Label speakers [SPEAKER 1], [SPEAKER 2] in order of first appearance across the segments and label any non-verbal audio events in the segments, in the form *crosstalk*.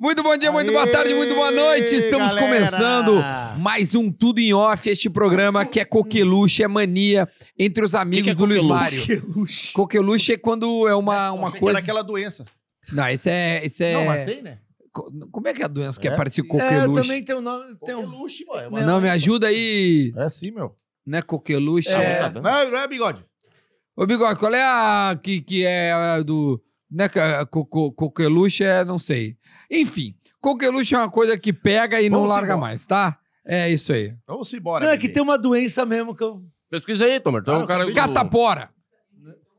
[SPEAKER 1] Muito bom dia, muito boa
[SPEAKER 2] Aê,
[SPEAKER 1] tarde, muito boa noite. Estamos
[SPEAKER 2] galera.
[SPEAKER 1] começando mais um Tudo em Off, este programa que é coqueluche, é mania entre os amigos
[SPEAKER 3] que é
[SPEAKER 1] do Luiz
[SPEAKER 3] coqueluche?
[SPEAKER 1] Mário. Coqueluche. é quando é uma, uma
[SPEAKER 2] É
[SPEAKER 1] coisa.
[SPEAKER 2] daquela doença.
[SPEAKER 1] Não, esse é. Esse é...
[SPEAKER 2] Não, mas tem, né?
[SPEAKER 1] Co- Como é que é a doença que
[SPEAKER 2] É?
[SPEAKER 1] é parecida com
[SPEAKER 4] É, eu
[SPEAKER 1] coqueluche?
[SPEAKER 4] também tenho nome. Tenho... um
[SPEAKER 2] luxo, pô. É, uma
[SPEAKER 1] não, me
[SPEAKER 2] doença.
[SPEAKER 1] ajuda aí,
[SPEAKER 2] É sim, meu.
[SPEAKER 1] né, coqueluche?
[SPEAKER 4] É.
[SPEAKER 3] Ah, tá dando.
[SPEAKER 2] Não, não é bigode.
[SPEAKER 1] Ô, Bigode, qual é a que, que é a do. Né, que a co- co- coqueluche é, não sei. Enfim, coqueluche é uma coisa que pega e
[SPEAKER 2] Vamos
[SPEAKER 1] não larga
[SPEAKER 2] embora.
[SPEAKER 1] mais, tá? É isso aí.
[SPEAKER 2] Vamos embora.
[SPEAKER 4] Não, é que
[SPEAKER 2] bebê.
[SPEAKER 4] tem uma doença mesmo que eu.
[SPEAKER 3] Pesquisa aí, Tomer. Então,
[SPEAKER 2] Claro,
[SPEAKER 3] o cara...
[SPEAKER 2] acabei
[SPEAKER 1] Catapora.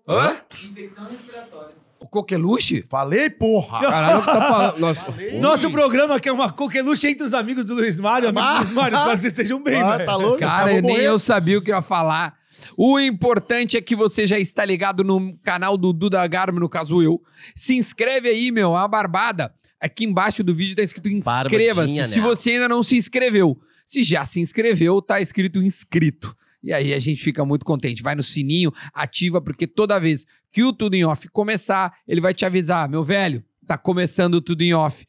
[SPEAKER 1] Hã? Infecção respiratória. O coqueluche?
[SPEAKER 2] Falei, porra.
[SPEAKER 3] Caralho, o que tá falando? Nossa.
[SPEAKER 2] Falei.
[SPEAKER 4] Nosso programa que é uma coqueluche entre os amigos do Luiz Mário. Amigos do Luiz Mário, espero que vocês estejam bem, né?
[SPEAKER 2] Ah,
[SPEAKER 4] velho.
[SPEAKER 2] tá louco?
[SPEAKER 1] Cara, nem
[SPEAKER 2] Acabou morrendo.
[SPEAKER 1] eu sabia o que eu ia falar. O importante é que você já está ligado no canal do Duda Garmo, no caso eu. Se inscreve aí, meu, a barbada. Aqui embaixo do vídeo tá escrito inscreva-se.
[SPEAKER 3] Barbadinha,
[SPEAKER 1] Se
[SPEAKER 3] né?
[SPEAKER 1] você ainda não se inscreveu. Se já se inscreveu, tá escrito inscrito. E aí a gente fica muito contente. Vai no sininho, ativa, porque toda vez que o Tudo em Off começar, ele vai te avisar, meu velho, tá começando o Tudo em Off.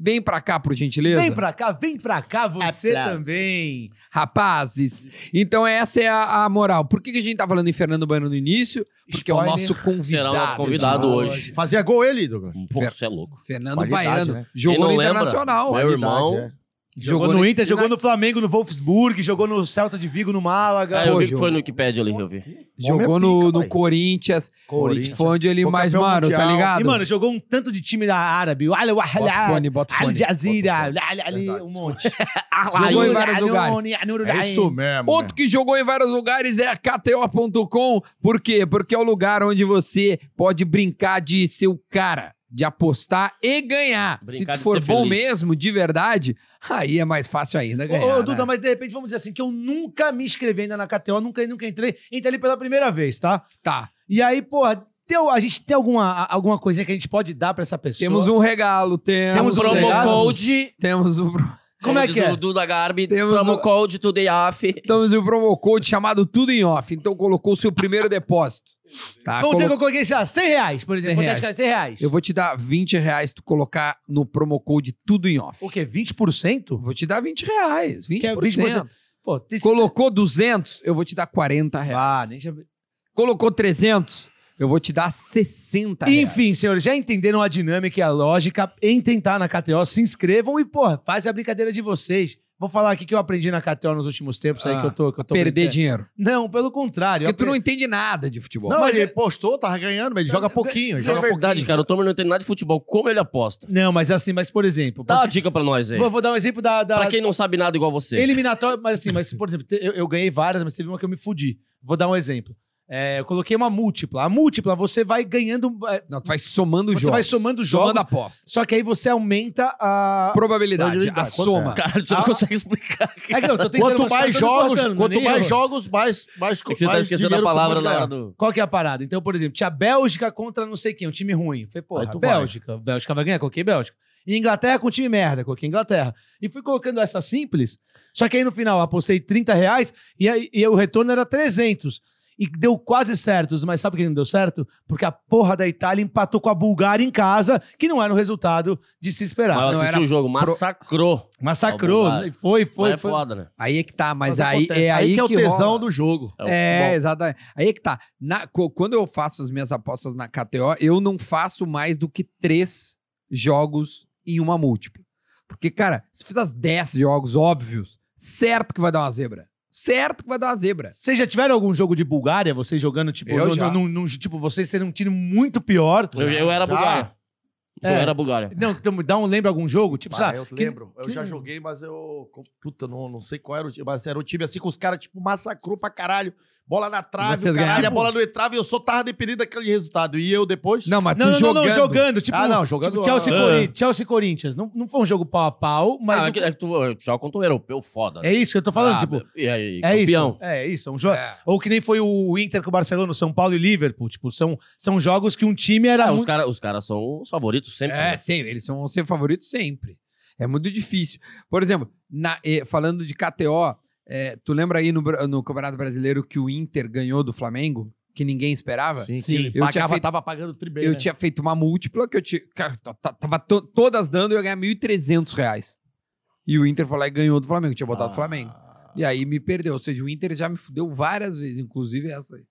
[SPEAKER 1] Vem pra cá, por gentileza.
[SPEAKER 4] Vem pra cá, vem pra cá você
[SPEAKER 2] Aplausos.
[SPEAKER 4] também.
[SPEAKER 1] Rapazes, então essa é a, a moral. Por que, que a gente tá falando em Fernando Bueno no início? Porque é o
[SPEAKER 4] Spoiler.
[SPEAKER 1] nosso convidado.
[SPEAKER 3] Será o nosso convidado
[SPEAKER 1] de
[SPEAKER 3] hoje.
[SPEAKER 2] Fazia gol ele, Douglas.
[SPEAKER 3] Pô,
[SPEAKER 1] Ver-
[SPEAKER 3] você é louco.
[SPEAKER 1] Fernando
[SPEAKER 2] Qualidade,
[SPEAKER 1] Baiano.
[SPEAKER 2] né?
[SPEAKER 1] Jogou
[SPEAKER 3] Quem
[SPEAKER 1] no
[SPEAKER 3] não lembra?
[SPEAKER 1] Internacional.
[SPEAKER 3] Meu irmão.
[SPEAKER 2] Qualidade, é.
[SPEAKER 4] Jogou, no Inter, jogou no Flamengo, no Wolfsburg, jogou no Celta de Vigo, no Málaga.
[SPEAKER 3] Ah, eu
[SPEAKER 1] Pô,
[SPEAKER 3] vi que
[SPEAKER 1] João.
[SPEAKER 3] foi no Wikipedia ali, eu vi.
[SPEAKER 1] Jogou
[SPEAKER 2] Homem é
[SPEAKER 1] no,
[SPEAKER 2] pica,
[SPEAKER 1] no
[SPEAKER 2] pai.
[SPEAKER 1] Corinthians.
[SPEAKER 2] Corinthians.
[SPEAKER 1] Foi onde ele
[SPEAKER 2] Foi
[SPEAKER 1] mais
[SPEAKER 2] campeão
[SPEAKER 1] maro, tá
[SPEAKER 2] mundial.
[SPEAKER 1] ligado?
[SPEAKER 4] E, mano, jogou um tanto de time da árabe. Olha o
[SPEAKER 1] bota
[SPEAKER 4] Ahla,
[SPEAKER 1] fone, bota
[SPEAKER 4] Al
[SPEAKER 1] fone.
[SPEAKER 4] Jazeera,
[SPEAKER 2] Bota
[SPEAKER 4] ali, ali,
[SPEAKER 2] Verdade,
[SPEAKER 4] um monte.
[SPEAKER 1] Jogou em vários lugares.
[SPEAKER 2] É isso mesmo.
[SPEAKER 1] Outro que jogou em vários lugares é a KTO.com. Por quê? Porque é o lugar onde você pode brincar de ser o cara, de apostar e ganhar.
[SPEAKER 3] Brincar
[SPEAKER 1] Se
[SPEAKER 3] de
[SPEAKER 1] for
[SPEAKER 3] ser
[SPEAKER 1] bom
[SPEAKER 3] feliz.
[SPEAKER 1] mesmo, de verdade, aí é mais fácil ainda ganhar.
[SPEAKER 4] Ô, ô,
[SPEAKER 1] né?
[SPEAKER 4] Duda, mas de repente vamos dizer assim, que eu nunca me inscrevi ainda na KTO, nunca, nunca entrei, entrei ali pela primeira vez, tá?
[SPEAKER 1] Tá.
[SPEAKER 4] E aí, porra, teu, a gente tem alguma, a- alguma coisinha que a gente pode dar pra essa pessoa?
[SPEAKER 1] Temos um regalo, temos,
[SPEAKER 4] Temos um
[SPEAKER 3] Promo
[SPEAKER 4] legado?
[SPEAKER 3] code...
[SPEAKER 1] Temos um, pro-
[SPEAKER 4] Como é que é?
[SPEAKER 3] Do Duda Garbi,
[SPEAKER 1] Temos
[SPEAKER 3] promo
[SPEAKER 1] o-
[SPEAKER 3] code Today Off.
[SPEAKER 1] temos um promo code chamado Tudo em Off. Então colocou o seu primeiro depósito. Tá?
[SPEAKER 4] Vamos dizer que
[SPEAKER 1] Colo-
[SPEAKER 4] eu coloquei, sei lá, 100 reais, por exemplo.
[SPEAKER 1] 100
[SPEAKER 4] Quanto é que é 100 reais.
[SPEAKER 1] Eu vou te dar 20 reais se tu colocar no promo code Tudo em Off.
[SPEAKER 4] O quê? 20%?
[SPEAKER 1] Vou te dar 20 reais, 20%.
[SPEAKER 4] Que é 20%. Pô, tem...
[SPEAKER 1] Colocou 200, eu vou te dar 40 reais.
[SPEAKER 4] Ah, nem já...
[SPEAKER 1] Colocou 300, eu vou te dar 60 Tá reais.
[SPEAKER 4] Enfim, senhores, já entenderam a dinâmica e a lógica? Entrem tá na KTO, se inscrevam e, porra, faz a brincadeira de vocês. Vou falar aqui que eu aprendi na KTO nos últimos tempos aí
[SPEAKER 1] Ah,
[SPEAKER 4] que eu tô. Que eu tô
[SPEAKER 1] Perder
[SPEAKER 4] brincando.
[SPEAKER 1] dinheiro.
[SPEAKER 4] Não, pelo contrário. eu
[SPEAKER 1] Porque tu não
[SPEAKER 4] aprendi-
[SPEAKER 1] entende nada de futebol.
[SPEAKER 2] Não,
[SPEAKER 4] Mas
[SPEAKER 2] ele
[SPEAKER 4] é-
[SPEAKER 2] postou, tava ganhando, mas ele joga pouquinho.
[SPEAKER 3] É
[SPEAKER 2] Joga
[SPEAKER 3] verdade, cara. O Tomer não entende nada de futebol. Como ele aposta?
[SPEAKER 4] Não, mas assim, mas por exemplo.
[SPEAKER 3] Dá uma dica pra nós aí.
[SPEAKER 4] Vou, vou dar um exemplo da. da-
[SPEAKER 3] Pra quem não sabe nada igual você.
[SPEAKER 4] Eliminatória, mas assim, mas, por exemplo, te- eu, eu ganhei várias, mas teve uma que eu me fudi. Vou dar um exemplo. É, eu coloquei uma múltipla. A múltipla, você vai ganhando. é,
[SPEAKER 1] Não, tu vai somando
[SPEAKER 4] Você
[SPEAKER 1] jogos.
[SPEAKER 4] vai somando
[SPEAKER 1] Somando
[SPEAKER 4] jogos.
[SPEAKER 1] aposta.
[SPEAKER 4] Só que aí você aumenta a.
[SPEAKER 1] Probabilidade, a
[SPEAKER 2] Probabilidade, quanto é?
[SPEAKER 1] soma.
[SPEAKER 3] *laughs* Cara, você
[SPEAKER 4] Ah.
[SPEAKER 3] não consegue explicar.
[SPEAKER 4] É que eu tô tentando
[SPEAKER 2] Quanto
[SPEAKER 4] mostrar,
[SPEAKER 2] mais
[SPEAKER 4] eu tô me
[SPEAKER 2] jogos,
[SPEAKER 4] cortando, não é
[SPEAKER 2] quanto
[SPEAKER 4] nem
[SPEAKER 2] mais
[SPEAKER 4] eu.
[SPEAKER 2] jogos, mais mais
[SPEAKER 3] É que você tá
[SPEAKER 2] mais
[SPEAKER 3] esquecendo a
[SPEAKER 2] dinheiro você
[SPEAKER 3] palavra
[SPEAKER 2] pode
[SPEAKER 3] lá
[SPEAKER 2] ganhar.
[SPEAKER 3] do...
[SPEAKER 4] Qual que é a parada? Então, por exemplo, tinha Bélgica contra não sei quem, um time ruim. Falei, porra,
[SPEAKER 2] Aí tu vai.
[SPEAKER 4] Bélgica. Bélgica vai ganhar, coloquei Bélgica. E Inglaterra com time merda, coloquei Inglaterra. E fui colocando essa simples, só que aí no final eu apostei 30 reais e, aí- e o retorno era 300. E deu quase certo, mas sabe por que não deu certo? Porque a porra da Itália empatou com a Bulgária em casa, que não era um resultado de se
[SPEAKER 3] Mas
[SPEAKER 4] esperar. é?
[SPEAKER 3] eu
[SPEAKER 1] não,
[SPEAKER 3] assisti
[SPEAKER 1] era
[SPEAKER 3] o jogo, massacrou.
[SPEAKER 4] Massacrou,
[SPEAKER 3] A Bulgária.
[SPEAKER 4] foi,
[SPEAKER 3] Foi,
[SPEAKER 4] foi, foi.
[SPEAKER 3] foda, né?
[SPEAKER 1] Aí é que tá, mas,
[SPEAKER 2] Mas
[SPEAKER 1] aí
[SPEAKER 2] acontece.
[SPEAKER 1] é aí,
[SPEAKER 2] que é o tesão
[SPEAKER 1] rola.
[SPEAKER 2] do jogo.
[SPEAKER 3] o
[SPEAKER 1] É,
[SPEAKER 3] futebol.
[SPEAKER 1] exatamente. Aí é que tá. Na- co- quando eu faço as minhas apostas na KTO, eu não faço mais do que três jogos em uma múltipla. Porque, cara, se fizer as 10 jogos óbvios, certo que vai dar uma zebra. Certo que vai dar uma zebra.
[SPEAKER 4] Vocês já tiveram algum jogo de Bulgária? Vocês jogando, tipo,
[SPEAKER 1] Eu
[SPEAKER 4] no-
[SPEAKER 1] já.
[SPEAKER 4] no- no- no- tipo vocês serem um time muito pior.
[SPEAKER 3] Eu, eu era
[SPEAKER 2] Já.
[SPEAKER 3] Bulgária. Eu
[SPEAKER 4] É.
[SPEAKER 3] era Bulgária.
[SPEAKER 4] Não, então me dá um lembra algum jogo? Tipo,
[SPEAKER 2] Bah,
[SPEAKER 4] sabe?
[SPEAKER 2] eu
[SPEAKER 4] que-
[SPEAKER 2] lembro. eu
[SPEAKER 4] que-
[SPEAKER 2] já joguei, mas eu. Puta, não, não sei qual era o time. Mas era um time assim que os caras, tipo, massacrou pra caralho. Bola na trave,
[SPEAKER 1] Vocês
[SPEAKER 2] o caralho,
[SPEAKER 1] ganharam.
[SPEAKER 2] a bola não entrava e eu só tava dependendo daquele resultado. E eu depois.
[SPEAKER 1] Não, mas tu
[SPEAKER 4] Não, não,
[SPEAKER 1] jogando.
[SPEAKER 4] não, não, jogando. Tipo,
[SPEAKER 2] Ah, não, jogando-
[SPEAKER 4] tipo, Chelsea,
[SPEAKER 3] Ah.
[SPEAKER 4] Corinthians, Chelsea Corinthians. Não, não foi um jogo pau a pau, mas.
[SPEAKER 3] ah,
[SPEAKER 4] o-
[SPEAKER 3] é que, é que tu é, joga contra um europeu foda.
[SPEAKER 4] É isso que eu tô falando,
[SPEAKER 3] Ah,
[SPEAKER 4] tipo.
[SPEAKER 3] E aí,
[SPEAKER 4] É
[SPEAKER 3] campeão.
[SPEAKER 4] isso. É isso. é Um jogo.
[SPEAKER 1] É.
[SPEAKER 4] Ou que nem foi o Inter com o Barcelona, o São Paulo e Liverpool. Tipo, são, são jogos que um time era.
[SPEAKER 3] Ah, os
[SPEAKER 4] muito...
[SPEAKER 3] caras os cara são os favoritos sempre.
[SPEAKER 1] É,
[SPEAKER 3] né?
[SPEAKER 1] sempre. Eles vão ser favoritos sempre. É muito difícil. Por exemplo, na- eh, falando é, de KTO, eh, tu lembra aí no, Bra- no Campeonato Brasileiro que o Inter ganhou do Flamengo? que ninguém esperava.
[SPEAKER 2] Sim,
[SPEAKER 4] Sim.
[SPEAKER 2] sim.
[SPEAKER 1] Eu
[SPEAKER 2] Eu
[SPEAKER 1] tinha feito-
[SPEAKER 2] tava pagando né? tribei,
[SPEAKER 1] eu tinha feito uma múltipla que eu tinha. Cara, t- t- tava to- todas dando e eu ia ganhar 1.300 reais. E o Inter foi lá e ganhou do Flamengo. Tinha
[SPEAKER 2] Ah.
[SPEAKER 1] botado o Flamengo. E aí me perdeu. Ou seja, o Inter já me fudeu várias vezes, inclusive essa aí.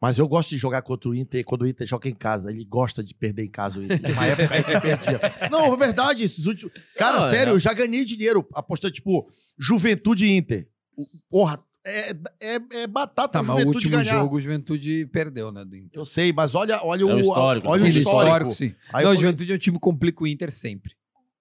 [SPEAKER 2] Mas eu gosto de jogar contra o Inter quando o Inter joga em casa. Ele gosta de perder em casa o
[SPEAKER 1] *laughs*
[SPEAKER 2] Inter. Tem Uma época aí que perdia. Não, é verdade, esses últimos. Cara,
[SPEAKER 3] Não, é.
[SPEAKER 1] né?
[SPEAKER 2] sério, eu já ganhei dinheiro apostando, tipo, Juventude e Inter. Porra, é, é, é batata
[SPEAKER 1] Tá,
[SPEAKER 2] pra
[SPEAKER 1] mas o
[SPEAKER 2] Juventude
[SPEAKER 1] último
[SPEAKER 2] ganhar.
[SPEAKER 1] jogo o Juventude perdeu, né, do Inter.
[SPEAKER 2] Eu sei, mas olha, olha
[SPEAKER 3] É
[SPEAKER 2] o,
[SPEAKER 3] o histórico,
[SPEAKER 2] olha o
[SPEAKER 3] né?
[SPEAKER 1] Sim,
[SPEAKER 2] histórico.
[SPEAKER 1] sim.
[SPEAKER 2] Aí
[SPEAKER 1] não,
[SPEAKER 2] eu
[SPEAKER 1] o
[SPEAKER 2] falei-
[SPEAKER 1] Juventude é um time que complica o Inter sempre.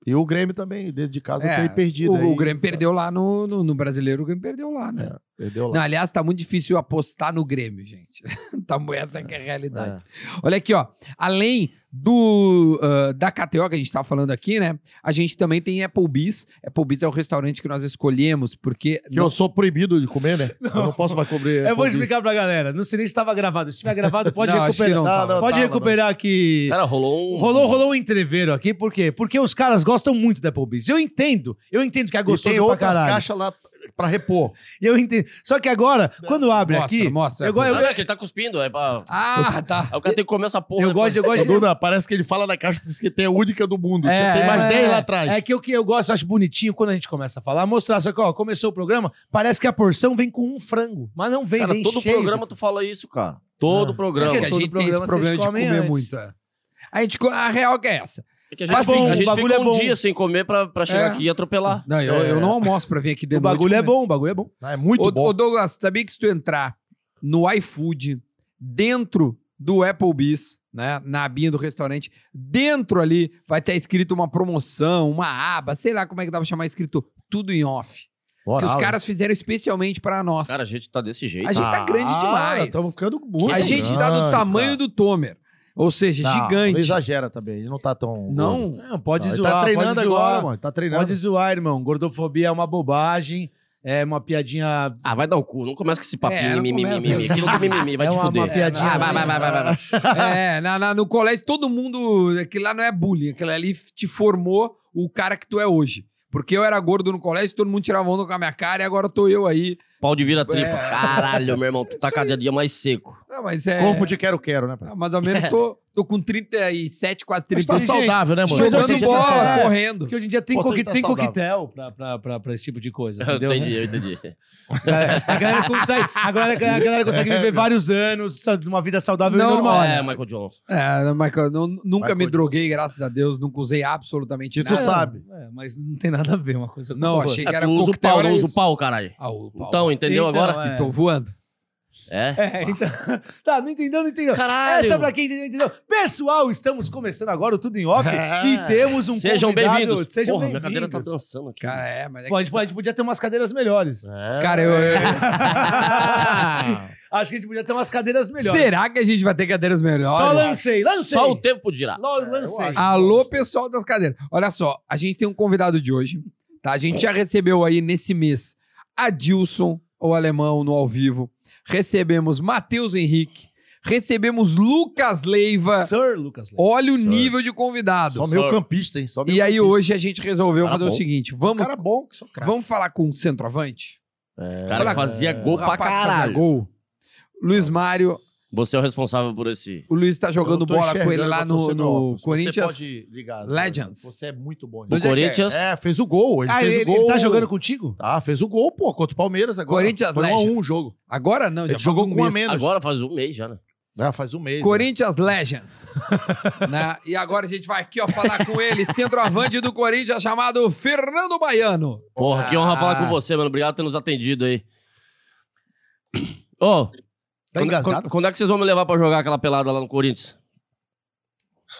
[SPEAKER 2] E o Grêmio também, dentro de
[SPEAKER 4] um
[SPEAKER 2] casa,
[SPEAKER 1] É,
[SPEAKER 2] tem perdido.
[SPEAKER 1] o,
[SPEAKER 2] aí,
[SPEAKER 1] o Grêmio
[SPEAKER 2] sabe?
[SPEAKER 1] perdeu lá no, no, no Brasileiro, o Grêmio perdeu lá, né?
[SPEAKER 4] É.
[SPEAKER 2] Perdeu lá.
[SPEAKER 1] Não, aliás, tá muito difícil apostar no Grêmio, gente. *laughs* tá, essa que é a realidade.
[SPEAKER 2] É.
[SPEAKER 1] Olha aqui, ó. Além do ah, da KTO que a gente tá falando aqui, né? A gente também tem Applebee's. Applebee's é o restaurante que nós escolhemos, porque.
[SPEAKER 2] Que eu sou proibido de comer, né? Eu não posso mais comer.
[SPEAKER 4] Eu vou
[SPEAKER 2] comer
[SPEAKER 4] explicar pra galera. Não sei nem se estava gravado. Se estiver gravado, pode
[SPEAKER 1] Não, acho que
[SPEAKER 4] recuperar.
[SPEAKER 1] não
[SPEAKER 2] Não, não,
[SPEAKER 4] pode
[SPEAKER 2] tava,
[SPEAKER 4] recuperar aqui.
[SPEAKER 3] Cara, rolou um.
[SPEAKER 4] Rolou, rolou um entreveiro aqui, por quê? Porque os caras gostam muito da Applebee's. Eu entendo. Eu entendo que é
[SPEAKER 2] isso. E
[SPEAKER 4] gostoso
[SPEAKER 2] tem
[SPEAKER 4] pra
[SPEAKER 2] outras
[SPEAKER 4] caralho.
[SPEAKER 2] caixas lá pra repor.
[SPEAKER 4] *laughs* Eu entendo. Só que agora, quando abre
[SPEAKER 1] Mostra,
[SPEAKER 4] aqui,
[SPEAKER 1] mostra.
[SPEAKER 4] eu, go- eu-
[SPEAKER 3] Não, é que ele tá cuspindo. É pra...
[SPEAKER 1] Ah, tá.
[SPEAKER 4] *laughs*
[SPEAKER 3] Aí o cara tem que comer essa porra.
[SPEAKER 4] eu gosto, eu gosto de-
[SPEAKER 2] Duna, parece que ele fala da caixa, por isso que tem a única do mundo.
[SPEAKER 1] É,
[SPEAKER 2] tem mais
[SPEAKER 4] é,
[SPEAKER 2] 10 lá atrás.
[SPEAKER 4] É que o que eu gosto, acho bonitinho quando a gente começa a falar, mostrar. Só que, ó, começou o programa, parece que a porção vem com um frango. Mas não vem,
[SPEAKER 3] Cara,
[SPEAKER 4] vem
[SPEAKER 3] todo
[SPEAKER 4] cheio
[SPEAKER 3] programa
[SPEAKER 4] de-
[SPEAKER 3] tu fala isso, cara. Todo
[SPEAKER 4] Ah.
[SPEAKER 3] programa.
[SPEAKER 1] Porque
[SPEAKER 4] É
[SPEAKER 1] a
[SPEAKER 4] todo
[SPEAKER 1] gente tem
[SPEAKER 4] programa
[SPEAKER 1] esse problema
[SPEAKER 4] vocês
[SPEAKER 1] de
[SPEAKER 4] comem
[SPEAKER 1] comer
[SPEAKER 4] antes.
[SPEAKER 1] muito. é. A, gente, co- a real que é essa.
[SPEAKER 3] É que a
[SPEAKER 4] É
[SPEAKER 3] gente,
[SPEAKER 4] bom,
[SPEAKER 3] fica, a
[SPEAKER 4] o
[SPEAKER 3] gente
[SPEAKER 4] bagulho
[SPEAKER 3] fica
[SPEAKER 4] é
[SPEAKER 3] um
[SPEAKER 4] bom.
[SPEAKER 3] dia sem comer pra, pra chegar
[SPEAKER 1] É.
[SPEAKER 3] aqui e atropelar.
[SPEAKER 1] Não, eu,
[SPEAKER 2] É.
[SPEAKER 1] eu não almoço pra vir aqui
[SPEAKER 4] O
[SPEAKER 1] dentro
[SPEAKER 4] bagulho é bom, o bagulho é bom.
[SPEAKER 2] Ah, é muito
[SPEAKER 1] Ô,
[SPEAKER 2] bom.
[SPEAKER 1] ô, Douglas, sabia que se tu entrar no iFood, dentro do Applebee's, né, na abinha do restaurante, dentro ali vai ter escrito uma promoção, uma aba, sei lá como é que dá pra chamar, escrito tudo em off. que os
[SPEAKER 2] Moral, né?
[SPEAKER 1] caras fizeram especialmente pra nós.
[SPEAKER 3] Cara, a gente tá desse jeito.
[SPEAKER 1] a gente tá grande demais.
[SPEAKER 2] Estamos Ah, ficando muito
[SPEAKER 1] a gente tá do
[SPEAKER 2] grande,
[SPEAKER 1] tamanho
[SPEAKER 2] cara.
[SPEAKER 1] do Tomer. Ou seja,
[SPEAKER 2] Não, Não
[SPEAKER 1] gigante.
[SPEAKER 2] exagera também, ele não tá tão... gordo.
[SPEAKER 1] Não,
[SPEAKER 2] *laughs*
[SPEAKER 4] Não, pode
[SPEAKER 2] Não, ele
[SPEAKER 4] zoar.
[SPEAKER 2] tá treinando
[SPEAKER 4] pode zoar,
[SPEAKER 2] agora, mano. Tá treinando.
[SPEAKER 4] Pode zoar, irmão. Gordofobia é uma bobagem, é uma piadinha.
[SPEAKER 3] Ah, vai dar o cu. Não começa com esse
[SPEAKER 1] É,
[SPEAKER 3] papinho.
[SPEAKER 1] não
[SPEAKER 3] mimimi,
[SPEAKER 1] começa.
[SPEAKER 3] mimimi. Aquilo do mimimi. Vai
[SPEAKER 4] é
[SPEAKER 3] te
[SPEAKER 4] uma,
[SPEAKER 3] fuder.
[SPEAKER 4] uma piadinha.
[SPEAKER 1] Ah, vai,
[SPEAKER 4] assim,
[SPEAKER 1] vai, vai, vai, vai, vai. É, na, na- no colégio todo mundo. Aquilo lá não é bullying, aquilo ali te formou o cara que tu é hoje. Porque eu era gordo no colégio, todo mundo tirava onda com a minha cara e agora tô eu aí.
[SPEAKER 3] Pau de vira tripa.
[SPEAKER 1] É.
[SPEAKER 3] Caralho, meu irmão. Tu tá
[SPEAKER 1] Isso
[SPEAKER 3] cada dia mais seco. *laughs*
[SPEAKER 1] Ah, mas é.
[SPEAKER 2] Corpo de quero-quero, né? pai?
[SPEAKER 1] Ah, mais ou menos
[SPEAKER 3] É.
[SPEAKER 1] tô, tô com 37, quase
[SPEAKER 2] Mas tá
[SPEAKER 1] 30.
[SPEAKER 2] saudável, né, mano?
[SPEAKER 4] hoje em
[SPEAKER 1] jogando
[SPEAKER 4] dia
[SPEAKER 1] bola,
[SPEAKER 4] tá-
[SPEAKER 1] correndo.
[SPEAKER 4] Porque hoje em dia tem,
[SPEAKER 2] Pô, tem
[SPEAKER 4] coque-
[SPEAKER 2] que tá
[SPEAKER 4] tem
[SPEAKER 2] saudável.
[SPEAKER 4] coquetel pra, pra, pra, pra esse tipo
[SPEAKER 2] *laughs*
[SPEAKER 4] de coisa.
[SPEAKER 3] Eu
[SPEAKER 4] Entendeu?
[SPEAKER 3] entendi, eu entendi.
[SPEAKER 4] *laughs* A galera consegue, a galera, a galera
[SPEAKER 2] *laughs*
[SPEAKER 4] consegue viver vários anos sa- de uma vida saudável
[SPEAKER 1] Não,
[SPEAKER 4] e normal.
[SPEAKER 3] é,
[SPEAKER 4] né?
[SPEAKER 3] Michael Johnson.
[SPEAKER 1] É, não, Michael, não- nunca
[SPEAKER 2] Michael
[SPEAKER 1] me
[SPEAKER 2] Jackson.
[SPEAKER 1] droguei, graças a Deus, nunca usei absolutamente
[SPEAKER 2] E tu
[SPEAKER 1] nada.
[SPEAKER 2] sabe.
[SPEAKER 4] É, mas não tem nada a ver uma coisa com a
[SPEAKER 1] Não,
[SPEAKER 4] outra.
[SPEAKER 1] achei que
[SPEAKER 3] É,
[SPEAKER 1] era
[SPEAKER 3] tu usa o
[SPEAKER 1] coquetel,
[SPEAKER 3] pau,
[SPEAKER 1] era
[SPEAKER 3] não usa o
[SPEAKER 1] isso.
[SPEAKER 3] pau, caralho.
[SPEAKER 1] Ah, o pau.
[SPEAKER 3] Então, entendeu
[SPEAKER 4] Então,
[SPEAKER 3] agora?
[SPEAKER 4] é.
[SPEAKER 1] Tô voando.
[SPEAKER 3] É.
[SPEAKER 4] É, então. *laughs* Tá, não entendeu, não entendeu.
[SPEAKER 3] Caralho.
[SPEAKER 4] Essa é pra quem entendeu, entendeu. Pessoal, estamos começando agora o Tudo em
[SPEAKER 2] *laughs*
[SPEAKER 4] Off
[SPEAKER 2] É.
[SPEAKER 4] e temos um
[SPEAKER 3] Sejam
[SPEAKER 4] convidado.
[SPEAKER 3] bem-vindos.
[SPEAKER 4] Sejam
[SPEAKER 3] Porra, minha
[SPEAKER 4] bem-vindos.
[SPEAKER 3] cadeira tá dançando aqui.
[SPEAKER 1] Cara, é, mas é
[SPEAKER 4] Pô, a gente,
[SPEAKER 1] que...
[SPEAKER 4] pode- a gente podia ter umas cadeiras melhores.
[SPEAKER 3] *laughs*
[SPEAKER 4] *laughs*
[SPEAKER 2] É.
[SPEAKER 1] Cara, eu... Ah, eu-
[SPEAKER 2] *laughs* Ah,
[SPEAKER 4] Acho que a gente podia ter umas cadeiras melhores.
[SPEAKER 1] Será que a gente vai ter cadeiras melhores?
[SPEAKER 4] Só lancei, lancei.
[SPEAKER 3] Só o tempo dirá.
[SPEAKER 4] Lo- lancei.
[SPEAKER 2] É, acho.
[SPEAKER 1] Alô, pessoal das cadeiras. Olha só, a gente tem um convidado de hoje, tá? A gente já recebeu aí nesse mês Adilson, o alemão, no ao vivo. Recebemos Matheus Henrique. Recebemos Lucas Leiva.
[SPEAKER 4] Sir Lucas Leiva.
[SPEAKER 1] Olha o
[SPEAKER 2] Sir.
[SPEAKER 1] nível de convidado.
[SPEAKER 2] Só um meio campista, hein? Só meio
[SPEAKER 1] E aí
[SPEAKER 2] campista.
[SPEAKER 1] hoje é a gente resolveu
[SPEAKER 3] Cara
[SPEAKER 1] fazer o
[SPEAKER 3] bom.
[SPEAKER 1] seguinte, vamos,
[SPEAKER 2] Cara é bom, que sou craque.
[SPEAKER 1] vamos falar com o centroavante?
[SPEAKER 3] Cara,
[SPEAKER 1] Olha,
[SPEAKER 3] fazia gol pra
[SPEAKER 1] rapaz fazia
[SPEAKER 3] caralho.
[SPEAKER 1] Gol. Luiz Mário,
[SPEAKER 3] Você é o responsável por esse.
[SPEAKER 1] o Luiz tá
[SPEAKER 2] Eu não
[SPEAKER 1] jogando
[SPEAKER 2] tô
[SPEAKER 1] bola com ele
[SPEAKER 2] enxergando,
[SPEAKER 1] lá
[SPEAKER 2] eu tô
[SPEAKER 1] no,
[SPEAKER 2] sendo
[SPEAKER 1] no
[SPEAKER 2] óculos.
[SPEAKER 1] Corinthians.
[SPEAKER 2] Você pode ligar.
[SPEAKER 1] Legends.
[SPEAKER 2] Você é muito bom.
[SPEAKER 3] Do
[SPEAKER 1] Onde é que é?
[SPEAKER 3] Corinthians.
[SPEAKER 2] É, fez o gol. Ele
[SPEAKER 4] Ah,
[SPEAKER 2] fez
[SPEAKER 4] ele,
[SPEAKER 2] o gol.
[SPEAKER 4] ele tá jogando contigo?
[SPEAKER 2] Ah, fez o gol, pô, contra o Palmeiras agora.
[SPEAKER 1] Corinthians
[SPEAKER 2] Foi 1 a 1 o
[SPEAKER 1] Legends.
[SPEAKER 2] jogo.
[SPEAKER 1] Agora não, já
[SPEAKER 2] Ele
[SPEAKER 1] faz
[SPEAKER 2] jogou
[SPEAKER 1] um
[SPEAKER 2] com um a
[SPEAKER 1] mês.
[SPEAKER 2] menos.
[SPEAKER 3] Agora faz um mês já, né?
[SPEAKER 2] Ah, faz um mês.
[SPEAKER 1] Corinthians Legends. né? E agora a gente vai aqui ó, falar com ele, centroavante do Corinthians, chamado Fernando Baiano.
[SPEAKER 3] Porra, que honra falar
[SPEAKER 1] Ah.
[SPEAKER 3] com você, mano. Obrigado por ter nos atendido aí. Ô,
[SPEAKER 2] né? Tá
[SPEAKER 3] quando-
[SPEAKER 2] engasgado?
[SPEAKER 3] quando, quando é que vocês vão me levar pra jogar aquela pelada lá no Corinthians?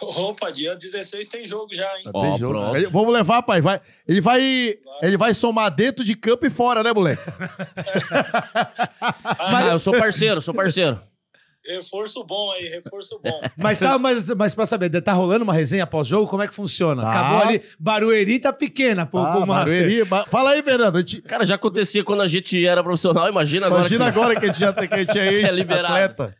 [SPEAKER 5] Opa, dia 16 tem jogo já, hein?
[SPEAKER 2] Tá,
[SPEAKER 3] Ó,
[SPEAKER 2] tem jogo.
[SPEAKER 3] pronto.
[SPEAKER 2] Ele- Vamos levar, pai. Vai, ele, vai, ele vai somar dentro de campo e fora, né, moleque?
[SPEAKER 1] *laughs*
[SPEAKER 3] Ah, eu sou parceiro, sou parceiro.
[SPEAKER 5] Reforço bom aí, reforço bom. *laughs*
[SPEAKER 2] *laughs*
[SPEAKER 4] Mas, tá, mas, mas pra saber, tá rolando uma resenha pós-jogo? Como é que funciona?
[SPEAKER 2] Tá.
[SPEAKER 4] Acabou ali, Barueri tá pequena pro,
[SPEAKER 2] Ah,
[SPEAKER 4] pro Master.
[SPEAKER 2] Barueri, ba- Fala aí, Fernando. a gente-
[SPEAKER 3] Cara, já acontecia quando a gente era profissional, imagina agora.
[SPEAKER 2] Imagina
[SPEAKER 3] que-
[SPEAKER 2] agora que a gente já tem- que a
[SPEAKER 1] *laughs*
[SPEAKER 2] gente é
[SPEAKER 3] liberado.
[SPEAKER 2] ex-atleta.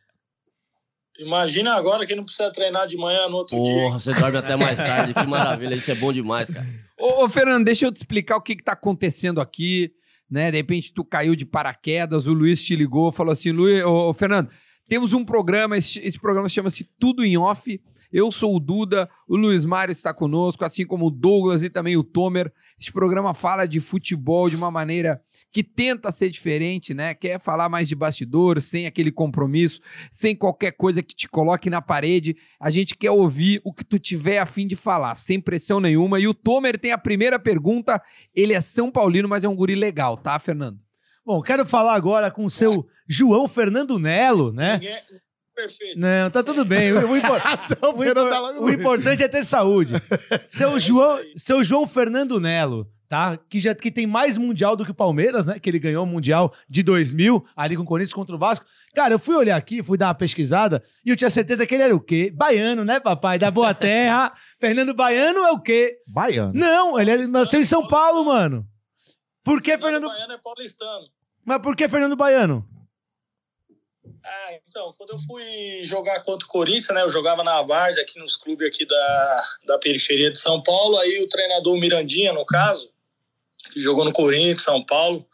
[SPEAKER 5] Imagina agora que não precisa treinar de manhã no outro dia.
[SPEAKER 3] Porra, você dorme até mais tarde, que maravilha, isso é bom demais, cara.
[SPEAKER 1] Ô, ô, Fernando, deixa eu te explicar o que, que tá acontecendo aqui. Né? De repente tu caiu de paraquedas, o Luiz te ligou, falou assim, Luiz, ô, ô, Fernando, Temos um programa, esse, esse programa chama-se Tudo em Off. Eu sou o Duda, o Luiz Mário está conosco, assim como o Douglas e também o Tomer. Esse programa fala de futebol de uma maneira que tenta ser diferente, né? Quer falar mais de bastidor, sem aquele compromisso, sem qualquer coisa que te coloque na parede. A gente quer ouvir o que tu tiver a fim de falar, sem pressão nenhuma. E o Tomer tem a primeira pergunta. Ele é São Paulino, mas é um guri legal, tá, Fernando?
[SPEAKER 4] Bom, quero falar agora com o seu João Fernando Nelo, né?
[SPEAKER 5] Ninguém... é Perfeito.
[SPEAKER 4] Não, tá tudo bem.
[SPEAKER 2] *laughs*
[SPEAKER 4] O, o impor-
[SPEAKER 2] Então,
[SPEAKER 4] o
[SPEAKER 2] Fernando
[SPEAKER 4] impor-
[SPEAKER 2] tá logo
[SPEAKER 4] o
[SPEAKER 2] no- É
[SPEAKER 4] importante é
[SPEAKER 2] *laughs*
[SPEAKER 4] ter saúde. Seu João, seu João Fernando Nelo, tá? Que já que tem mais mundial do que o Palmeiras, né? Que ele ganhou o mundial de 2000 ali com o Corinthians contra o Vasco. Cara, eu fui olhar aqui, fui dar uma pesquisada e eu tinha certeza que ele era o quê? Baiano, né, papai? Da
[SPEAKER 2] *laughs*
[SPEAKER 4] Boa Terra. Fernando Baiano é o quê?
[SPEAKER 2] Baiano.
[SPEAKER 4] Não, ele é- nasceu em São Paulo, mano. Por que
[SPEAKER 5] Fernando
[SPEAKER 4] Fernando?
[SPEAKER 5] Baiano é paulistano.
[SPEAKER 4] Mas por que Fernando Baiano?
[SPEAKER 5] Ah, então, quando eu fui jogar contra o Corinthians, né? Eu jogava na Várzea, aqui nos clubes aqui da, da periferia de São Paulo. Aí o treinador Mirandinha, no caso, que jogou no Corinthians, São Paulo,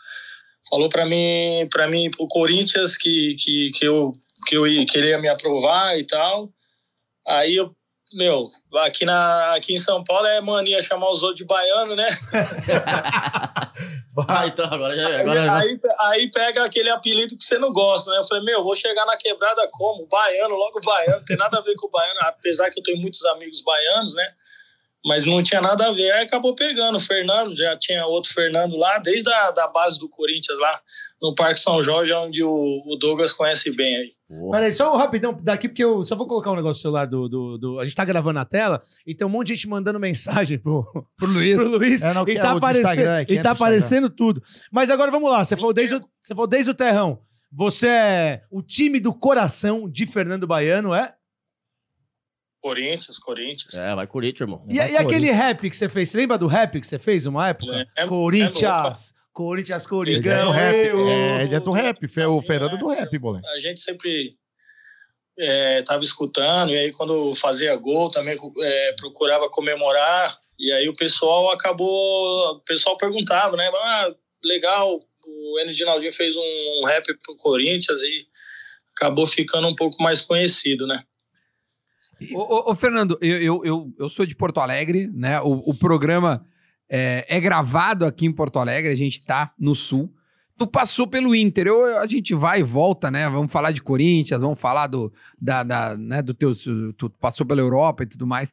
[SPEAKER 5] falou pra mim, para mim, pro Corinthians que, que, que eu que eu ia, que ele ia me aprovar e tal. Aí eu, meu, aqui na aqui em São Paulo é mania chamar os outros de baiano, né?
[SPEAKER 3] Ah, então agora já.
[SPEAKER 5] Aí,
[SPEAKER 3] Agora já.
[SPEAKER 5] aí, aí pega aquele apelido que você não gosta, né? Eu falei, meu, vou chegar na quebrada como? Baiano, logo baiano, não tem nada a ver com o baiano, apesar que eu tenho muitos amigos baianos, né? Mas não tinha nada a ver. Aí acabou pegando o Fernando, já tinha outro Fernando lá, desde a da base do Corinthians lá, no Parque São Jorge, onde o, o Douglas conhece bem aí.
[SPEAKER 3] Porra.
[SPEAKER 4] Peraí, só um rapidão daqui, porque eu só vou colocar um negócio no celular do, do, do- A gente tá gravando na tela e tem um monte de gente mandando *laughs* mensagem pro,
[SPEAKER 1] Pro Luiz.
[SPEAKER 4] pro Luiz.
[SPEAKER 2] É, não, que
[SPEAKER 4] e
[SPEAKER 2] é
[SPEAKER 4] tá,
[SPEAKER 2] o do
[SPEAKER 4] aparecendo,
[SPEAKER 2] Instagram, é, que
[SPEAKER 4] e
[SPEAKER 2] é
[SPEAKER 4] tá
[SPEAKER 2] do Instagram.
[SPEAKER 4] aparecendo tudo. Mas agora vamos lá, você falou desde, o, você falou desde o terrão. Você é o time do coração de Fernando Baiano, é?
[SPEAKER 5] Corinthians, Corinthians.
[SPEAKER 3] É, vai Corinthians, irmão.
[SPEAKER 4] E, e aquele rap que você fez? Você lembra do rap que você fez uma
[SPEAKER 2] É,
[SPEAKER 4] época?
[SPEAKER 5] Lembro,
[SPEAKER 4] Corinthians! Corinthians,
[SPEAKER 2] Ele é do
[SPEAKER 4] Coringão!
[SPEAKER 2] rap.
[SPEAKER 4] eu-
[SPEAKER 2] É, ele é do rap. Fe- O Fernando é do rap, moleque.
[SPEAKER 5] a gente sempre estava escutando, e aí quando fazia gol também eh, procurava comemorar, e aí o pessoal acabou, o pessoal perguntava, né? Ah, legal, o N. Dinaldinho fez um rap pro Corinthians e acabou ficando um pouco mais conhecido, né?
[SPEAKER 1] Ô, ô, ô, Fernando, eu, eu, eu, eu sou de Porto Alegre, né? O, o programa é, é gravado aqui em Porto Alegre, a gente tá no sul. Tu passou pelo Inter, eu- eu- a gente vai e volta, né? Vamos falar de Corinthians, vamos falar do, da, da, né, do teu. Tu passou pela Europa e tudo mais.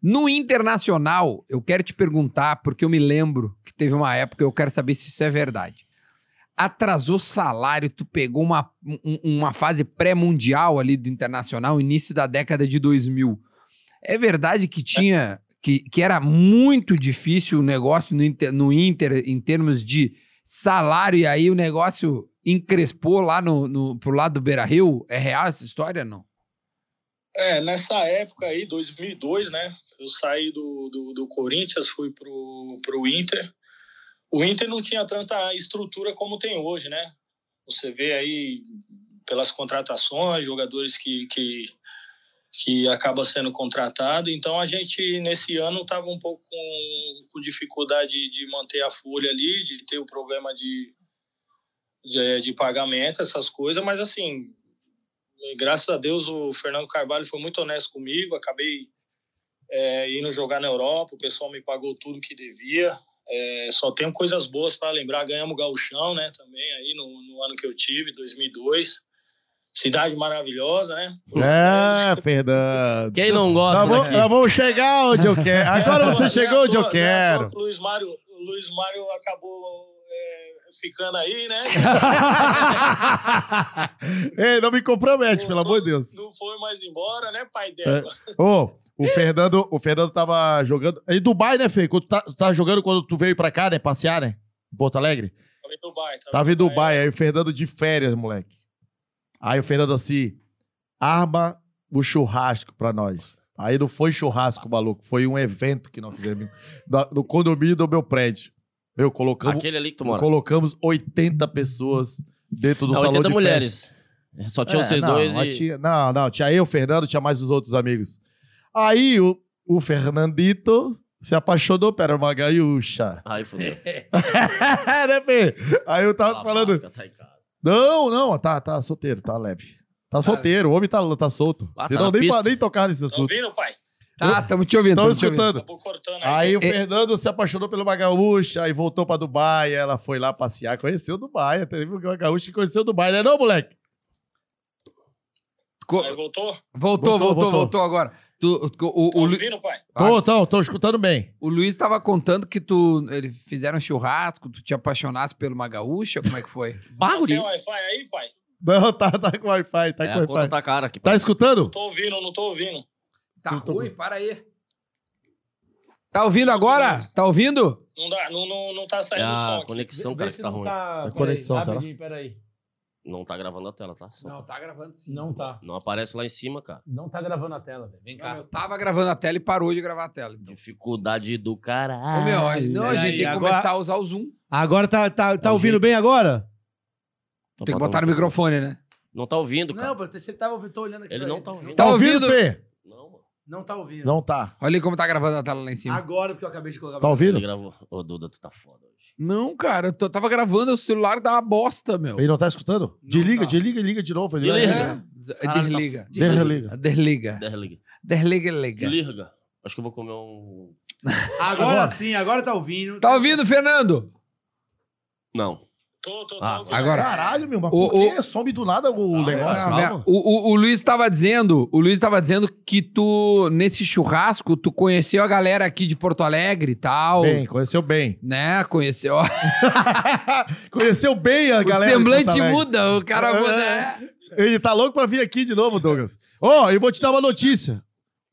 [SPEAKER 1] No Internacional, eu quero te perguntar, porque eu me lembro que teve uma época, eu quero saber se isso é verdade. Atrasou salário, tu pegou uma, um- uma fase pré-mundial ali do Internacional, início da década de 2000. É verdade que tinha, que, que era muito difícil o negócio no Inter, no Inter em termos de salário, e aí o negócio encrespou lá no, no, pro lado do Beira-Rio? É real essa história, não?
[SPEAKER 5] É, nessa época aí, 2002, né? Eu saí do, do, do Corinthians, fui pro, pro Inter. O Inter não tinha tanta estrutura como tem hoje, né? Você vê aí pelas contratações, jogadores que, que, que acaba sendo contratado. Então a gente, nesse ano, estava um pouco com, com dificuldade de manter a folha ali, de ter o problema de, de, de pagamento, essas coisas, mas assim, graças a Deus o Fernando Carvalho foi muito honesto comigo. Acabei é, indo jogar na Europa, o pessoal me pagou tudo que devia. É, só tenho coisas boas para lembrar. Ganhamos o Gauchão, né? Também aí no, no ano que eu tive, 2002. Cidade maravilhosa, né?
[SPEAKER 2] É, Fernando.
[SPEAKER 3] Quem não
[SPEAKER 2] Nós
[SPEAKER 3] gosta
[SPEAKER 2] vamos,
[SPEAKER 3] daqui?
[SPEAKER 2] nós vamos chegar onde eu quero. Agora
[SPEAKER 5] Não é
[SPEAKER 2] você
[SPEAKER 5] à
[SPEAKER 2] chegou onde
[SPEAKER 5] toa-
[SPEAKER 2] eu
[SPEAKER 5] não é à toa
[SPEAKER 2] quero.
[SPEAKER 5] que O Luiz Mário, o Luiz Mário acabou é, ficando
[SPEAKER 2] *laughs*
[SPEAKER 5] aí, né?
[SPEAKER 2] Ei, não me compromete, pelo amor de Deus.
[SPEAKER 5] Não foi mais embora, né,
[SPEAKER 2] É.
[SPEAKER 5] pai dela?
[SPEAKER 2] Ô, o Fernando, o Fernando tava jogando. Em Dubai, né, Fê? Quando tu tá, tu tava jogando quando tu veio pra cá, né? Passear, né? Em Porto Alegre?
[SPEAKER 5] Tava em Dubai.
[SPEAKER 2] Tava em Dubai, aí o Fernando de férias, moleque. Aí o Fernando assim, arma o churrasco pra nós. Aí não foi churrasco, maluco. Foi um evento que nós fizemos *laughs* no, no condomínio do meu prédio. Meu, colocamos,
[SPEAKER 3] Aquele ali que tu mora.
[SPEAKER 2] colocamos 80 pessoas dentro do
[SPEAKER 3] Não,
[SPEAKER 2] salão
[SPEAKER 3] 80
[SPEAKER 2] de festa.
[SPEAKER 3] mulheres. Só tinham
[SPEAKER 2] É,
[SPEAKER 3] vocês
[SPEAKER 2] não,
[SPEAKER 3] dois
[SPEAKER 2] mas
[SPEAKER 3] e.
[SPEAKER 2] tinha- não, não, tinha eu, o Fernando, tinha mais os outros amigos. Aí o, o Fernandito se apaixonou pela uma gaúcha.
[SPEAKER 3] Ai, fudeu.
[SPEAKER 2] *laughs* né, Fê? Aí eu tava
[SPEAKER 3] Babaca,
[SPEAKER 2] falando,
[SPEAKER 3] Tá em casa.
[SPEAKER 2] não, não, tá, tá solteiro, tá leve. Tá solteiro, o homem tá, tá solto.
[SPEAKER 3] Ah, tá
[SPEAKER 2] Senão
[SPEAKER 3] na
[SPEAKER 2] nem,
[SPEAKER 3] pista.
[SPEAKER 2] pa- nem tocar nesse
[SPEAKER 5] Tá
[SPEAKER 2] assunto.
[SPEAKER 5] ouvindo, pai?
[SPEAKER 1] Tá, estamos te ouvindo.
[SPEAKER 2] Estão
[SPEAKER 1] tamo te ouvindo.
[SPEAKER 2] escutando.
[SPEAKER 5] Acabou cortando aí.
[SPEAKER 2] Aí o
[SPEAKER 1] É-
[SPEAKER 2] Fernando se apaixonou pela uma gaúcha e voltou pra Dubai. Ela foi lá passear, conheceu Dubai. Teve uma gaúcha que conheceu Dubai, né, não, moleque?
[SPEAKER 1] Co-
[SPEAKER 5] Aí voltou? Tá
[SPEAKER 1] Voltou, voltou,
[SPEAKER 2] Voltou,
[SPEAKER 1] voltou,
[SPEAKER 2] voltou.
[SPEAKER 1] agora. Tu- tu- o, o, Lu-
[SPEAKER 5] ouvindo, pai?
[SPEAKER 1] Ah.
[SPEAKER 2] Tô, tô, tô escutando bem.
[SPEAKER 1] o Luiz estava contando que tu eles fizeram um churrasco, tu te apaixonasse por uma gaúcha, como é que *laughs* foi?
[SPEAKER 5] Tá
[SPEAKER 3] Bagulho.
[SPEAKER 5] sem Wi-Fi aí, pai?
[SPEAKER 2] Não, tá, tá com Wi-Fi, tá
[SPEAKER 3] é,
[SPEAKER 2] com
[SPEAKER 3] a conta
[SPEAKER 2] Wi-Fi. Tá...
[SPEAKER 3] tá cara aqui.
[SPEAKER 2] escutando?
[SPEAKER 5] Tô ouvindo, não tô ouvindo.
[SPEAKER 1] Tá
[SPEAKER 2] Eu tô
[SPEAKER 1] ruim, para aí. Tá ouvindo agora? Tá ouvindo?
[SPEAKER 5] Não, dá, não, não, não tá
[SPEAKER 3] É
[SPEAKER 5] saindo o som.
[SPEAKER 3] a
[SPEAKER 5] aqui.
[SPEAKER 3] conexão, cara, que tá ruim.
[SPEAKER 4] tá...
[SPEAKER 2] A É conexão, será?
[SPEAKER 4] peraí.
[SPEAKER 3] Não tá gravando a tela, tá? Só-
[SPEAKER 1] Não, tá gravando sim.
[SPEAKER 4] Não tá.
[SPEAKER 3] Não aparece lá em cima, cara.
[SPEAKER 4] Não tá gravando a tela, velho. Vem
[SPEAKER 1] Não, eu tava gravando a tela e parou de gravar a tela. Então.
[SPEAKER 3] Dificuldade do
[SPEAKER 1] Ô,
[SPEAKER 3] caralho.
[SPEAKER 1] meu, a- não, a
[SPEAKER 4] peraí,
[SPEAKER 1] gente tem que
[SPEAKER 4] agora-
[SPEAKER 1] começar a usar o Zoom.
[SPEAKER 4] Agora tá, tá, tá
[SPEAKER 3] Ao
[SPEAKER 4] ouvindo
[SPEAKER 3] jeito.
[SPEAKER 4] bem agora?
[SPEAKER 3] Tô
[SPEAKER 1] Tem que
[SPEAKER 3] botando-
[SPEAKER 1] botar no microfone, né?
[SPEAKER 3] Não tá ouvindo, cara.
[SPEAKER 4] você tava ouvindo, tô olhando aqui.
[SPEAKER 3] Ele não tá ouvindo.
[SPEAKER 1] Tá ouvindo?
[SPEAKER 2] Fê?
[SPEAKER 3] Não, mano.
[SPEAKER 4] Não tá ouvindo.
[SPEAKER 2] Não tá.
[SPEAKER 1] Olha aí como tá gravando a tela lá em cima.
[SPEAKER 4] Agora, porque eu acabei de colocar.
[SPEAKER 2] Tá
[SPEAKER 3] Ele
[SPEAKER 2] ouvindo?
[SPEAKER 3] gravou. Ô, Duda, tu tá foda hoje.
[SPEAKER 1] Não, cara, eu tô- tava gravando, o celular dá uma bosta, meu.
[SPEAKER 2] Ele não tá escutando? desliga,
[SPEAKER 1] tá.
[SPEAKER 2] desliga e liga de novo.
[SPEAKER 1] É,
[SPEAKER 3] Desliga.
[SPEAKER 1] Desliga.
[SPEAKER 2] Desliga.
[SPEAKER 1] Desliga.
[SPEAKER 3] Desliga.
[SPEAKER 1] Desliga, liga.
[SPEAKER 3] Desliga. Acho que eu vou comer um.
[SPEAKER 4] Agora,
[SPEAKER 2] Agora.
[SPEAKER 4] sim, agora tá ouvindo.
[SPEAKER 1] Tá ouvindo, Fernando?
[SPEAKER 3] Não.
[SPEAKER 5] Tô, tô, tô.
[SPEAKER 3] Ah,
[SPEAKER 5] ouvindo.
[SPEAKER 1] agora.
[SPEAKER 2] Caralho, meu, mas
[SPEAKER 1] O-
[SPEAKER 2] por que some do nada o
[SPEAKER 3] Ah,
[SPEAKER 2] negócio?
[SPEAKER 1] Ah,
[SPEAKER 3] calma.
[SPEAKER 1] né? o, o- o Luiz estava dizendo, o Luiz estava dizendo que tu nesse churrasco tu conheceu a galera aqui de Porto Alegre e tal,
[SPEAKER 2] Bem, conheceu bem.
[SPEAKER 1] né?
[SPEAKER 2] *laughs*
[SPEAKER 1] Conheceu. ó,
[SPEAKER 2] conheceu bem a
[SPEAKER 1] o
[SPEAKER 2] galera. de Porto
[SPEAKER 1] semblante
[SPEAKER 2] Alegre.
[SPEAKER 1] muda, o cara
[SPEAKER 2] É.
[SPEAKER 1] muda. é.
[SPEAKER 2] Ele tá louco pra vir aqui de novo, Douglas. Ó, eu vou te dar uma notícia.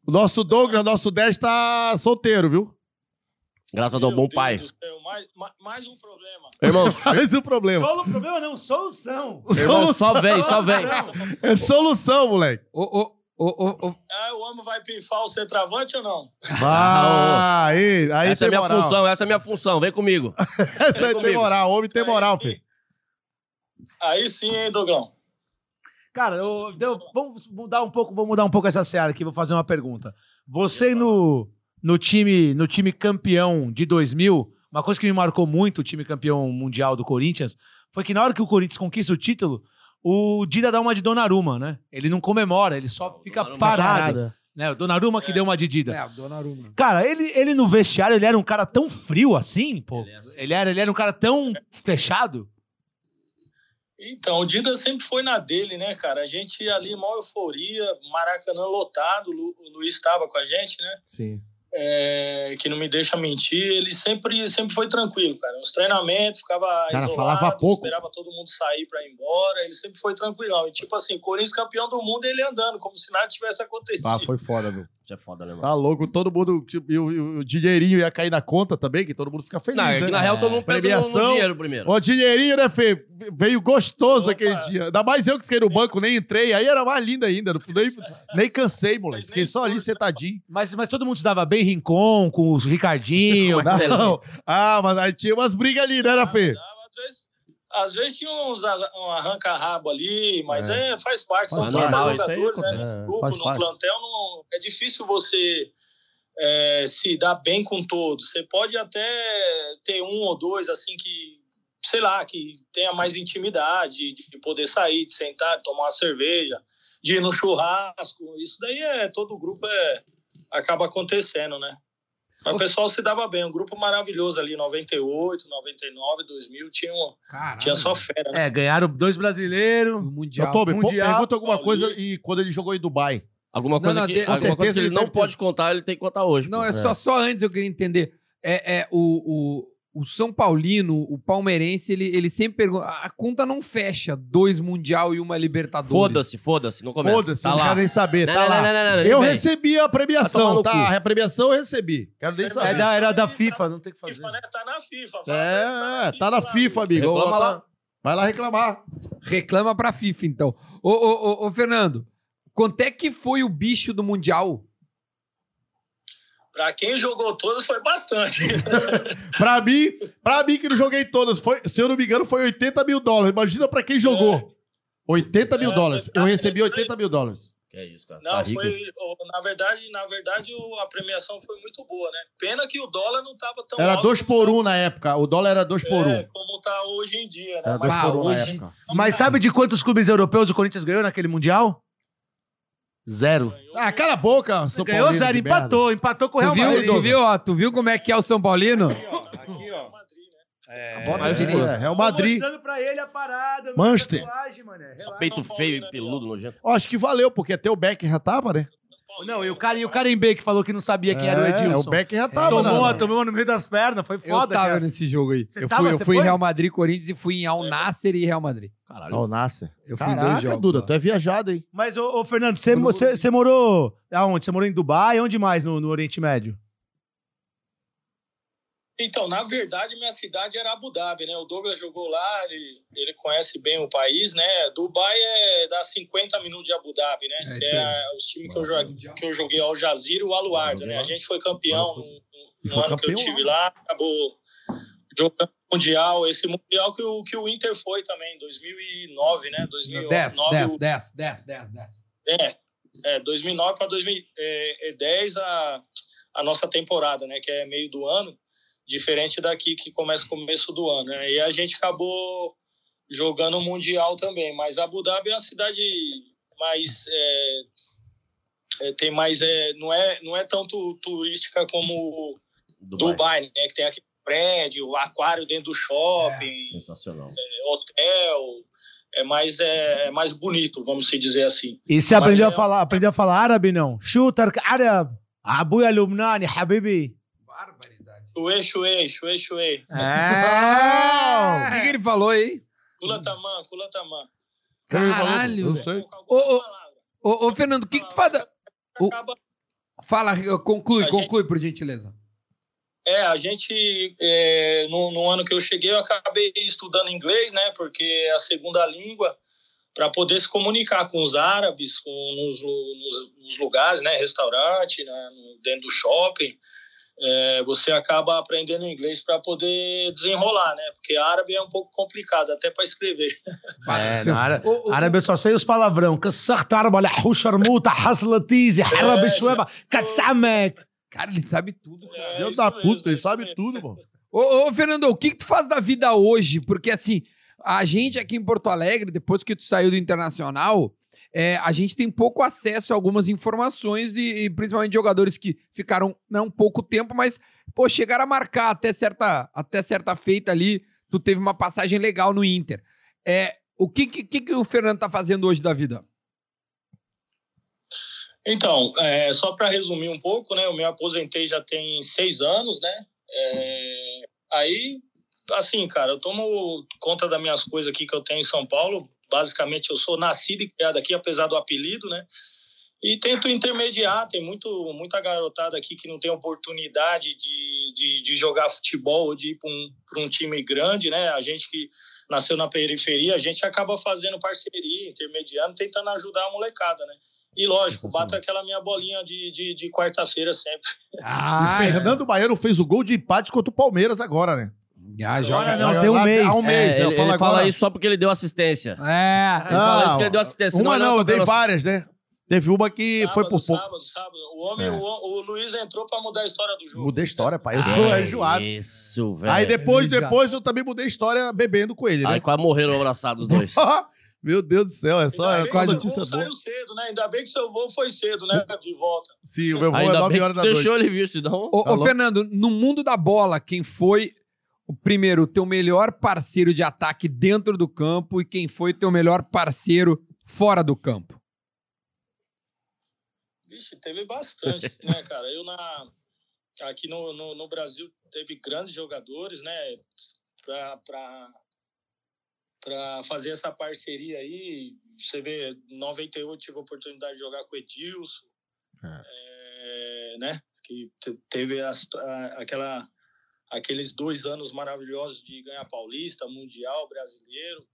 [SPEAKER 2] O nosso Douglas, nosso 10 tá solteiro, viu? *laughs*
[SPEAKER 3] Graças
[SPEAKER 5] Meu
[SPEAKER 3] ao bom
[SPEAKER 5] Deus
[SPEAKER 3] pai.
[SPEAKER 5] do céu, mais, ma- mais um problema.
[SPEAKER 3] Irmão,
[SPEAKER 2] Mas é o problema.
[SPEAKER 4] Só o problema não, solução.
[SPEAKER 3] irmão, só vem, só vem.
[SPEAKER 2] É solução, moleque.
[SPEAKER 1] Ô, ô, ô, ô, ô,
[SPEAKER 5] Ah, o homem vai pifar o centroavante ou não?
[SPEAKER 2] Ah, aí, aí
[SPEAKER 3] essa
[SPEAKER 2] tem
[SPEAKER 3] é minha
[SPEAKER 2] moral.
[SPEAKER 3] função, essa é minha função. Vem comigo.
[SPEAKER 2] Essa aí tem
[SPEAKER 3] comigo.
[SPEAKER 2] moral, homem tem moral,
[SPEAKER 5] Aí sim.
[SPEAKER 2] filho.
[SPEAKER 5] Aí sim, hein, Dogão.
[SPEAKER 4] Cara, eu- eu- vamos mudar um pouco, vou mudar um pouco essa seara aqui, vou fazer uma pergunta. Você no, no time, no time campeão de 2000, uma coisa que me marcou muito, o time campeão mundial do Corinthians, foi que na hora que o Corinthians conquista o título, o Dida dá uma de Donnarumma, né? Ele não comemora, ele só
[SPEAKER 3] Não,
[SPEAKER 4] fica
[SPEAKER 3] Donnarumma
[SPEAKER 4] parado, né? O Donnarumma que
[SPEAKER 5] É.
[SPEAKER 4] deu uma de Dida.
[SPEAKER 1] é, o Donnarumma.
[SPEAKER 4] Cara, ele, ele no vestiário, ele era um cara tão frio assim, pô.
[SPEAKER 3] Ele é assim.
[SPEAKER 4] Ele era, ele era um cara tão fechado.
[SPEAKER 5] Então, o Dida sempre foi na dele, né, cara? A gente ia ali, maior euforia, Maracanã lotado, o Lu- o Luiz estava com a gente, né?
[SPEAKER 2] Sim.
[SPEAKER 5] É, que não me deixa mentir, ele sempre, sempre foi tranquilo, cara. Nos treinamentos, ficava isolado,
[SPEAKER 2] falava pouco.
[SPEAKER 5] esperava todo mundo sair pra ir embora, ele sempre foi tranquilão. E tipo assim, Corinthians campeão do mundo, ele andando, como se nada tivesse acontecido.
[SPEAKER 2] Ah, foi foda, meu.
[SPEAKER 3] Isso é foda, né, mano?
[SPEAKER 2] Tá louco, todo mundo. tipo, E o, e o dinheirinho ia cair na conta também, que todo mundo fica feliz.
[SPEAKER 3] Não, é
[SPEAKER 2] né?
[SPEAKER 3] que na real todo mundo pensa no- no,
[SPEAKER 2] Premiação.
[SPEAKER 3] dinheiro primeiro.
[SPEAKER 2] Ô, dinheirinho, né, Fê? Veio gostoso
[SPEAKER 5] Opa.
[SPEAKER 2] aquele dia. Ainda mais eu que fiquei no banco, nem entrei. Aí era mais lindo ainda. não- Nem, nem cansei, moleque. Fiquei só ali
[SPEAKER 3] *laughs*
[SPEAKER 2] sentadinho.
[SPEAKER 4] Mas, mas todo mundo se dava bem, Rincon, com os Ricardinho.
[SPEAKER 3] Como é que você
[SPEAKER 2] Não. Ah, mas aí tinha umas brigas ali, né, né, Fê?
[SPEAKER 5] Dava, às, vezes, às vezes tinha uns a- um arranca-rabo ali, mas
[SPEAKER 2] É.
[SPEAKER 5] é. faz
[SPEAKER 2] Faz
[SPEAKER 5] parte, são
[SPEAKER 2] parte.
[SPEAKER 5] 30
[SPEAKER 3] Normal, isso aí
[SPEAKER 5] jogadores, né?
[SPEAKER 2] É,
[SPEAKER 5] grupo,
[SPEAKER 2] faz
[SPEAKER 5] no
[SPEAKER 2] parte.
[SPEAKER 5] plantel, não, é difícil você é, se dar bem com todos. Você pode até ter um ou dois, assim, que, sei lá, que tenha mais intimidade, de de poder sair, de sentar, de tomar uma cerveja, de ir no churrasco. Isso daí é, todo grupo é, acaba acontecendo, né? Mas o pessoal se dava bem, um grupo maravilhoso ali, 98, 99, 2000, tinha, um-
[SPEAKER 1] Caralho.
[SPEAKER 5] tinha só fera. né?
[SPEAKER 4] É, ganharam dois brasileiros.
[SPEAKER 1] o mundial.
[SPEAKER 2] Ô, Tobi, pô,
[SPEAKER 4] Mundial,
[SPEAKER 2] pergunta alguma coisa
[SPEAKER 5] Paulista.
[SPEAKER 2] e quando ele jogou em Dubai.
[SPEAKER 3] Alguma
[SPEAKER 1] Não,
[SPEAKER 3] coisa
[SPEAKER 1] não,
[SPEAKER 3] que,
[SPEAKER 1] tem- com
[SPEAKER 3] alguma coisa
[SPEAKER 2] certeza
[SPEAKER 3] que ele
[SPEAKER 2] ele
[SPEAKER 3] não
[SPEAKER 2] deve ter-
[SPEAKER 3] pode contar, ele tem que contar hoje.
[SPEAKER 1] Não,
[SPEAKER 3] pô.
[SPEAKER 1] é só só antes eu queria entender. É, é o, o, o São Paulino, o palmeirense, ele, ele sempre pergunta. A conta não fecha dois mundial e uma Libertadores.
[SPEAKER 3] Foda-se, foda-se, não começa.
[SPEAKER 2] Foda-se,
[SPEAKER 3] tá
[SPEAKER 2] não
[SPEAKER 3] lá.
[SPEAKER 2] quero nem saber.
[SPEAKER 3] Não,
[SPEAKER 2] tá
[SPEAKER 3] não,
[SPEAKER 2] lá.
[SPEAKER 3] não, não, não,
[SPEAKER 2] eu
[SPEAKER 3] vem.
[SPEAKER 2] recebi a
[SPEAKER 3] Vai tomar
[SPEAKER 2] premiação,
[SPEAKER 3] no
[SPEAKER 2] tá?
[SPEAKER 3] cu.
[SPEAKER 2] A premiação eu recebi. Quero nem
[SPEAKER 5] É
[SPEAKER 4] É
[SPEAKER 2] saber.
[SPEAKER 4] da, era da FIFA, não tem o que fazer.
[SPEAKER 5] FIFA, né? Tá na FIFA. fala,
[SPEAKER 2] É, é, tá na FIFA,
[SPEAKER 5] amigo.
[SPEAKER 2] amigo.
[SPEAKER 3] Reclama lá.
[SPEAKER 2] Vai lá reclamar.
[SPEAKER 1] Reclama pra FIFA, então. Ô, ô, ô, ô, Fernando, quanto é que foi o bicho do Mundial?
[SPEAKER 5] Pra quem jogou todas
[SPEAKER 2] *laughs*
[SPEAKER 5] foi bastante.
[SPEAKER 2] Pra mim, pra mim que não joguei todas, foi, se eu não me engano, foi 80 mil dólares. Imagina pra quem jogou. 80 mil
[SPEAKER 5] É,
[SPEAKER 2] dólares.
[SPEAKER 5] tá,
[SPEAKER 2] Eu recebi
[SPEAKER 5] é,
[SPEAKER 2] 80 mil dólares.
[SPEAKER 3] Que Que é isso, cara.
[SPEAKER 5] Não,
[SPEAKER 3] tá rico.
[SPEAKER 5] foi. ó, Na verdade, na verdade, o- a premiação foi muito boa, né? Pena que o dólar não tava tão
[SPEAKER 2] Era
[SPEAKER 5] alto
[SPEAKER 2] 2 por 1 um na época. O dólar era 2 por 1.
[SPEAKER 5] é,
[SPEAKER 2] Um.
[SPEAKER 5] como tá hoje em dia, né?
[SPEAKER 2] Era
[SPEAKER 5] Mas
[SPEAKER 2] dois por um na
[SPEAKER 1] Ah, hoje-
[SPEAKER 2] época.
[SPEAKER 4] Mas sabe de quantos clubes europeus o Corinthians ganhou naquele Mundial?
[SPEAKER 2] Zero.
[SPEAKER 5] ganhou-
[SPEAKER 2] Ah, cala a boca, São
[SPEAKER 4] ganhou
[SPEAKER 2] Paulino
[SPEAKER 4] zero,
[SPEAKER 2] de merda.
[SPEAKER 4] empatou, empatou com o
[SPEAKER 5] é
[SPEAKER 1] Tu
[SPEAKER 4] Real
[SPEAKER 1] viu,
[SPEAKER 4] Madrid.
[SPEAKER 1] tu, viu, ó, tu viu como é que é o São Paulino?
[SPEAKER 5] Aqui, ó. Aqui, ó. Madrid, né?
[SPEAKER 1] A
[SPEAKER 2] É,
[SPEAKER 1] bota direito.
[SPEAKER 2] é, Real Madrid.
[SPEAKER 4] mostrando pra ele a parada.
[SPEAKER 2] minha Manchester.
[SPEAKER 3] Esse peito
[SPEAKER 5] São
[SPEAKER 3] feio
[SPEAKER 5] Paulo,
[SPEAKER 3] e peludo, nojento.
[SPEAKER 2] Eu acho que valeu, porque até o Beck já tava, né? É,
[SPEAKER 4] Não, e o, cara, e o Carimbê que falou que não sabia quem era É, o Edilson.
[SPEAKER 2] o Beck já tava.
[SPEAKER 4] tomou,
[SPEAKER 2] né?
[SPEAKER 4] tomou, tomou no meio das pernas, foi
[SPEAKER 1] Eu
[SPEAKER 4] foda,
[SPEAKER 1] tava
[SPEAKER 4] cara.
[SPEAKER 1] nesse jogo aí.
[SPEAKER 4] Você
[SPEAKER 1] Eu
[SPEAKER 4] tava?
[SPEAKER 1] fui, eu
[SPEAKER 4] Você
[SPEAKER 1] fui
[SPEAKER 4] foi?
[SPEAKER 1] Real Madrid, Corinthians e fui em Al Nasser e Real Madrid.
[SPEAKER 3] Caralho.
[SPEAKER 2] Ó, Nasser.
[SPEAKER 1] Eu fui em dois
[SPEAKER 2] Caraca,
[SPEAKER 1] jogos.
[SPEAKER 2] Duda,
[SPEAKER 1] ó.
[SPEAKER 2] tu é viajado, hein?
[SPEAKER 4] Mas, ô, ô, Fernando, você mo- você- você morou aonde? Você morou em Dubai? Onde mais no, no Oriente Médio?
[SPEAKER 5] Então, na verdade, minha cidade era Abu Dhabi, né? O Douglas jogou lá, ele, ele conhece bem o país, né? Dubai é dá 50 minutos de Abu Dhabi, né?
[SPEAKER 1] É
[SPEAKER 5] que
[SPEAKER 1] isso
[SPEAKER 5] é
[SPEAKER 1] aí.
[SPEAKER 5] a- os times que eu, joguei, que eu joguei Al Jazeera e o Al
[SPEAKER 2] Ah,
[SPEAKER 5] Warda,
[SPEAKER 2] joguei
[SPEAKER 5] né?
[SPEAKER 2] lá.
[SPEAKER 5] A gente foi campeão no,
[SPEAKER 2] E
[SPEAKER 5] no
[SPEAKER 2] foi
[SPEAKER 5] ano que eu
[SPEAKER 2] campeão
[SPEAKER 5] tive lá, acabou jogando Mundial, esse Mundial que o, que o Inter foi também, 2009, né?
[SPEAKER 4] é
[SPEAKER 5] 2009,
[SPEAKER 1] 10, 10,
[SPEAKER 5] o-
[SPEAKER 1] 10, 10, 10, 10.
[SPEAKER 5] é, é 2009 para 2010 a, a nossa temporada, né? Que é meio do ano, diferente daqui que começa no começo do ano. Né? E a gente acabou jogando o Mundial também. Mas Abu Dhabi é uma cidade mais... é, é, tem mais... É, não, é, não é tanto turística como
[SPEAKER 3] Dubai.
[SPEAKER 5] Dubai, né? Que tem aquele prédio, aquário dentro do shopping,
[SPEAKER 3] Sensacional.
[SPEAKER 5] hotel... É mais, é, é mais bonito, vamos se dizer assim.
[SPEAKER 4] E você
[SPEAKER 5] Mas
[SPEAKER 4] aprendeu a,
[SPEAKER 5] eu-
[SPEAKER 4] falar, aprendeu a falar árabe, não? Shooter árabe. Abu Alumnani, Habibi.
[SPEAKER 1] Barbaridade.
[SPEAKER 5] Chuê, chuê, chuê, chuê.
[SPEAKER 4] É.
[SPEAKER 1] O que, que ele falou aí?
[SPEAKER 5] Cula tamã, cula tamã.
[SPEAKER 1] Caralho,
[SPEAKER 2] Eu
[SPEAKER 1] velho.
[SPEAKER 2] sei.
[SPEAKER 1] Ô, ô, Ô, ô, Fernando, o que, que tu fala? da- ô. Fala, eh, conclui,
[SPEAKER 5] A gente-
[SPEAKER 1] conclui, por gentileza.
[SPEAKER 5] É, a gente, é, no, no ano que eu cheguei, eu acabei estudando inglês, né? Porque é a segunda língua, para poder se comunicar com os árabes, com, nos, lu- nos- nos lugares, né? Restaurante, né, no- dentro do shopping. É, você acaba aprendendo inglês para poder desenrolar, né? Porque árabe é um pouco complicado, até para escrever.
[SPEAKER 1] Para,
[SPEAKER 4] É,
[SPEAKER 1] seu-
[SPEAKER 4] na área-
[SPEAKER 1] Ô, ô,
[SPEAKER 4] Árabe eu só sei os palavrão. Kassart árabe, lahuxarmuta, haslatizi, harabichueba, katsamek.
[SPEAKER 1] Cara, ele sabe tudo.
[SPEAKER 5] É,
[SPEAKER 2] Deus
[SPEAKER 5] isso
[SPEAKER 2] da
[SPEAKER 5] mesmo,
[SPEAKER 2] puta, ele
[SPEAKER 5] isso
[SPEAKER 2] sabe
[SPEAKER 5] mesmo.
[SPEAKER 2] tudo, mano.
[SPEAKER 1] Ô, ô, Fernando, o que, que tu faz da vida hoje? Porque assim, a gente aqui em Porto Alegre, depois que tu saiu do Internacional, é, a gente tem pouco acesso a algumas informações e, e principalmente jogadores que ficaram não pouco tempo, mas pô, chegaram a marcar até certa, até certa feita ali. Tu teve uma passagem legal no Inter. É, o que, que, que que o Fernando tá fazendo hoje da vida?
[SPEAKER 5] Então, é, só para resumir um pouco, né? Eu me aposentei já tem seis anos, né? É, aí, assim, cara, eu tomo conta das minhas coisas aqui que eu tenho em São Paulo. Basicamente, eu sou nascido e criado aqui, apesar do apelido, né? E tento intermediar. Tem muito, muita garotada aqui que não tem oportunidade de, de, de jogar futebol ou de ir para um, pra um time grande, né? A gente que nasceu na periferia, a gente acaba fazendo parceria, intermediando, tentando ajudar a molecada, né? E lógico, bato aquela minha bolinha de, de, de quarta-feira sempre.
[SPEAKER 1] Ah,
[SPEAKER 2] o Fernando Baiano fez o gol de empate contra o Palmeiras agora, né?
[SPEAKER 1] já joga.
[SPEAKER 4] Agora não, tem um
[SPEAKER 2] Lá-
[SPEAKER 4] mês.
[SPEAKER 2] Há um
[SPEAKER 4] É,
[SPEAKER 2] mês.
[SPEAKER 3] ele
[SPEAKER 2] eu
[SPEAKER 3] ele
[SPEAKER 2] falo agora.
[SPEAKER 3] fala isso só porque ele deu assistência. Ele
[SPEAKER 1] É.
[SPEAKER 3] fala isso
[SPEAKER 2] Não,
[SPEAKER 3] porque ele deu assistência.
[SPEAKER 2] Uma não,
[SPEAKER 3] não,
[SPEAKER 2] eu dei
[SPEAKER 3] não,
[SPEAKER 2] várias, né? Teve uma que foi por pouco.
[SPEAKER 5] Sábado, sábado. O, homem,
[SPEAKER 2] É.
[SPEAKER 5] o, o Luiz entrou pra mudar a história do jogo.
[SPEAKER 2] Mudei a história, pai. Eu sou enjoado.
[SPEAKER 3] Isso, É, velho.
[SPEAKER 2] Aí depois,
[SPEAKER 1] Ele já-
[SPEAKER 2] depois eu também mudei a história bebendo com ele, né?
[SPEAKER 3] Aí quase morreram abraçados os
[SPEAKER 2] *laughs*
[SPEAKER 3] dois.
[SPEAKER 2] Meu Deus do céu, é só,
[SPEAKER 5] Ainda
[SPEAKER 2] é
[SPEAKER 5] bem
[SPEAKER 2] só
[SPEAKER 5] que seu
[SPEAKER 2] notícia
[SPEAKER 5] voo
[SPEAKER 2] boa. Hum.
[SPEAKER 5] saiu cedo, né? Ainda bem que seu voo foi cedo, né? De volta.
[SPEAKER 2] Sim, o meu voo é
[SPEAKER 3] Ainda
[SPEAKER 2] 9
[SPEAKER 3] bem
[SPEAKER 2] horas
[SPEAKER 3] que
[SPEAKER 2] da
[SPEAKER 3] tu
[SPEAKER 2] noite.
[SPEAKER 3] deixou ele vir, senão...
[SPEAKER 1] Ô,
[SPEAKER 2] Tá
[SPEAKER 1] ô,
[SPEAKER 2] louco?
[SPEAKER 1] Fernando, no mundo da bola, quem foi o primeiro teu melhor parceiro de ataque dentro do campo e quem foi teu melhor parceiro fora do campo?
[SPEAKER 5] Vixe,
[SPEAKER 2] *laughs*
[SPEAKER 5] teve bastante, né, cara? Eu na. Aqui no, no, no Brasil teve grandes jogadores, né? Pra, pra, pra fazer essa parceria aí. Você vê, em 98 tive a oportunidade de jogar com o Edilson, eh, né? Que te- teve as- a- aquela, aqueles dois anos maravilhosos de ganhar paulista, mundial, brasileiro.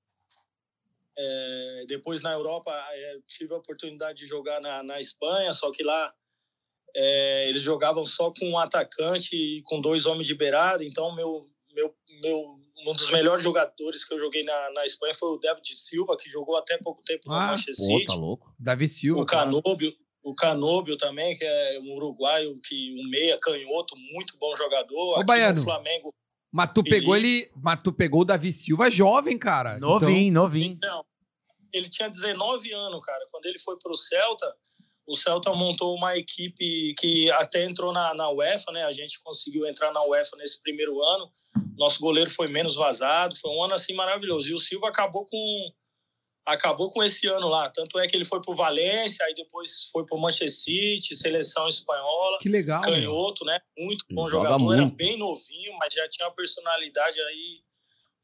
[SPEAKER 5] É, depois na Europa é, tive a oportunidade de jogar na, na Espanha, só que lá é, eles jogavam só com um atacante e com dois homens de beirada, então meu meu meu um dos melhores jogadores que eu joguei na, na Espanha foi o David Silva, que jogou até pouco tempo no
[SPEAKER 1] Ah,
[SPEAKER 5] Manchester
[SPEAKER 3] Pô,
[SPEAKER 5] City.
[SPEAKER 3] tá louco.
[SPEAKER 1] Davi Silva.
[SPEAKER 5] O Canóbio, o Canóbio também, que é um uruguaio, que um meia canhoto, muito bom jogador.
[SPEAKER 1] Ô,
[SPEAKER 5] Aqui
[SPEAKER 1] Baiano.
[SPEAKER 5] no Flamengo.
[SPEAKER 1] Mas tu pegou ele. Mas tu pegou o Davi Silva jovem, cara. Então-
[SPEAKER 4] Novinho, novinho.
[SPEAKER 5] Então, ele tinha 19 anos, cara. Quando ele foi pro Celta, o Celta montou uma equipe que até entrou na, na UEFA, né? A gente conseguiu entrar na UEFA nesse primeiro ano. Nosso goleiro foi menos vazado, foi um ano assim maravilhoso. E o Silva acabou com acabou com esse ano lá. Tanto é que ele foi pro Valência, aí depois foi pro Manchester City, seleção espanhola.
[SPEAKER 1] Então, que legal. meu.
[SPEAKER 5] canhoto, né? Muito bom
[SPEAKER 3] Joga
[SPEAKER 5] jogador, era
[SPEAKER 3] muito.
[SPEAKER 5] bem novinho, mas já tinha uma personalidade aí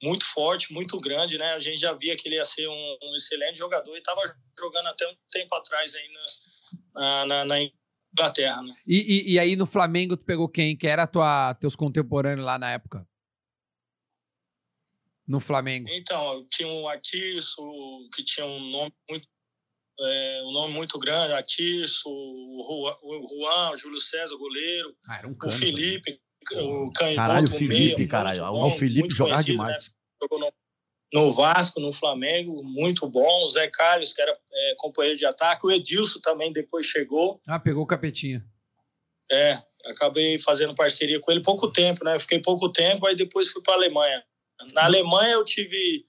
[SPEAKER 5] muito forte, muito grande, né? A gente já via que ele ia ser um, um excelente jogador e estava jogando até um tempo atrás aí na, na, na Inglaterra, né?
[SPEAKER 1] E, e- e aí no Flamengo tu pegou quem? Que era tua, teus contemporâneos lá na época? No Flamengo.
[SPEAKER 5] Então, tinha um Atirso, que tinha um nome muito, é, um nome muito grande, Atirso, o Juan, o Juan, o Júlio César, o goleiro,
[SPEAKER 1] Ah, era um
[SPEAKER 5] o
[SPEAKER 1] cano,
[SPEAKER 5] Felipe, o Canhoto,
[SPEAKER 2] Caralho, o
[SPEAKER 5] o
[SPEAKER 2] Felipe,
[SPEAKER 5] meia,
[SPEAKER 3] caralho.
[SPEAKER 5] muito
[SPEAKER 3] Ah, o
[SPEAKER 5] bom,
[SPEAKER 2] o Felipe
[SPEAKER 5] muito
[SPEAKER 2] jogava
[SPEAKER 5] conhecido, né?
[SPEAKER 2] demais.
[SPEAKER 5] jogou no, no Vasco, no Flamengo, muito bom. O Zé Carlos, que era é, companheiro de ataque. O Edilson também depois chegou.
[SPEAKER 1] Ah, pegou o capetinha.
[SPEAKER 5] É, acabei fazendo parceria com ele pouco tempo, né? Fiquei pouco tempo, aí depois fui para Alemanha. Na Alemanha eu tive.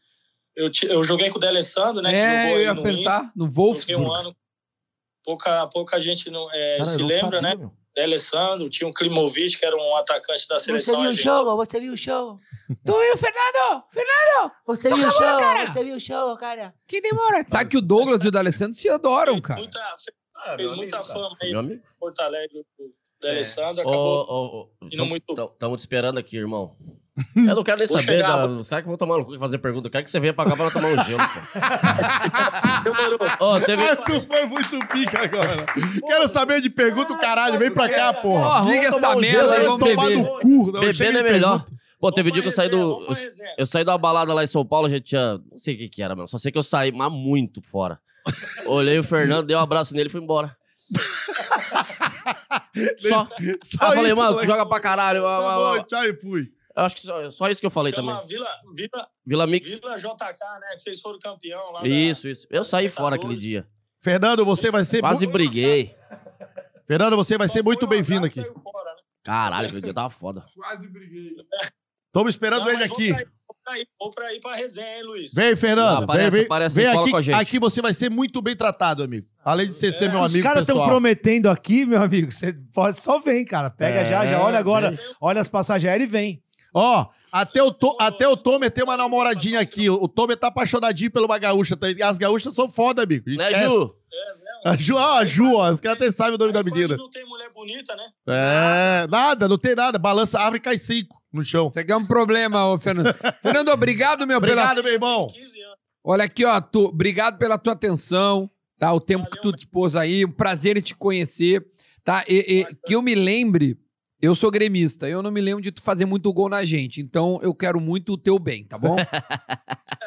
[SPEAKER 5] Eu, ti- eu joguei com o D'Alessandro, né? que
[SPEAKER 1] é,
[SPEAKER 5] jogou
[SPEAKER 1] eu
[SPEAKER 5] aí
[SPEAKER 1] ia
[SPEAKER 5] no
[SPEAKER 1] apertar no
[SPEAKER 5] Inter, Joguei
[SPEAKER 1] Wolfsburg.
[SPEAKER 5] um ano. Pouca, pouca gente não, é,
[SPEAKER 2] Cara, eu
[SPEAKER 5] se
[SPEAKER 2] não
[SPEAKER 5] lembra,
[SPEAKER 2] sabia,
[SPEAKER 5] né?
[SPEAKER 2] meu.
[SPEAKER 5] D'Alessandro, tinha o Klimovic, que era um atacante da
[SPEAKER 6] Você
[SPEAKER 5] seleção.
[SPEAKER 6] viu o
[SPEAKER 5] argentina.
[SPEAKER 6] show, você viu o Tá show.
[SPEAKER 1] Tu viu, Então Fernando?
[SPEAKER 6] Você viu o show, você viu o show, cara.
[SPEAKER 1] Que demora. Sabe Tá que o Douglas e o D'Alessandro se adoram, cara.
[SPEAKER 5] Muita, fez muita fama aí
[SPEAKER 3] Meu amigo.
[SPEAKER 5] em Porto Alegre, o
[SPEAKER 3] É.
[SPEAKER 5] D'Alessandro acabou
[SPEAKER 3] Ô, ô, ô,
[SPEAKER 5] Indo
[SPEAKER 3] tam-
[SPEAKER 5] muito.
[SPEAKER 3] tam- Tamo te esperando aqui,
[SPEAKER 1] *laughs*
[SPEAKER 3] irmão. Eu não quero nem
[SPEAKER 5] Vou
[SPEAKER 3] saber,
[SPEAKER 5] chegar,
[SPEAKER 3] da, os caras que vão tomar no cu e fazer pergunta. Eu quero que você venha pra cá pra tomar um gelo,
[SPEAKER 1] *laughs*
[SPEAKER 3] cara.
[SPEAKER 5] Demorou.
[SPEAKER 3] Ô, teve...
[SPEAKER 2] Ah, tu foi muito pica agora. Quero saber de
[SPEAKER 5] Ah,
[SPEAKER 2] pergunta, o caralho. Vem pra
[SPEAKER 5] é?
[SPEAKER 2] cá, porra.
[SPEAKER 3] Ó, vamos
[SPEAKER 1] Diga
[SPEAKER 3] tomar
[SPEAKER 1] essa
[SPEAKER 3] um
[SPEAKER 1] merda
[SPEAKER 3] gelo
[SPEAKER 1] aí,
[SPEAKER 3] aí,
[SPEAKER 1] vamos
[SPEAKER 2] tomar
[SPEAKER 1] beber.
[SPEAKER 2] no cu. não chega
[SPEAKER 3] Bebendo é
[SPEAKER 2] de
[SPEAKER 3] melhor.
[SPEAKER 2] pergunta.
[SPEAKER 3] Pô, teve um
[SPEAKER 5] Vamos
[SPEAKER 3] dia que eu saí
[SPEAKER 5] resenha,
[SPEAKER 3] do...
[SPEAKER 5] vamos resenha.
[SPEAKER 3] Eu saí de uma balada lá em São Paulo, a gente tinha... Não sei o que que era, mano. Só sei que eu saí, mas muito fora. Olhei o Fernando, dei um abraço nele e
[SPEAKER 1] *laughs*
[SPEAKER 3] fui embora. só.
[SPEAKER 2] Só
[SPEAKER 3] Ah, falei,
[SPEAKER 2] isso,
[SPEAKER 3] mano, tu
[SPEAKER 2] moleque.
[SPEAKER 3] joga pra caralho.
[SPEAKER 2] Tá
[SPEAKER 3] ah, ah,
[SPEAKER 2] bom,
[SPEAKER 3] ah.
[SPEAKER 2] tchau e fui.
[SPEAKER 3] Eu acho que só, só isso que eu falei também.
[SPEAKER 5] Chama Vila, Vila,
[SPEAKER 3] Vila Mix.
[SPEAKER 5] Vila JK, né? Que vocês foram campeão lá. da-
[SPEAKER 3] Isso, isso. Eu saí fora aquele dia.
[SPEAKER 2] Fernando, tá você vai ser
[SPEAKER 3] Quase
[SPEAKER 2] mu-
[SPEAKER 3] briguei.
[SPEAKER 2] Fernando, você vai
[SPEAKER 5] Só
[SPEAKER 2] ser muito
[SPEAKER 5] foi um
[SPEAKER 2] bem-vindo
[SPEAKER 5] abraço
[SPEAKER 2] aqui.
[SPEAKER 5] e saiu fora, né?
[SPEAKER 3] Caralho, aquele dia tava foda.
[SPEAKER 1] Quase briguei.
[SPEAKER 2] Estamos
[SPEAKER 5] Não,
[SPEAKER 2] esperando
[SPEAKER 5] mas
[SPEAKER 2] ele
[SPEAKER 5] vou
[SPEAKER 2] aqui.
[SPEAKER 5] pra aí, Vou pra aí, vou pra aí pra resenha, hein, Luiz?
[SPEAKER 2] Vem, Fernando.
[SPEAKER 3] Ah, aparece,
[SPEAKER 2] vem, vem,
[SPEAKER 3] aparece,
[SPEAKER 2] vem
[SPEAKER 3] cola
[SPEAKER 2] aqui.
[SPEAKER 3] com a gente.
[SPEAKER 2] Aqui você vai ser muito bem tratado, amigo. Além de você ser meu
[SPEAKER 4] É, Os um
[SPEAKER 2] amigo
[SPEAKER 4] caras estão
[SPEAKER 2] pessoal.
[SPEAKER 4] prometendo aqui, meu amigo. Você pode, só vem, cara. Pega
[SPEAKER 2] É,
[SPEAKER 4] já, já. Olha agora. Olha as passagens aéreas e vem.
[SPEAKER 2] Ó, até o, to, até o Tomer tem uma namoradinha aqui. O Tomer tá apaixonadinho pela uma gaúcha. tá? E As gaúchas são foda, amigo.
[SPEAKER 3] Né,
[SPEAKER 2] Esquece.
[SPEAKER 3] Ju?
[SPEAKER 2] A Ju, ó, a Ju, ó. Os caras até sabem o nome da
[SPEAKER 5] Quase
[SPEAKER 2] menina.
[SPEAKER 5] Não tem mulher bonita, né?
[SPEAKER 2] É, nada, não tem nada. Balança a árvore e cai cinco no chão.
[SPEAKER 1] Isso aqui é um problema, ô Fernando. Fernando, obrigado, meu, pela
[SPEAKER 2] Obrigado, meu irmão.
[SPEAKER 5] 15
[SPEAKER 2] *laughs*
[SPEAKER 5] anos. né?
[SPEAKER 1] Olha aqui, ó, tu, obrigado pela tua atenção, tá? O tempo que tu dispôs aí, um prazer em te conhecer, tá? E- e- que eu me lembre, eu sou gremista, eu não me lembro de tu fazer muito gol na gente, então eu quero muito o teu bem, tá *laughs* bom?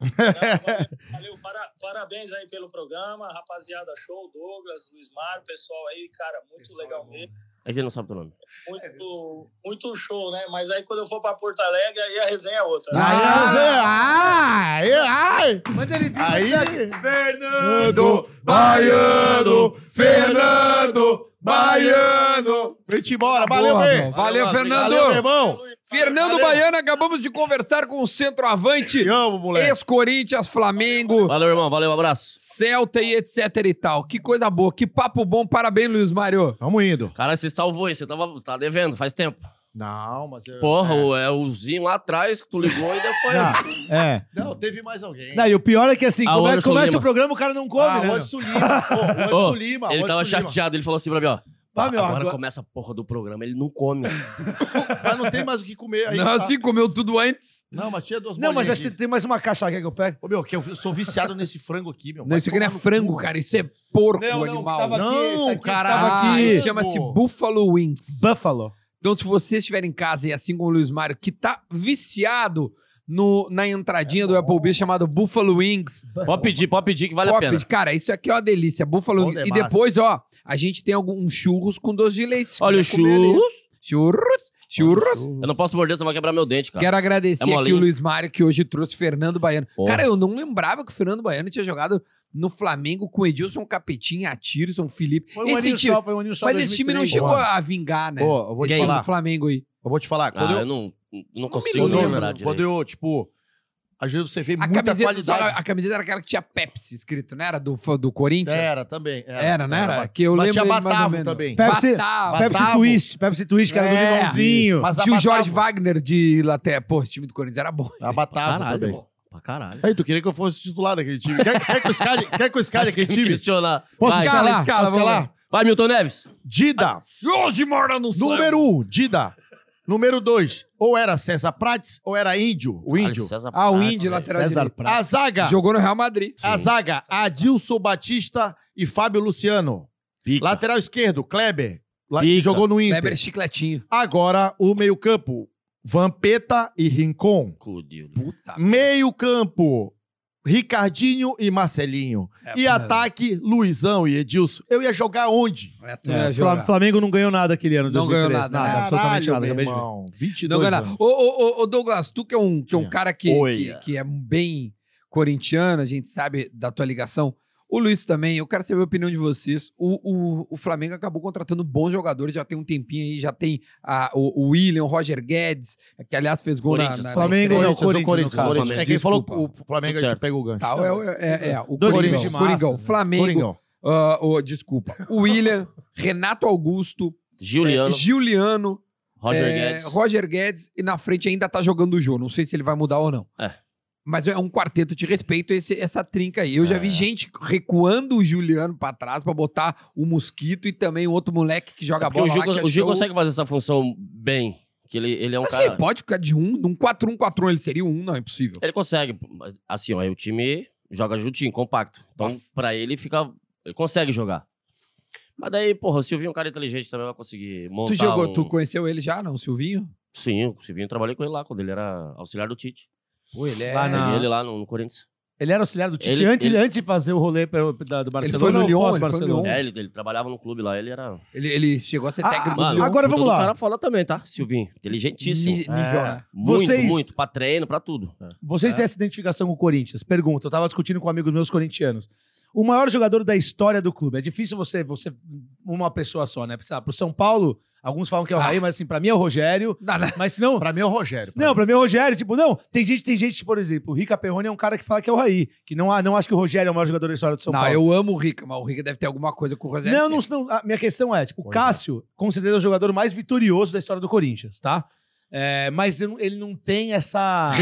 [SPEAKER 5] Não, valeu, valeu, para- parabéns aí pelo programa, rapaziada. Show, Douglas, Luiz Mário, pessoal aí, cara, muito legal mesmo.
[SPEAKER 3] É que ele não sabe o nome.
[SPEAKER 5] Muito, muito show, né? Mas aí quando eu for pra Porto Alegre, aí a resenha é outra. né?
[SPEAKER 2] Ah, ai, ai.
[SPEAKER 4] Manda ele vir.
[SPEAKER 2] Aí.
[SPEAKER 1] Fernando
[SPEAKER 2] Baiano, Fernando, Baiano. Vem te embora, valeu,
[SPEAKER 4] Boa,
[SPEAKER 2] meu.
[SPEAKER 1] Valeu,
[SPEAKER 3] Valeu,
[SPEAKER 1] Fernando!
[SPEAKER 2] Valeu, meu irmão.
[SPEAKER 1] Fernando
[SPEAKER 2] Valeu.
[SPEAKER 1] Baiano, acabamos de conversar com o centroavante,
[SPEAKER 2] Te amo, moleque.
[SPEAKER 1] ex-Corinthians, Flamengo,
[SPEAKER 3] Valeu, irmão. Valeu, um abraço.
[SPEAKER 1] Celta e etc e tal. Que coisa boa, que papo bom, parabéns, Luiz Mário.
[SPEAKER 2] Vamos indo.
[SPEAKER 3] Cara, você salvou aí. Você tava, tá devendo faz tempo.
[SPEAKER 2] Não, mas... eu-
[SPEAKER 3] Porra, o- é o Zinho lá atrás que tu ligou e depois...
[SPEAKER 4] É.
[SPEAKER 2] Não, teve mais alguém.
[SPEAKER 4] Não, e o pior é que assim,
[SPEAKER 3] Ah, o
[SPEAKER 4] como é que
[SPEAKER 3] Anderson
[SPEAKER 4] começa
[SPEAKER 3] Lima.
[SPEAKER 4] o programa, o cara não come,
[SPEAKER 2] Ah,
[SPEAKER 4] né?
[SPEAKER 2] o Anderson Lima. pô, o
[SPEAKER 3] Ô,
[SPEAKER 2] Anderson Lima.
[SPEAKER 3] ele
[SPEAKER 2] o
[SPEAKER 3] tava
[SPEAKER 2] Anderson Lima.
[SPEAKER 3] chateado. Ele falou assim pra mim, ó.
[SPEAKER 4] Vai, meu,
[SPEAKER 3] agora,
[SPEAKER 4] agora-
[SPEAKER 3] começa a porra do programa. Ele não come.
[SPEAKER 2] Mas não tem mais o que comer. Aí
[SPEAKER 1] Não,
[SPEAKER 2] tá-
[SPEAKER 1] assim comeu tudo antes.
[SPEAKER 2] não mas tinha duas
[SPEAKER 4] Não, mas assim-
[SPEAKER 2] bolinhas
[SPEAKER 4] acho que
[SPEAKER 2] aqui.
[SPEAKER 4] tem mais uma caixa aqui que eu pego.
[SPEAKER 2] Ô, meu, que eu sou viciado nesse frango aqui, meu.
[SPEAKER 1] Não, isso aqui não é frango, cara. Isso é porco, animal.
[SPEAKER 4] tava
[SPEAKER 2] Não,
[SPEAKER 4] aqui, esse aqui
[SPEAKER 2] caralho.
[SPEAKER 4] tava
[SPEAKER 1] Ah,
[SPEAKER 4] aqui.
[SPEAKER 1] isso chama-se Buffalo Wings.
[SPEAKER 4] Buffalo.
[SPEAKER 1] Então, se você estiver em casa e assim como o Luiz Mário, que tá viciado no, na
[SPEAKER 2] É
[SPEAKER 1] entradinha do Applebee chamado Buffalo Wings,
[SPEAKER 3] pode pedir, pode pedir que vale a
[SPEAKER 1] pop,
[SPEAKER 3] pena.
[SPEAKER 1] cara, isso aqui é uma delícia. Buffalo
[SPEAKER 2] Bom
[SPEAKER 1] Wings. E
[SPEAKER 2] demais.
[SPEAKER 1] depois, ó, a gente tem alguns churros com doce de leite. se
[SPEAKER 3] Olha o
[SPEAKER 1] quiser comer ali.
[SPEAKER 3] churros.
[SPEAKER 1] Churros. Churros.
[SPEAKER 3] Eu não posso morder, senão vai quebrar meu dente, cara.
[SPEAKER 1] Quero agradecer
[SPEAKER 3] É
[SPEAKER 1] aqui
[SPEAKER 3] molinho.
[SPEAKER 1] o Luiz Mário, que hoje trouxe Fernando Baiano.
[SPEAKER 3] Pô.
[SPEAKER 1] Cara, eu não lembrava que o Fernando Baiano tinha jogado no Flamengo com Edilson Capetinho, Atirson, Felipe.
[SPEAKER 4] Foi um
[SPEAKER 1] Esse
[SPEAKER 4] aninho
[SPEAKER 1] time,
[SPEAKER 4] só, foi um aninho só.
[SPEAKER 1] mas esse time não
[SPEAKER 4] 2003.
[SPEAKER 1] chegou
[SPEAKER 2] Porra.
[SPEAKER 1] a vingar, né?
[SPEAKER 2] Pô, eu vou
[SPEAKER 1] Esse
[SPEAKER 2] te
[SPEAKER 1] time do
[SPEAKER 2] falar.
[SPEAKER 1] Flamengo aí.
[SPEAKER 2] Eu vou te falar. Quando
[SPEAKER 3] Ah,
[SPEAKER 2] eu,
[SPEAKER 3] eu não, não
[SPEAKER 1] me
[SPEAKER 3] consigo
[SPEAKER 2] quando eu-
[SPEAKER 3] lembrar direito.
[SPEAKER 2] quando eu, tipo, às vezes você vê
[SPEAKER 1] A
[SPEAKER 2] muita
[SPEAKER 1] camiseta,
[SPEAKER 2] qualidade.
[SPEAKER 1] a camiseta era aquela que tinha Pepsi escrito, não era? Do, do Corinthians?
[SPEAKER 2] Era também. Era,
[SPEAKER 1] Era, não era?
[SPEAKER 2] mas-
[SPEAKER 1] que eu
[SPEAKER 2] mas
[SPEAKER 1] lembro
[SPEAKER 2] tinha
[SPEAKER 1] ele mais ou
[SPEAKER 2] Batavo
[SPEAKER 1] menos.
[SPEAKER 2] também.
[SPEAKER 4] Pepsi-
[SPEAKER 1] Batava.
[SPEAKER 4] Ah, Pepsi
[SPEAKER 2] Batavo.
[SPEAKER 4] Twist, Pepsi Twist, que era do
[SPEAKER 1] É.
[SPEAKER 4] limãozinho.
[SPEAKER 2] Mas a
[SPEAKER 1] Tinha o Jorge
[SPEAKER 2] Batavo-
[SPEAKER 1] Wagner de Laté. Pô, esse time do Corinthians era bom.
[SPEAKER 2] A Batavo também.
[SPEAKER 3] irmão. Pra caralho.
[SPEAKER 2] Aí, tu queria que eu fosse titular daquele time. Quer, quer que eu escale, quer que eu escale aquele time?
[SPEAKER 3] Questionar.
[SPEAKER 2] Posso
[SPEAKER 3] Vai,
[SPEAKER 1] escalar?
[SPEAKER 2] escalar?
[SPEAKER 1] escala,
[SPEAKER 2] Posso
[SPEAKER 1] vamos
[SPEAKER 2] escalar?
[SPEAKER 3] vai, Milton Neves. Ah,
[SPEAKER 2] Dida.
[SPEAKER 1] Hoje mora no
[SPEAKER 2] Número um, Dida. Número dois, ou era César Prates ou era Índio. O Índio.
[SPEAKER 3] César
[SPEAKER 1] Ah, o
[SPEAKER 2] um.
[SPEAKER 3] Prates,
[SPEAKER 1] Indy,
[SPEAKER 3] velho.
[SPEAKER 1] lateral direito.
[SPEAKER 2] A zaga,
[SPEAKER 1] Jogou no Real Madrid.
[SPEAKER 2] a zaga, Adilson Batista e Fábio Luciano.
[SPEAKER 3] Pica.
[SPEAKER 2] Lateral esquerdo, Kleber, lá, que
[SPEAKER 3] Pica.
[SPEAKER 2] jogou no Inter.
[SPEAKER 1] Kleber Chicletinho.
[SPEAKER 2] Agora, o meio-campo, Vampeta e Rincon.
[SPEAKER 3] Cudilho.
[SPEAKER 1] Puta.
[SPEAKER 2] Meio-campo, Ricardinho e Marcelinho. e
[SPEAKER 1] mano.
[SPEAKER 2] ataque, Luizão e Edilson. Eu ia jogar onde?
[SPEAKER 1] merda. tu
[SPEAKER 4] O
[SPEAKER 1] não ia jogar.
[SPEAKER 4] É, Flamengo não ganhou nada aquele ano,
[SPEAKER 1] Não ganhou
[SPEAKER 4] 2003.
[SPEAKER 1] nada, né?
[SPEAKER 4] absolutamente nada.
[SPEAKER 2] meu
[SPEAKER 4] Acabei de ver.
[SPEAKER 2] irmão. 22
[SPEAKER 1] Não ganha nada.
[SPEAKER 2] anos.
[SPEAKER 1] Ô, ô, ô, ô, Douglas, tu que é um, que é um
[SPEAKER 2] É.
[SPEAKER 1] cara que,
[SPEAKER 3] Oi.
[SPEAKER 1] que, que é bem corintiano, a gente sabe da tua ligação. O Luiz também, eu quero saber a opinião de vocês. O, o, o Flamengo acabou contratando bons jogadores, já tem um tempinho aí, já tem a, o, o William, o Roger Guedes, que aliás fez gol na,
[SPEAKER 3] Corinthians.
[SPEAKER 1] na, na
[SPEAKER 4] Flamengo
[SPEAKER 1] estreia.
[SPEAKER 4] é
[SPEAKER 2] Não,
[SPEAKER 4] o Corinthians,
[SPEAKER 2] Corinthians,
[SPEAKER 3] no caso.
[SPEAKER 2] Corinthians. É quem falou
[SPEAKER 1] Desculpa.
[SPEAKER 2] que o Flamengo
[SPEAKER 3] Tudo certo.
[SPEAKER 2] pega o gancho.
[SPEAKER 1] Tá, é, o- é, é, o
[SPEAKER 4] Dois
[SPEAKER 1] Coringão.
[SPEAKER 2] times de
[SPEAKER 4] massa,
[SPEAKER 1] Coringão.
[SPEAKER 4] né?
[SPEAKER 1] Flamengo.
[SPEAKER 2] Coringão.
[SPEAKER 1] ah, ô, desculpa. O William, Renato Augusto,
[SPEAKER 3] Juliano,
[SPEAKER 1] eh, Giuliano,
[SPEAKER 3] Roger
[SPEAKER 1] É,
[SPEAKER 3] Guedes.
[SPEAKER 1] Roger Guedes e na frente ainda tá jogando o jogo. Não sei se ele vai mudar ou não.
[SPEAKER 3] É.
[SPEAKER 1] Mas é um quarteto de respeito esse- essa trinca aí. Eu já
[SPEAKER 3] É.
[SPEAKER 1] vi gente recuando o Juliano pra trás pra botar o Mosquito e também um outro moleque que joga
[SPEAKER 3] É porque
[SPEAKER 1] bola
[SPEAKER 3] o Gil,
[SPEAKER 1] lá, que
[SPEAKER 3] o Gil
[SPEAKER 1] achou-
[SPEAKER 3] consegue fazer essa função bem. Que ele, ele é um
[SPEAKER 1] Mas
[SPEAKER 3] cara.
[SPEAKER 1] ele pode ficar de um, de um 4-1-4-1 ele seria um, não é impossível.
[SPEAKER 3] Ele consegue. pô, mas, Assim, ó, aí o time joga juntinho, compacto. Então, pra ele fica. Ele consegue jogar. Mas daí, porra, o Silvinho é um cara inteligente também, vai conseguir montar.
[SPEAKER 1] Tu jogou,
[SPEAKER 3] um...
[SPEAKER 1] tu conheceu ele já, não, Silvinho?
[SPEAKER 3] Sim, o Silvinho eu trabalhei com ele lá, quando ele era auxiliar do Tite.
[SPEAKER 1] Pô, ele é.
[SPEAKER 4] Lá na- Ah.
[SPEAKER 3] Peguei ele lá no, no Corinthians.
[SPEAKER 4] Ele era auxiliar do Tite
[SPEAKER 3] Ele-
[SPEAKER 4] antes,
[SPEAKER 3] ele-
[SPEAKER 4] antes de fazer o rolê pra- da- do Barcelona.
[SPEAKER 1] foi no
[SPEAKER 4] ou
[SPEAKER 1] Lyon,
[SPEAKER 4] pós-
[SPEAKER 1] ele foi no
[SPEAKER 4] Barcelona?
[SPEAKER 1] Lyon.
[SPEAKER 3] É, ele, ele trabalhava no clube lá, ele era.
[SPEAKER 1] Ele, ele chegou a ser
[SPEAKER 4] Ah,
[SPEAKER 1] técnico do
[SPEAKER 3] Mano, é
[SPEAKER 1] Lyon.
[SPEAKER 4] agora vamos
[SPEAKER 3] puta do
[SPEAKER 4] lá.
[SPEAKER 3] cara fora também, tá, Silvinho? Inteligentíssimo.
[SPEAKER 1] Ni- nível, né?
[SPEAKER 3] Muito,
[SPEAKER 4] Vocês-
[SPEAKER 3] muito. Pra treino, pra tudo. É,
[SPEAKER 4] Vocês têm essa identificação com o Corinthians? Pergunta, eu tava discutindo com um amigo meus corintianos. O maior jogador da história do clube. É difícil você, você uma pessoa só, né? Pra- Pro São Paulo, alguns falam que é o Raí, mas assim, pra mim é o Rogério.
[SPEAKER 1] Não, não.
[SPEAKER 4] Mas se não,
[SPEAKER 2] Pra mim é o Rogério.
[SPEAKER 4] Não, pra mim é o Rogério, tipo, não, tem gente, tem gente, por exemplo, o Rica Perrone é um cara que fala que é o Raí, que não, ah, não acha que o Rogério é o maior jogador da história do São
[SPEAKER 1] Não,
[SPEAKER 4] Paulo.
[SPEAKER 1] eu amo o Rica, mas o Rica deve ter alguma coisa com o Rogério.
[SPEAKER 4] Não, não,
[SPEAKER 1] Ceni.
[SPEAKER 4] não, a minha questão é, tipo, o
[SPEAKER 2] Pois é.
[SPEAKER 4] Cássio, com certeza, é o jogador mais vitorioso da história do Corinthians, tá? É, mas eu não- ele não tem essa...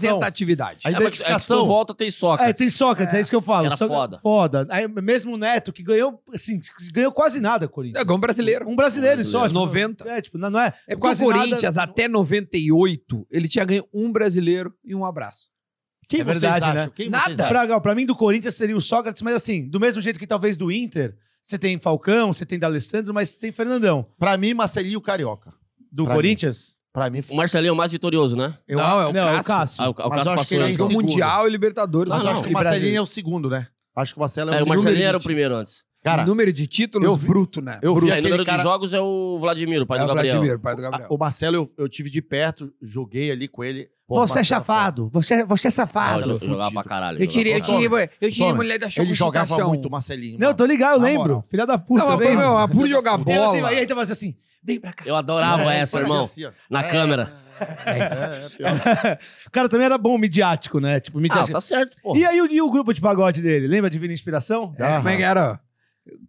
[SPEAKER 1] Representatividade.
[SPEAKER 2] A
[SPEAKER 3] É, mas- é que se
[SPEAKER 2] identificação.
[SPEAKER 3] tu volta, tem Sócrates.
[SPEAKER 4] É, tem Sócrates, é, isso que eu falo.
[SPEAKER 3] Era
[SPEAKER 4] Só-
[SPEAKER 3] foda.
[SPEAKER 4] Foda. Aí, mesmo o Neto, que ganhou, assim, ganhou quase nada, Corinthians.
[SPEAKER 1] É igual um brasileiro.
[SPEAKER 4] Um brasileiro,
[SPEAKER 3] Um
[SPEAKER 4] só. tipo,
[SPEAKER 1] 90.
[SPEAKER 4] É, tipo, não, não é...
[SPEAKER 1] É porque
[SPEAKER 4] quase
[SPEAKER 1] o Corinthians,
[SPEAKER 4] nada-
[SPEAKER 1] até 98, ele tinha ganho um brasileiro e um abraço.
[SPEAKER 2] Quem
[SPEAKER 4] É
[SPEAKER 2] vocês
[SPEAKER 4] verdade,
[SPEAKER 2] acham?
[SPEAKER 4] né?
[SPEAKER 2] Quem
[SPEAKER 1] Nada.
[SPEAKER 2] vocês acham?
[SPEAKER 4] Pra, Gal, pra mim, do Corinthians seria o Sócrates, mas assim, do mesmo jeito que talvez do Inter, você tem Falcão, você tem D'Alessandro, mas você tem Fernandão.
[SPEAKER 2] Pra mim, Marcelinho Carioca.
[SPEAKER 4] Do
[SPEAKER 2] Pra
[SPEAKER 4] Corinthians?
[SPEAKER 2] Pra mim,
[SPEAKER 3] O Marcelinho é o mais vitorioso, né?
[SPEAKER 2] eu
[SPEAKER 1] não, é o
[SPEAKER 4] Não, é o
[SPEAKER 1] Cássio.
[SPEAKER 4] Cássio.
[SPEAKER 3] Ah, o, o
[SPEAKER 2] Mas eu
[SPEAKER 3] Cássio
[SPEAKER 2] acho que
[SPEAKER 3] passou
[SPEAKER 2] ele é
[SPEAKER 1] Ele
[SPEAKER 3] antes.
[SPEAKER 1] ganhou
[SPEAKER 2] Segundo.
[SPEAKER 1] Mundial e Libertadores.
[SPEAKER 2] Mas eu
[SPEAKER 1] né?
[SPEAKER 2] acho que
[SPEAKER 1] E
[SPEAKER 2] o Marcelinho
[SPEAKER 1] Brasil.
[SPEAKER 2] é o segundo, né? Acho que o Marcelo é o
[SPEAKER 3] É, o
[SPEAKER 2] segundo.
[SPEAKER 3] Marcelinho
[SPEAKER 1] Número
[SPEAKER 3] era o
[SPEAKER 1] de-
[SPEAKER 3] primeiro antes.
[SPEAKER 2] Cara,
[SPEAKER 1] Número de títulos,
[SPEAKER 2] eu vi-
[SPEAKER 1] bruto, né?
[SPEAKER 2] eu vi
[SPEAKER 3] E aí, número
[SPEAKER 2] aquele cara...
[SPEAKER 3] de jogos é o Vladimir, o pai
[SPEAKER 1] é o
[SPEAKER 3] do Gabriel.
[SPEAKER 1] Vladimir, pai do Gabriel.
[SPEAKER 2] Ah, O Marcelo, eu, eu tive de perto, joguei ali com ele. Pô, Marcelo,
[SPEAKER 4] é
[SPEAKER 2] é
[SPEAKER 4] você, você é
[SPEAKER 3] Ah,
[SPEAKER 4] safado.
[SPEAKER 3] eu
[SPEAKER 2] Marcelo,
[SPEAKER 3] jogava
[SPEAKER 2] fudido.
[SPEAKER 3] pra caralho.
[SPEAKER 1] Eu tirei, eu
[SPEAKER 3] jogava pra
[SPEAKER 1] tirei,
[SPEAKER 3] caralho.
[SPEAKER 1] eu tirei
[SPEAKER 2] Tome.
[SPEAKER 1] mulher da
[SPEAKER 2] Ele jogava
[SPEAKER 1] computação.
[SPEAKER 2] muito, o Marcelinho.
[SPEAKER 4] Não, eu
[SPEAKER 2] mano.
[SPEAKER 4] tô ligado, eu
[SPEAKER 2] Na
[SPEAKER 4] lembro.
[SPEAKER 2] moral.
[SPEAKER 4] Filha da puta.
[SPEAKER 1] Não, mas,
[SPEAKER 4] eu
[SPEAKER 1] pô,
[SPEAKER 4] lembro.
[SPEAKER 1] meu, mas por jogar
[SPEAKER 4] E ela tava-
[SPEAKER 1] bola.
[SPEAKER 4] E
[SPEAKER 1] *laughs*
[SPEAKER 4] aí tava assim, *laughs* vem pra cá.
[SPEAKER 3] Eu adorava
[SPEAKER 2] É,
[SPEAKER 3] essa,
[SPEAKER 2] parecia
[SPEAKER 3] irmão.
[SPEAKER 2] assim, ó.
[SPEAKER 3] Na
[SPEAKER 2] É,
[SPEAKER 3] câmera.
[SPEAKER 2] É, é, pior.
[SPEAKER 4] O cara também era bom midiático, né? Tipo,
[SPEAKER 3] Ah,
[SPEAKER 4] midiático.
[SPEAKER 3] tá certo, pô.
[SPEAKER 4] E aí o, e o grupo de pagode dele? Lembra de Vina Inspiração?
[SPEAKER 1] É,
[SPEAKER 2] Ah.
[SPEAKER 1] Como é que era?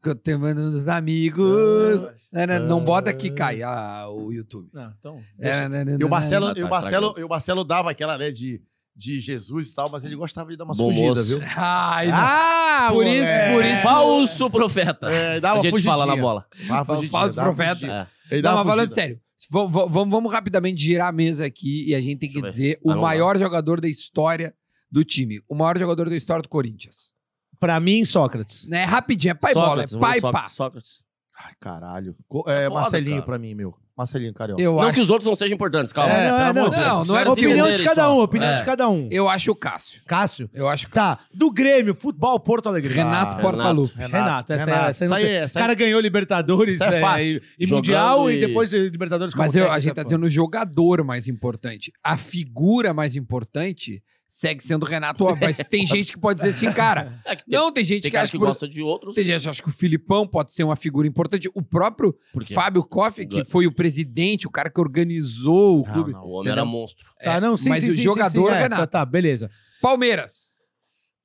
[SPEAKER 1] Cantando os amigos.
[SPEAKER 2] Ah,
[SPEAKER 1] Né, né? Não bota que cai ah, o YouTube.
[SPEAKER 4] Não, então...
[SPEAKER 1] É, né, né,
[SPEAKER 2] E
[SPEAKER 1] né,
[SPEAKER 2] o Marcelo,
[SPEAKER 3] Ah, tá,
[SPEAKER 2] e o Marcelo,
[SPEAKER 3] estragou.
[SPEAKER 2] e o Marcelo dava aquela, né, de, de Jesus e tal, mas ele gostava de dar uma
[SPEAKER 3] Bom
[SPEAKER 2] fugida,
[SPEAKER 3] moço.
[SPEAKER 2] viu?
[SPEAKER 1] né. Ai, não.
[SPEAKER 2] Ah,
[SPEAKER 1] Por isso- por isso-
[SPEAKER 3] Falso profeta.
[SPEAKER 2] É,
[SPEAKER 3] a
[SPEAKER 2] dava
[SPEAKER 3] gente
[SPEAKER 2] fugidinha.
[SPEAKER 3] fala na bola.
[SPEAKER 2] Dava fugidinha,
[SPEAKER 1] Falso
[SPEAKER 2] dava
[SPEAKER 1] profeta.
[SPEAKER 2] fugidinha.
[SPEAKER 3] É.
[SPEAKER 2] Ele
[SPEAKER 1] Não,
[SPEAKER 2] dava
[SPEAKER 1] mas falando
[SPEAKER 2] fugida.
[SPEAKER 1] sério, v- v- vamos, vamos rapidamente girar a mesa aqui e a gente tem que
[SPEAKER 3] Deixa eu ver.
[SPEAKER 1] dizer
[SPEAKER 3] Ah,
[SPEAKER 1] o
[SPEAKER 3] não,
[SPEAKER 1] maior jogador da história do time. O maior jogador da história do Corinthians.
[SPEAKER 4] Pra mim, Sócrates.
[SPEAKER 1] Né? Rapidinho, é pai bola, é
[SPEAKER 3] Sócrates,
[SPEAKER 1] pai
[SPEAKER 3] vamos,
[SPEAKER 1] pá.
[SPEAKER 3] Sócrates.
[SPEAKER 2] Ai, caralho. Co- É,
[SPEAKER 3] foda,
[SPEAKER 2] Marcelinho
[SPEAKER 3] cara.
[SPEAKER 2] pra mim, meu. Marcelinho Carioca.
[SPEAKER 1] Eu
[SPEAKER 3] Não
[SPEAKER 1] acho,
[SPEAKER 3] que os outros não sejam importantes, calma.
[SPEAKER 2] É, pelo
[SPEAKER 4] não, não,
[SPEAKER 2] amor de Deus.
[SPEAKER 1] não, não é
[SPEAKER 3] Só
[SPEAKER 1] porque-
[SPEAKER 4] Opinião
[SPEAKER 3] dele
[SPEAKER 4] de cada
[SPEAKER 3] só.
[SPEAKER 4] um, opinião
[SPEAKER 3] É.
[SPEAKER 4] de cada um.
[SPEAKER 1] eu acho o Cássio.
[SPEAKER 4] Cássio.
[SPEAKER 1] Eu acho o Cássio.
[SPEAKER 4] Tá, do Grêmio, futebol Porto Alegre.
[SPEAKER 1] Renato
[SPEAKER 2] Ah,
[SPEAKER 1] Portaluppi.
[SPEAKER 4] Renato, essa, é essa,
[SPEAKER 2] Isso
[SPEAKER 4] não
[SPEAKER 2] aí,
[SPEAKER 4] tem-
[SPEAKER 2] essa
[SPEAKER 4] O cara ganhou Libertadores
[SPEAKER 2] Isso é
[SPEAKER 4] é,
[SPEAKER 2] fácil.
[SPEAKER 4] e, e
[SPEAKER 3] Jogando
[SPEAKER 4] Mundial e...
[SPEAKER 3] e
[SPEAKER 4] depois Libertadores como
[SPEAKER 1] Mas eu, a
[SPEAKER 4] técnico,
[SPEAKER 3] é
[SPEAKER 1] gente tá
[SPEAKER 4] pô.
[SPEAKER 1] dizendo o jogador mais importante. A figura mais importante segue sendo o Renato. Ó,
[SPEAKER 3] *laughs*
[SPEAKER 1] Mas tem gente que pode dizer assim, cara.
[SPEAKER 3] É que tem,
[SPEAKER 1] Não, tem gente que
[SPEAKER 3] tem cara
[SPEAKER 1] acha
[SPEAKER 3] que
[SPEAKER 1] que. por-
[SPEAKER 3] gosta de outros.
[SPEAKER 1] Tem gente que acha que o Filipão pode ser uma figura importante. O próprio
[SPEAKER 3] Porque
[SPEAKER 1] Fábio Koff, que
[SPEAKER 3] Ga-
[SPEAKER 1] foi o presidente, o cara que organizou o
[SPEAKER 2] Não,
[SPEAKER 1] clube.
[SPEAKER 2] não.
[SPEAKER 3] o homem era monstro.
[SPEAKER 4] Tá, não, sim,
[SPEAKER 1] mas
[SPEAKER 4] sim,
[SPEAKER 1] o
[SPEAKER 4] sim, sim,
[SPEAKER 1] jogador
[SPEAKER 4] sim, é,
[SPEAKER 1] Renato.
[SPEAKER 4] tá, tá, beleza.
[SPEAKER 1] Palmeiras.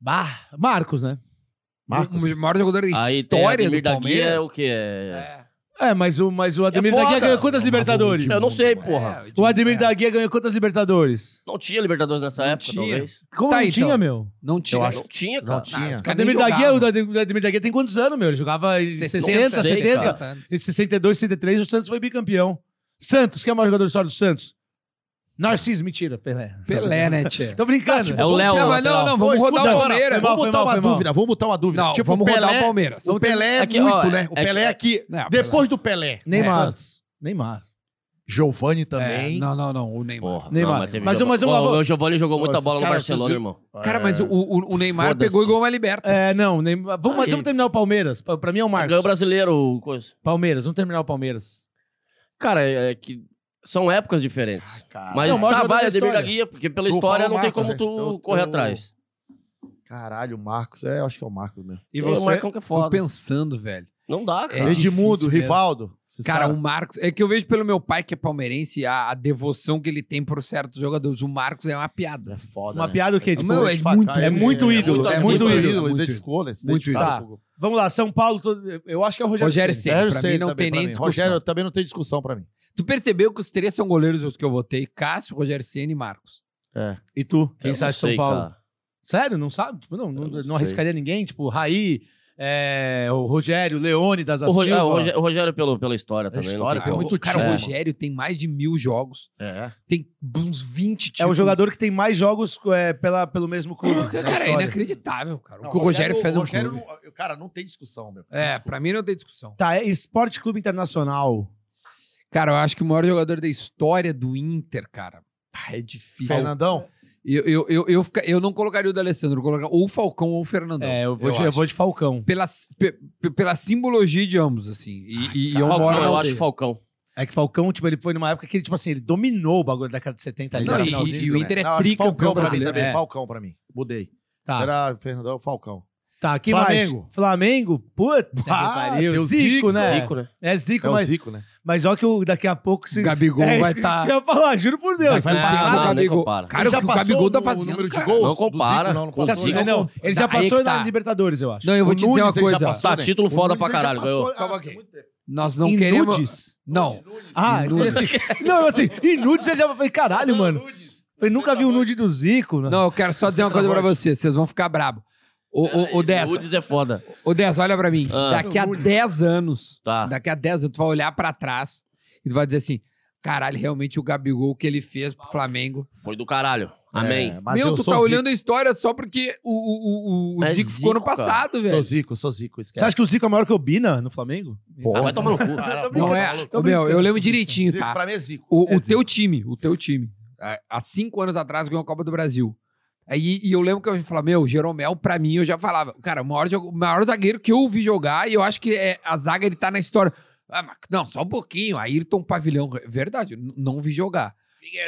[SPEAKER 4] Bah, Marcos, né?
[SPEAKER 2] Marcos.
[SPEAKER 1] O maior jogador da
[SPEAKER 3] Aí
[SPEAKER 1] história do
[SPEAKER 3] tem Ademir da Guia,
[SPEAKER 1] Palmeiras.
[SPEAKER 3] o quê? É...
[SPEAKER 4] É, mas o, mas o Ademir da
[SPEAKER 3] foda.
[SPEAKER 4] Guia ganhou quantas
[SPEAKER 2] Não,
[SPEAKER 4] Libertadores?
[SPEAKER 2] mas
[SPEAKER 3] Eu não sei,
[SPEAKER 1] É,
[SPEAKER 3] porra.
[SPEAKER 1] o
[SPEAKER 4] O
[SPEAKER 1] time-
[SPEAKER 4] Ademir
[SPEAKER 1] é.
[SPEAKER 4] da Guia ganhou quantas Libertadores?
[SPEAKER 3] Não tinha Libertadores nessa época,
[SPEAKER 1] tinha.
[SPEAKER 3] talvez.
[SPEAKER 4] Como
[SPEAKER 1] Tá,
[SPEAKER 4] não
[SPEAKER 1] então.
[SPEAKER 4] tinha, meu?
[SPEAKER 1] Não tinha.
[SPEAKER 2] Eu
[SPEAKER 3] Eu
[SPEAKER 2] acho-
[SPEAKER 3] acho que não tinha,
[SPEAKER 2] Não
[SPEAKER 3] cara.
[SPEAKER 2] tinha.
[SPEAKER 4] O Ademir da Guia, o da- o Ademir da Guia tem quantos anos, meu? Ele jogava em 60, 70.
[SPEAKER 3] cara.
[SPEAKER 4] Em 62, 63, o Santos foi bicampeão. Santos, quem é o maior jogador da história do Santos? Narciso, mentira, Pelé.
[SPEAKER 1] Pelé, né, Tchê?
[SPEAKER 4] Tô brincando.
[SPEAKER 3] É o Léo.
[SPEAKER 1] Não, mas não, não, vamos
[SPEAKER 2] Pô, escuta,
[SPEAKER 1] rodar o
[SPEAKER 2] agora,
[SPEAKER 1] Palmeiras.
[SPEAKER 4] mal,
[SPEAKER 2] Vamos
[SPEAKER 4] foi
[SPEAKER 2] botar
[SPEAKER 4] mal,
[SPEAKER 2] uma
[SPEAKER 4] foi mal.
[SPEAKER 2] dúvida, vamos botar uma dúvida.
[SPEAKER 1] Não,
[SPEAKER 2] tipo,
[SPEAKER 1] vamos
[SPEAKER 2] Pelé,
[SPEAKER 1] rodar o Palmeiras.
[SPEAKER 2] O Pelé é
[SPEAKER 3] É que,
[SPEAKER 2] muito,
[SPEAKER 3] ó,
[SPEAKER 2] né? O
[SPEAKER 3] é que-
[SPEAKER 2] Pelé é que...
[SPEAKER 1] Não,
[SPEAKER 2] Depois do Pelé.
[SPEAKER 3] É
[SPEAKER 4] Neymar.
[SPEAKER 2] Santos.
[SPEAKER 4] Neymar.
[SPEAKER 2] Giovani
[SPEAKER 1] É,
[SPEAKER 2] também.
[SPEAKER 1] não, não, não. O Neymar.
[SPEAKER 3] Porra,
[SPEAKER 4] Neymar.
[SPEAKER 3] não, mas teve
[SPEAKER 4] Mas
[SPEAKER 3] jogo-
[SPEAKER 4] o- mas o-
[SPEAKER 3] Ô, O Giovanni jogou
[SPEAKER 2] Pô,
[SPEAKER 3] muita
[SPEAKER 2] esses
[SPEAKER 3] bola no
[SPEAKER 2] caras,
[SPEAKER 3] Barcelona,
[SPEAKER 2] vocês-
[SPEAKER 3] irmão.
[SPEAKER 1] Cara, mas o, o, o Neymar
[SPEAKER 3] Foda-se.
[SPEAKER 1] pegou e ganhou uma liberta.
[SPEAKER 4] É, não, Neymar. Vamos, mas vamos terminar o Palmeiras. Pra, pra mim é o Marcos.
[SPEAKER 3] Ganhou o brasileiro, coisa.
[SPEAKER 4] Palmeiras, vamos terminar o Palmeiras.
[SPEAKER 3] Cara, é é que são épocas diferentes.
[SPEAKER 2] Cara,
[SPEAKER 3] Mas
[SPEAKER 4] Não, o maior
[SPEAKER 3] tá,
[SPEAKER 4] jogador
[SPEAKER 3] vai,
[SPEAKER 4] da
[SPEAKER 3] Ademir da
[SPEAKER 4] história.
[SPEAKER 3] Guia, porque pela
[SPEAKER 2] Tu
[SPEAKER 3] história
[SPEAKER 2] fala
[SPEAKER 3] não
[SPEAKER 2] Marcos,
[SPEAKER 3] tem como
[SPEAKER 2] né?
[SPEAKER 3] tu
[SPEAKER 2] Eu-
[SPEAKER 3] correr
[SPEAKER 2] eu-
[SPEAKER 3] atrás.
[SPEAKER 2] Caralho, o Marcos. É, eu acho que é o Marcos mesmo.
[SPEAKER 4] E
[SPEAKER 3] Tem o
[SPEAKER 4] você?
[SPEAKER 3] Marcão que é
[SPEAKER 1] Tô
[SPEAKER 3] foda.
[SPEAKER 1] pensando, velho.
[SPEAKER 3] Não dá,
[SPEAKER 1] É
[SPEAKER 3] cara.
[SPEAKER 2] Edmundo,
[SPEAKER 1] difícil mesmo.
[SPEAKER 2] Rivaldo. esses
[SPEAKER 1] Cara,
[SPEAKER 2] caras.
[SPEAKER 1] o Marcos. É que eu vejo pelo meu pai, que é palmeirense, a, a devoção que ele tem por certos jogadores. O Marcos é uma piada.
[SPEAKER 2] É foda,
[SPEAKER 4] Uma
[SPEAKER 2] né?
[SPEAKER 4] piada o quê?
[SPEAKER 1] Meu,
[SPEAKER 4] Tipo,
[SPEAKER 1] é muito-
[SPEAKER 2] faca,
[SPEAKER 4] é muito ídolo,
[SPEAKER 3] é muito
[SPEAKER 4] ídolo,
[SPEAKER 1] muito
[SPEAKER 2] identificou, né? Se
[SPEAKER 1] Muito
[SPEAKER 2] identificaram
[SPEAKER 4] ídolo.
[SPEAKER 2] com o-
[SPEAKER 4] Vamos lá, São Paulo, todo- eu acho que é o Rogério,
[SPEAKER 1] Rogério
[SPEAKER 4] Ceni.
[SPEAKER 1] Ceni.
[SPEAKER 2] Rogério
[SPEAKER 1] pra
[SPEAKER 2] Ceni
[SPEAKER 1] mim não
[SPEAKER 2] também,
[SPEAKER 1] tem
[SPEAKER 2] pra
[SPEAKER 1] nem
[SPEAKER 2] mim.
[SPEAKER 1] discussão.
[SPEAKER 2] Rogério também não tem discussão pra mim.
[SPEAKER 1] Tu percebeu que os três são goleiros os que eu votei? Cássio, Rogério Ceni e Marcos.
[SPEAKER 4] E tu?
[SPEAKER 3] Eu
[SPEAKER 4] Quem
[SPEAKER 3] não
[SPEAKER 4] sabe de São
[SPEAKER 3] sei,
[SPEAKER 4] Paulo?
[SPEAKER 3] cara.
[SPEAKER 4] Sério? Não sabe? Tipo, não, não,
[SPEAKER 2] Eu não
[SPEAKER 4] não
[SPEAKER 2] sei.
[SPEAKER 4] arriscaria ninguém? Tipo, Raí, é, o Rogério, o Leone das
[SPEAKER 3] O Roge-
[SPEAKER 4] Silva. É
[SPEAKER 3] ah, o Roge- o Rogério pelo- pela história também. não
[SPEAKER 2] história,
[SPEAKER 3] tem
[SPEAKER 2] é
[SPEAKER 3] como.
[SPEAKER 2] muito
[SPEAKER 1] cara,
[SPEAKER 3] time,
[SPEAKER 1] o
[SPEAKER 3] mano.
[SPEAKER 1] Rogério tem mais de mil jogos.
[SPEAKER 2] É.
[SPEAKER 1] Tem uns 20 títulos.
[SPEAKER 4] É
[SPEAKER 3] tipo,
[SPEAKER 4] o jogador que tem mais jogos é, pela, pelo mesmo clube. né, na
[SPEAKER 1] Cara, é
[SPEAKER 4] história.
[SPEAKER 1] inacreditável, cara. O que o Rogério, fez no clube.
[SPEAKER 2] não, Cara, não tem discussão, meu.
[SPEAKER 1] É, pra mim não tem discussão.
[SPEAKER 4] Tá, é Esporte Clube Internacional.
[SPEAKER 1] Cara, eu acho que o maior jogador da história do Inter, cara. pá, É difícil.
[SPEAKER 2] Fernandão,
[SPEAKER 1] Eu, eu, eu, eu, fica- eu não colocaria o da Alessandro, eu colocaria ou o Falcão ou o Fernandão.
[SPEAKER 4] é, eu vou, de, eu
[SPEAKER 1] acho.
[SPEAKER 4] vou de Falcão.
[SPEAKER 1] Pela, pe- pe- pela simbologia de ambos, assim. E, e- e eu
[SPEAKER 3] Falcão,
[SPEAKER 1] moro na
[SPEAKER 3] eu
[SPEAKER 1] aldeia.
[SPEAKER 3] acho Falcão.
[SPEAKER 4] É que Falcão, tipo, ele foi numa época que ele, tipo assim, ele dominou o bagulho da década de 70 ali.
[SPEAKER 1] Não,
[SPEAKER 4] era
[SPEAKER 1] e-
[SPEAKER 4] finalzinho,
[SPEAKER 1] e o
[SPEAKER 4] né?
[SPEAKER 1] Inter é
[SPEAKER 2] não, acho
[SPEAKER 1] tricampeão
[SPEAKER 2] Falcão pra mim
[SPEAKER 1] brasileiro.
[SPEAKER 2] também,
[SPEAKER 4] É.
[SPEAKER 2] Falcão pra mim. Mudei.
[SPEAKER 4] Tá,
[SPEAKER 2] Era Fernandão Falcão.
[SPEAKER 4] tá, quem
[SPEAKER 2] Flamengo.
[SPEAKER 4] mais? Flamengo? Puta que
[SPEAKER 2] Ah,
[SPEAKER 4] pariu.
[SPEAKER 2] deu
[SPEAKER 4] Zico,
[SPEAKER 2] Zico,
[SPEAKER 4] né?
[SPEAKER 3] Zico, né?
[SPEAKER 4] É Zico,
[SPEAKER 2] É o
[SPEAKER 4] mas,
[SPEAKER 2] Zico, né?
[SPEAKER 4] mas ó que o, daqui a pouco... Se...
[SPEAKER 1] Gabigol
[SPEAKER 4] *laughs* é,
[SPEAKER 1] vai tá-
[SPEAKER 4] isso que
[SPEAKER 1] estar.
[SPEAKER 4] Eu ia falar, juro por
[SPEAKER 2] Vai
[SPEAKER 4] Deus. cara.
[SPEAKER 3] passar?
[SPEAKER 1] Ah,
[SPEAKER 3] Não, nem
[SPEAKER 1] Gabigol.
[SPEAKER 3] compara.
[SPEAKER 1] Cara, o
[SPEAKER 2] Ele
[SPEAKER 1] que
[SPEAKER 2] já
[SPEAKER 1] o
[SPEAKER 2] passou
[SPEAKER 1] Gabigol tá
[SPEAKER 2] no
[SPEAKER 1] fazendo.
[SPEAKER 2] número de
[SPEAKER 1] cara.
[SPEAKER 2] gols?
[SPEAKER 3] Não
[SPEAKER 2] do Zico,
[SPEAKER 3] compara.
[SPEAKER 2] não, não
[SPEAKER 3] Com
[SPEAKER 2] passou,
[SPEAKER 3] Zico. um
[SPEAKER 4] É, não, ele já
[SPEAKER 1] Aí que
[SPEAKER 4] passou na
[SPEAKER 1] tá.
[SPEAKER 4] Libertadores, eu acho.
[SPEAKER 1] Não, eu vou
[SPEAKER 2] O
[SPEAKER 1] te dizer
[SPEAKER 2] Nunes,
[SPEAKER 1] uma
[SPEAKER 2] ele já
[SPEAKER 1] coisa.
[SPEAKER 2] passou,
[SPEAKER 3] Tá,
[SPEAKER 2] né?
[SPEAKER 3] título
[SPEAKER 2] O
[SPEAKER 3] foda
[SPEAKER 2] Nunes,
[SPEAKER 3] pra
[SPEAKER 2] ele já
[SPEAKER 3] caralho.
[SPEAKER 2] passou,
[SPEAKER 3] ganhou.
[SPEAKER 2] ah,
[SPEAKER 1] Calma aqui.
[SPEAKER 2] muito tempo.
[SPEAKER 1] Nós não
[SPEAKER 4] Em
[SPEAKER 1] queremos.
[SPEAKER 4] nudes?
[SPEAKER 1] Não.
[SPEAKER 4] Ah, eu
[SPEAKER 1] Nudes.
[SPEAKER 4] falei assim, não, eu assim, e nudes ele já falei, caralho, mano.
[SPEAKER 2] Nunes.
[SPEAKER 4] Eu nunca vi um nude do Zico. né?
[SPEAKER 1] Não, eu quero só dizer uma coisa pra vocês, vocês vão ficar brabo. Ô, ô, ô, Dessa,
[SPEAKER 3] Nudes é foda.
[SPEAKER 1] ô, Dessa, olha pra mim.
[SPEAKER 3] Ah.
[SPEAKER 1] Daqui a 10 anos,
[SPEAKER 3] Tá.
[SPEAKER 1] daqui a 10 anos, tu vai olhar pra trás e tu vai dizer assim, caralho, realmente o Gabigol que ele fez pro Flamengo.
[SPEAKER 3] Foi do caralho. Amém.
[SPEAKER 2] É, mas
[SPEAKER 1] Meu,
[SPEAKER 2] eu
[SPEAKER 1] tu tá
[SPEAKER 2] sou Zico.
[SPEAKER 1] olhando a história só porque o, o, o, o
[SPEAKER 3] É
[SPEAKER 1] Zico ficou no
[SPEAKER 3] Zico, cara.
[SPEAKER 1] passado,
[SPEAKER 2] Sou
[SPEAKER 1] velho.
[SPEAKER 2] Zico, sou Zico,
[SPEAKER 4] Você
[SPEAKER 2] esquece.
[SPEAKER 4] acha que o Zico é maior que o Bina no Flamengo?
[SPEAKER 3] Ah, vai tomar no cu.
[SPEAKER 1] Não é, Ô, meu, eu lembro direitinho,
[SPEAKER 2] Zico
[SPEAKER 1] tá?
[SPEAKER 2] pra mim é Zico.
[SPEAKER 1] O,
[SPEAKER 2] É
[SPEAKER 1] o teu time, o teu time, há- há cinco anos atrás ganhou a Copa do Brasil. Aí, e eu lembro que eu falava, meu, Jeromel, pra mim, eu já falava, cara, o maior, jogo- o maior zagueiro que eu ouvi jogar, e eu acho que é, a zaga ele tá na história. Ah, mas, não, só um pouquinho. Ayrton Pavilhão, é verdade, eu n- não vi jogar.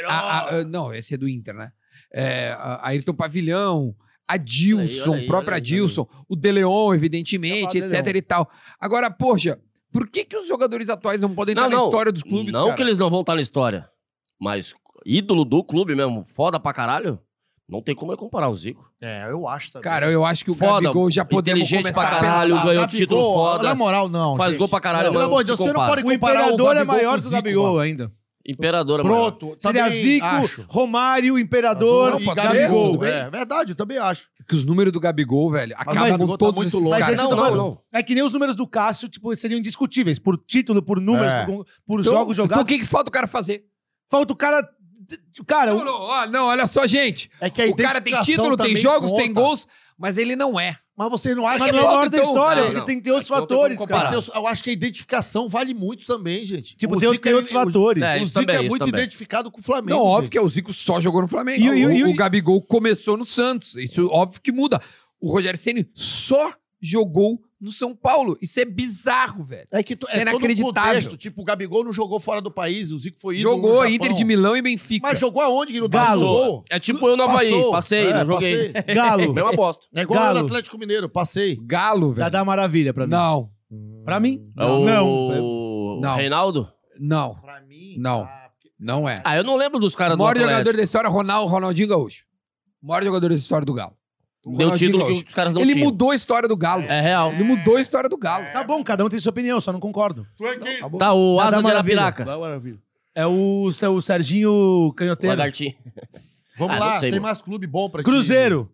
[SPEAKER 1] A- a- a- não, esse é do Inter, né? É, a- Ayrton Pavilhão,
[SPEAKER 3] Olha aí,
[SPEAKER 1] Adilson,
[SPEAKER 3] olha aí,
[SPEAKER 1] próprio
[SPEAKER 3] olha aí,
[SPEAKER 1] Adilson, o De Leon,
[SPEAKER 4] Eu
[SPEAKER 1] evidentemente,
[SPEAKER 4] gosto do
[SPEAKER 1] etc e tal. Agora, poxa, por que, que os jogadores atuais não podem
[SPEAKER 3] Não,
[SPEAKER 1] estar na
[SPEAKER 3] não.
[SPEAKER 1] história dos clubes,
[SPEAKER 3] não
[SPEAKER 1] cara?
[SPEAKER 3] que eles não vão estar na história, mas ídolo do clube mesmo, foda pra caralho, não tem como eu comparar o Zico.
[SPEAKER 2] É, eu acho também.
[SPEAKER 1] Cara, eu acho que o
[SPEAKER 3] Foda,
[SPEAKER 1] Gabigol já podemos
[SPEAKER 3] inteligente
[SPEAKER 1] começar
[SPEAKER 3] pra
[SPEAKER 1] a
[SPEAKER 3] caralho,
[SPEAKER 1] pensar.
[SPEAKER 3] ganhou
[SPEAKER 2] Gabigol,
[SPEAKER 3] título foda.
[SPEAKER 2] Na moral, não.
[SPEAKER 3] Faz
[SPEAKER 2] gente.
[SPEAKER 3] gol pra caralho,
[SPEAKER 2] Pelo
[SPEAKER 3] mas
[SPEAKER 2] amor
[SPEAKER 3] não
[SPEAKER 2] de Deus,
[SPEAKER 3] se
[SPEAKER 2] você não pode
[SPEAKER 3] compara.
[SPEAKER 4] O
[SPEAKER 2] comparar o
[SPEAKER 4] Imperador é
[SPEAKER 2] Gabigol
[SPEAKER 4] maior
[SPEAKER 2] com
[SPEAKER 4] que o
[SPEAKER 2] Zico,
[SPEAKER 4] Gabigol
[SPEAKER 2] mano.
[SPEAKER 4] ainda.
[SPEAKER 3] Imperador, mano.
[SPEAKER 2] Pronto.
[SPEAKER 4] Seria
[SPEAKER 2] também
[SPEAKER 4] Zico,
[SPEAKER 2] acho.
[SPEAKER 4] Romário, Imperador
[SPEAKER 1] Não,
[SPEAKER 2] e
[SPEAKER 1] pode ser, tudo
[SPEAKER 2] Gabigol.
[SPEAKER 1] bem.
[SPEAKER 2] É verdade, eu também acho.
[SPEAKER 1] Que os números do Gabigol, velho,
[SPEAKER 2] mas
[SPEAKER 1] acabam
[SPEAKER 2] o
[SPEAKER 1] com
[SPEAKER 2] Gabigol tá
[SPEAKER 1] todos
[SPEAKER 2] muito
[SPEAKER 1] esses
[SPEAKER 2] louco.
[SPEAKER 1] caras.
[SPEAKER 4] Mas
[SPEAKER 3] Não,
[SPEAKER 4] Então,
[SPEAKER 3] não,
[SPEAKER 4] mano,
[SPEAKER 3] não.
[SPEAKER 4] É que nem os números do Cássio, tipo, seriam indiscutíveis. Por título, por números,
[SPEAKER 2] É.
[SPEAKER 4] por, um, por
[SPEAKER 1] Então-
[SPEAKER 4] jogos
[SPEAKER 1] Então o
[SPEAKER 4] jogados.
[SPEAKER 1] que, que falta o cara fazer?
[SPEAKER 4] Falta o cara... Cara,
[SPEAKER 1] Não, ah,
[SPEAKER 4] o-
[SPEAKER 1] não, ó, não, olha só, gente.
[SPEAKER 2] É que a
[SPEAKER 1] o cara tem
[SPEAKER 2] identificação
[SPEAKER 1] título, tem
[SPEAKER 2] também
[SPEAKER 1] jogos, tem
[SPEAKER 2] conta.
[SPEAKER 1] gols, mas ele não é.
[SPEAKER 2] Mas vocês não acham
[SPEAKER 4] Mas
[SPEAKER 2] que... um
[SPEAKER 4] não é
[SPEAKER 1] falta,
[SPEAKER 4] hora da
[SPEAKER 1] então?
[SPEAKER 4] história,
[SPEAKER 3] Não,
[SPEAKER 4] porque
[SPEAKER 3] não.
[SPEAKER 4] tem que ter outros
[SPEAKER 3] Acho que não tem
[SPEAKER 4] fatores,
[SPEAKER 3] como
[SPEAKER 4] cara.
[SPEAKER 3] comparar.
[SPEAKER 2] Deus, eu acho que a identificação vale muito também, gente.
[SPEAKER 4] Tipo,
[SPEAKER 2] O
[SPEAKER 4] tem,
[SPEAKER 2] Zico,
[SPEAKER 4] tem
[SPEAKER 2] ele-
[SPEAKER 4] outros
[SPEAKER 2] o-
[SPEAKER 4] fatores.
[SPEAKER 3] É,
[SPEAKER 2] O
[SPEAKER 3] isso
[SPEAKER 2] Zico
[SPEAKER 3] também,
[SPEAKER 2] é
[SPEAKER 3] isso
[SPEAKER 2] muito
[SPEAKER 3] também.
[SPEAKER 2] identificado com o Flamengo.
[SPEAKER 1] Não, óbvio
[SPEAKER 2] gente.
[SPEAKER 1] que é, o Zico só jogou no Flamengo.
[SPEAKER 4] E- e-
[SPEAKER 1] o,
[SPEAKER 4] e-
[SPEAKER 1] o Gabigol começou no Santos. Isso óbvio que muda. O Rogério Ceni só jogou no São Paulo. Isso é bizarro, velho.
[SPEAKER 2] É que to-
[SPEAKER 1] Isso é
[SPEAKER 2] é todo um
[SPEAKER 1] inacreditável.
[SPEAKER 2] contexto. Tipo, o Gabigol não jogou fora do país, o Zico foi ídolo no
[SPEAKER 1] jogou
[SPEAKER 2] Japão.
[SPEAKER 1] Inter de Milão e Benfica.
[SPEAKER 2] Mas jogou aonde que não
[SPEAKER 4] Galo.
[SPEAKER 2] jogou?
[SPEAKER 3] É tipo eu no Havaí,
[SPEAKER 2] Passou.
[SPEAKER 3] passei,
[SPEAKER 2] É,
[SPEAKER 3] não joguei.
[SPEAKER 2] passei.
[SPEAKER 4] Galo.
[SPEAKER 3] Mesma bosta.
[SPEAKER 2] É igual
[SPEAKER 4] Galo.
[SPEAKER 2] no Atlético Mineiro, passei.
[SPEAKER 1] Galo, velho.
[SPEAKER 4] Dá maravilha pra mim.
[SPEAKER 1] Não,
[SPEAKER 4] Pra mim?
[SPEAKER 3] É o...
[SPEAKER 2] Não.
[SPEAKER 3] o
[SPEAKER 1] Não.
[SPEAKER 3] Reinaldo?
[SPEAKER 1] não,
[SPEAKER 2] Pra mim...
[SPEAKER 1] Não.
[SPEAKER 2] ah, porque-
[SPEAKER 1] não é.
[SPEAKER 3] Ah, eu não lembro dos
[SPEAKER 1] O
[SPEAKER 3] caras do
[SPEAKER 1] maior
[SPEAKER 3] Atlético.
[SPEAKER 1] jogador da história, Ronaldo, Ronaldinho Gaúcho. O maior jogador da história do Galo.
[SPEAKER 3] Deu
[SPEAKER 1] Ronaldinho
[SPEAKER 3] título
[SPEAKER 1] Gaúcho.
[SPEAKER 3] que os caras não
[SPEAKER 1] Ele
[SPEAKER 3] tinham.
[SPEAKER 1] mudou a história do Galo.
[SPEAKER 3] É real.
[SPEAKER 1] Ele mudou a história do Galo.
[SPEAKER 4] Tá bom, cada um tem sua opinião, só não concordo.
[SPEAKER 2] Tu é quem?
[SPEAKER 1] Tá bom.
[SPEAKER 3] Tá, o
[SPEAKER 4] Dá- dá
[SPEAKER 3] Asa de
[SPEAKER 4] maravilha.
[SPEAKER 3] Arapiraca.
[SPEAKER 2] Dá maravilha.
[SPEAKER 4] É o, seu- o Serginho
[SPEAKER 3] O
[SPEAKER 4] Canhoteiro.
[SPEAKER 3] Lagartinho.
[SPEAKER 2] Vamos
[SPEAKER 3] Ah,
[SPEAKER 2] lá,
[SPEAKER 3] não sei,
[SPEAKER 2] tem
[SPEAKER 3] mano.
[SPEAKER 2] mais clube bom pra ti.
[SPEAKER 4] Cruzeiro.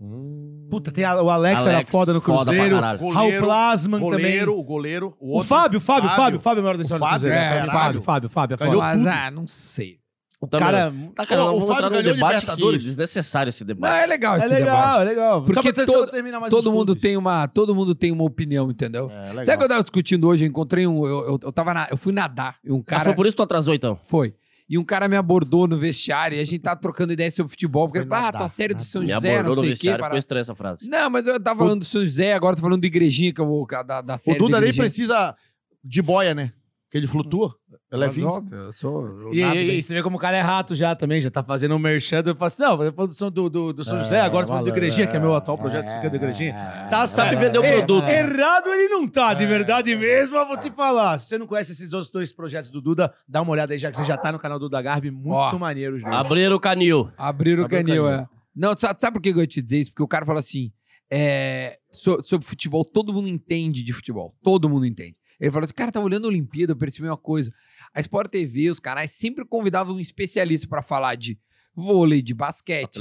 [SPEAKER 2] Hum.
[SPEAKER 4] Puta, tem a- o Alex, era é foda no
[SPEAKER 3] foda pra
[SPEAKER 4] Cruzeiro.
[SPEAKER 3] caralho.
[SPEAKER 4] Raul
[SPEAKER 2] Goleiro,
[SPEAKER 4] Plasman também.
[SPEAKER 2] goleiro, o goleiro, o
[SPEAKER 4] O
[SPEAKER 2] outro.
[SPEAKER 4] Fábio, Fábio,
[SPEAKER 2] Fábio.
[SPEAKER 4] Fábio, Fábio é o maior da
[SPEAKER 2] O
[SPEAKER 4] história do
[SPEAKER 2] Fábio,
[SPEAKER 4] Cruzeiro.
[SPEAKER 1] é,
[SPEAKER 4] o
[SPEAKER 2] caralho.
[SPEAKER 4] Fábio, Fábio, Fábio, é
[SPEAKER 2] Ganhou
[SPEAKER 4] foda.
[SPEAKER 1] Mas,
[SPEAKER 2] tudo.
[SPEAKER 1] ah, não sei.
[SPEAKER 4] O
[SPEAKER 3] Também.
[SPEAKER 4] cara...
[SPEAKER 3] Tá, cara,
[SPEAKER 2] Ô,
[SPEAKER 3] não
[SPEAKER 2] o
[SPEAKER 3] vamos
[SPEAKER 2] Fábio
[SPEAKER 3] entrar num
[SPEAKER 2] ganhou
[SPEAKER 3] debate que
[SPEAKER 2] Libertadores.
[SPEAKER 3] desnecessário esse
[SPEAKER 1] Não,
[SPEAKER 3] debate.
[SPEAKER 1] é legal
[SPEAKER 4] É
[SPEAKER 1] esse
[SPEAKER 4] legal,
[SPEAKER 1] debate.
[SPEAKER 4] é legal.
[SPEAKER 1] Porque
[SPEAKER 4] pra ter-
[SPEAKER 1] todo-
[SPEAKER 4] terminar
[SPEAKER 3] um
[SPEAKER 4] mais
[SPEAKER 1] Todo
[SPEAKER 4] os
[SPEAKER 1] mundo
[SPEAKER 4] clubes.
[SPEAKER 1] tem uma, todo mundo tem uma opinião, entendeu?
[SPEAKER 2] É, legal.
[SPEAKER 1] Sabe o que eu tava discutindo hoje? Eu encontrei um. Eu, eu, eu tava na- eu fui nadar e um
[SPEAKER 3] Ah,
[SPEAKER 1] cara.
[SPEAKER 3] foi por isso que tu atrasou, então.
[SPEAKER 1] Foi. E um cara me abordou no vestiário e a gente tava trocando ideia sobre futebol. Porque,
[SPEAKER 2] Foi nadar,
[SPEAKER 1] ah,
[SPEAKER 2] né?"
[SPEAKER 1] tá sério do São
[SPEAKER 3] Me
[SPEAKER 1] José, não
[SPEAKER 3] abordou
[SPEAKER 1] sei
[SPEAKER 3] no
[SPEAKER 1] o quê.
[SPEAKER 3] vestiário, ficou
[SPEAKER 1] pará.
[SPEAKER 3] estranha essa frase.
[SPEAKER 1] Não, mas eu tava falando do São José, agora tô falando do Igrejinha, que eu vou. Da, da
[SPEAKER 2] O
[SPEAKER 3] é
[SPEAKER 1] série
[SPEAKER 2] Duda
[SPEAKER 1] do
[SPEAKER 2] nem
[SPEAKER 1] Igrejinha.
[SPEAKER 2] precisa de boia, né? Porque ele flutua. Ele é
[SPEAKER 1] Mas,
[SPEAKER 2] 20.
[SPEAKER 1] óbvio, eu sou. eu
[SPEAKER 4] E,
[SPEAKER 1] nado
[SPEAKER 4] e-
[SPEAKER 1] bem.
[SPEAKER 4] e você vê como o cara é rato já também, já tá fazendo um merchan. Eu falo assim, não, a produção do, do, do São
[SPEAKER 2] É,
[SPEAKER 4] José, agora falando do
[SPEAKER 2] malandro,
[SPEAKER 4] Igrejinha, que é meu atual
[SPEAKER 2] é,
[SPEAKER 4] projeto, isso aqui é do Igrejinha.
[SPEAKER 2] é,
[SPEAKER 4] Tá,
[SPEAKER 2] é,
[SPEAKER 4] sabe
[SPEAKER 2] é,
[SPEAKER 3] vender o
[SPEAKER 2] é,
[SPEAKER 3] produto.
[SPEAKER 2] é,
[SPEAKER 4] Errado ele não tá, de
[SPEAKER 2] É,
[SPEAKER 4] verdade
[SPEAKER 2] é.
[SPEAKER 4] mesmo, eu vou te falar. Se você não conhece esses outros dois projetos do Duda, dá uma olhada aí, já que você já tá no canal do Duda Garbi, muito
[SPEAKER 1] Ó,
[SPEAKER 4] maneiro
[SPEAKER 3] Ah,
[SPEAKER 4] os dois.
[SPEAKER 3] Abriram o canil.
[SPEAKER 1] Abriram o
[SPEAKER 2] Abriu o
[SPEAKER 1] canil,
[SPEAKER 2] canil.
[SPEAKER 1] é. Não, sabe, sabe por que eu ia te dizer isso? Porque o cara falou assim: é, so- sobre futebol, todo mundo entende de futebol. Todo mundo entende. Ele falou assim: cara, tava olhando a Olimpíada, eu percebi uma coisa. A Sport TV, os canais sempre convidavam um especialista pra falar de vôlei, de basquete, de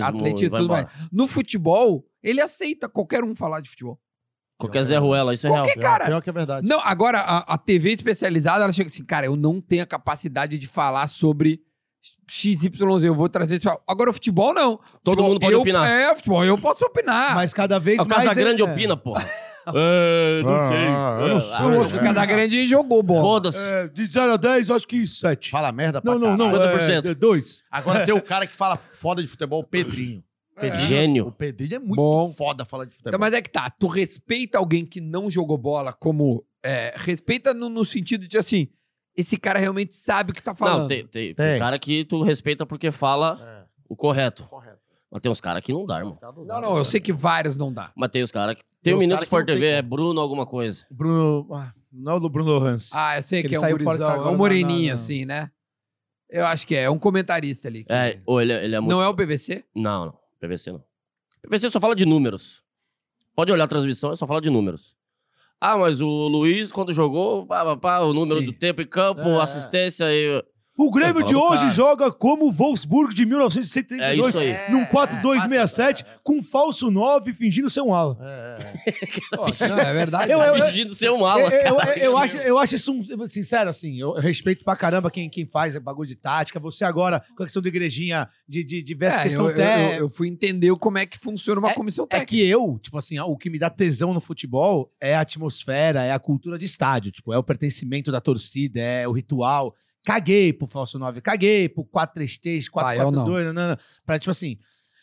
[SPEAKER 3] Atletismo.
[SPEAKER 1] atletismo,
[SPEAKER 3] vai
[SPEAKER 1] tudo mais.
[SPEAKER 3] embora.
[SPEAKER 1] No futebol, ele aceita qualquer um falar de futebol.
[SPEAKER 3] Qualquer Zé Ruela, isso é real.
[SPEAKER 1] Qualquer cara.
[SPEAKER 2] Pior que é verdade.
[SPEAKER 1] Não, agora a, a TV especializada, ela chega assim, cara, eu não tenho a capacidade de falar sobre XYZ, eu vou trazer isso. pra- Agora o futebol não.
[SPEAKER 3] Todo
[SPEAKER 1] Futebol,
[SPEAKER 3] mundo pode
[SPEAKER 1] eu-
[SPEAKER 3] opinar.
[SPEAKER 1] É, futebol eu posso opinar.
[SPEAKER 4] Mas cada vez
[SPEAKER 3] O
[SPEAKER 4] mais...
[SPEAKER 3] Casa Grande
[SPEAKER 4] é-
[SPEAKER 3] opina, porra.
[SPEAKER 2] Ah,
[SPEAKER 3] É, não sei.
[SPEAKER 2] ah, eu não
[SPEAKER 3] É,
[SPEAKER 2] sei.
[SPEAKER 3] ah,
[SPEAKER 1] eu acho que o Cada Grande jogou bola.
[SPEAKER 3] Foda-se.
[SPEAKER 4] É, de 0 a 10, eu acho que 7.
[SPEAKER 2] Fala merda pra
[SPEAKER 4] Não, não, não,
[SPEAKER 2] caralho.
[SPEAKER 4] é
[SPEAKER 3] 50%.
[SPEAKER 4] 2.
[SPEAKER 2] Agora tem o cara que fala foda de futebol, o Pedrinho. Pedrinho.
[SPEAKER 3] Gênio.
[SPEAKER 2] O Pedrinho é muito
[SPEAKER 1] Bom.
[SPEAKER 2] foda falar de futebol.
[SPEAKER 1] Então, mas é que tá, tu respeita alguém que não jogou bola como... é, respeita no, no sentido de assim, esse cara realmente sabe o que tá falando.
[SPEAKER 3] Não, tem, tem-
[SPEAKER 2] Tem.
[SPEAKER 3] tem cara que tu respeita porque fala
[SPEAKER 2] É,
[SPEAKER 3] o correto.
[SPEAKER 2] correto. Tá
[SPEAKER 3] Mas tem uns caras que não dá, irmão.
[SPEAKER 1] não, não, eu sei que vários não dá.
[SPEAKER 3] Mas tem os caras que. Tem,
[SPEAKER 2] Tem
[SPEAKER 3] um
[SPEAKER 2] uns
[SPEAKER 3] menino
[SPEAKER 2] cara
[SPEAKER 3] do
[SPEAKER 2] que não
[SPEAKER 3] Sport
[SPEAKER 2] tem
[SPEAKER 3] TV, é
[SPEAKER 2] como.
[SPEAKER 3] Bruno alguma coisa.
[SPEAKER 4] Bruno... ah, Não é o do Bruno Hans.
[SPEAKER 1] Ah, eu sei
[SPEAKER 4] Ele
[SPEAKER 1] que é um
[SPEAKER 4] saiu fora, tá
[SPEAKER 1] gurizão, é
[SPEAKER 4] agora
[SPEAKER 1] um
[SPEAKER 4] na-
[SPEAKER 1] moreninho
[SPEAKER 4] na-
[SPEAKER 1] assim, né? Eu acho que é, é um comentarista ali. que-
[SPEAKER 3] É, ou ele, ele é muito.
[SPEAKER 1] Não é o PVC?
[SPEAKER 3] Não, não. PVC não. PVC só fala de números. Pode olhar a transmissão, ele só fala de números. Ah, mas o Luiz, quando jogou, pá, pá, pá, o número
[SPEAKER 1] Sim.
[SPEAKER 3] do tempo em campo,
[SPEAKER 2] É, é.
[SPEAKER 3] assistência e.
[SPEAKER 4] O Grêmio
[SPEAKER 3] Eu falo
[SPEAKER 4] de
[SPEAKER 3] do
[SPEAKER 4] hoje
[SPEAKER 2] cara.
[SPEAKER 4] joga como o Wolfsburg de
[SPEAKER 3] É
[SPEAKER 4] 1972,
[SPEAKER 3] isso aí.
[SPEAKER 4] num 4-2-67,
[SPEAKER 3] é.
[SPEAKER 4] com um falso 9 fingindo ser um ala.
[SPEAKER 2] É,
[SPEAKER 3] Tá
[SPEAKER 1] Não, é verdade.
[SPEAKER 4] Eu- eu-
[SPEAKER 3] Fingindo ser um
[SPEAKER 4] Eu,
[SPEAKER 3] ala,
[SPEAKER 4] eu-
[SPEAKER 3] cara.
[SPEAKER 4] eu acho, eu acho isso, um, sincero, assim, eu respeito pra caramba quem, quem faz bagulho de tática. Você agora, com a questão da igrejinha, de, de, de ver essa
[SPEAKER 1] É,
[SPEAKER 4] questão
[SPEAKER 1] eu, eu-
[SPEAKER 4] técnica.
[SPEAKER 1] eu- eu fui entender como é que funciona uma comissão
[SPEAKER 4] É
[SPEAKER 1] técnica.
[SPEAKER 4] que eu, tipo assim, o que me dá tesão no futebol é a atmosfera, é a cultura de estádio, tipo, é o pertencimento da torcida, é o ritual. Caguei pro Falso 9, caguei pro 4-3-3, 4-4-2,
[SPEAKER 1] Ah, eu não.
[SPEAKER 4] não, não, não. Pra, tipo assim.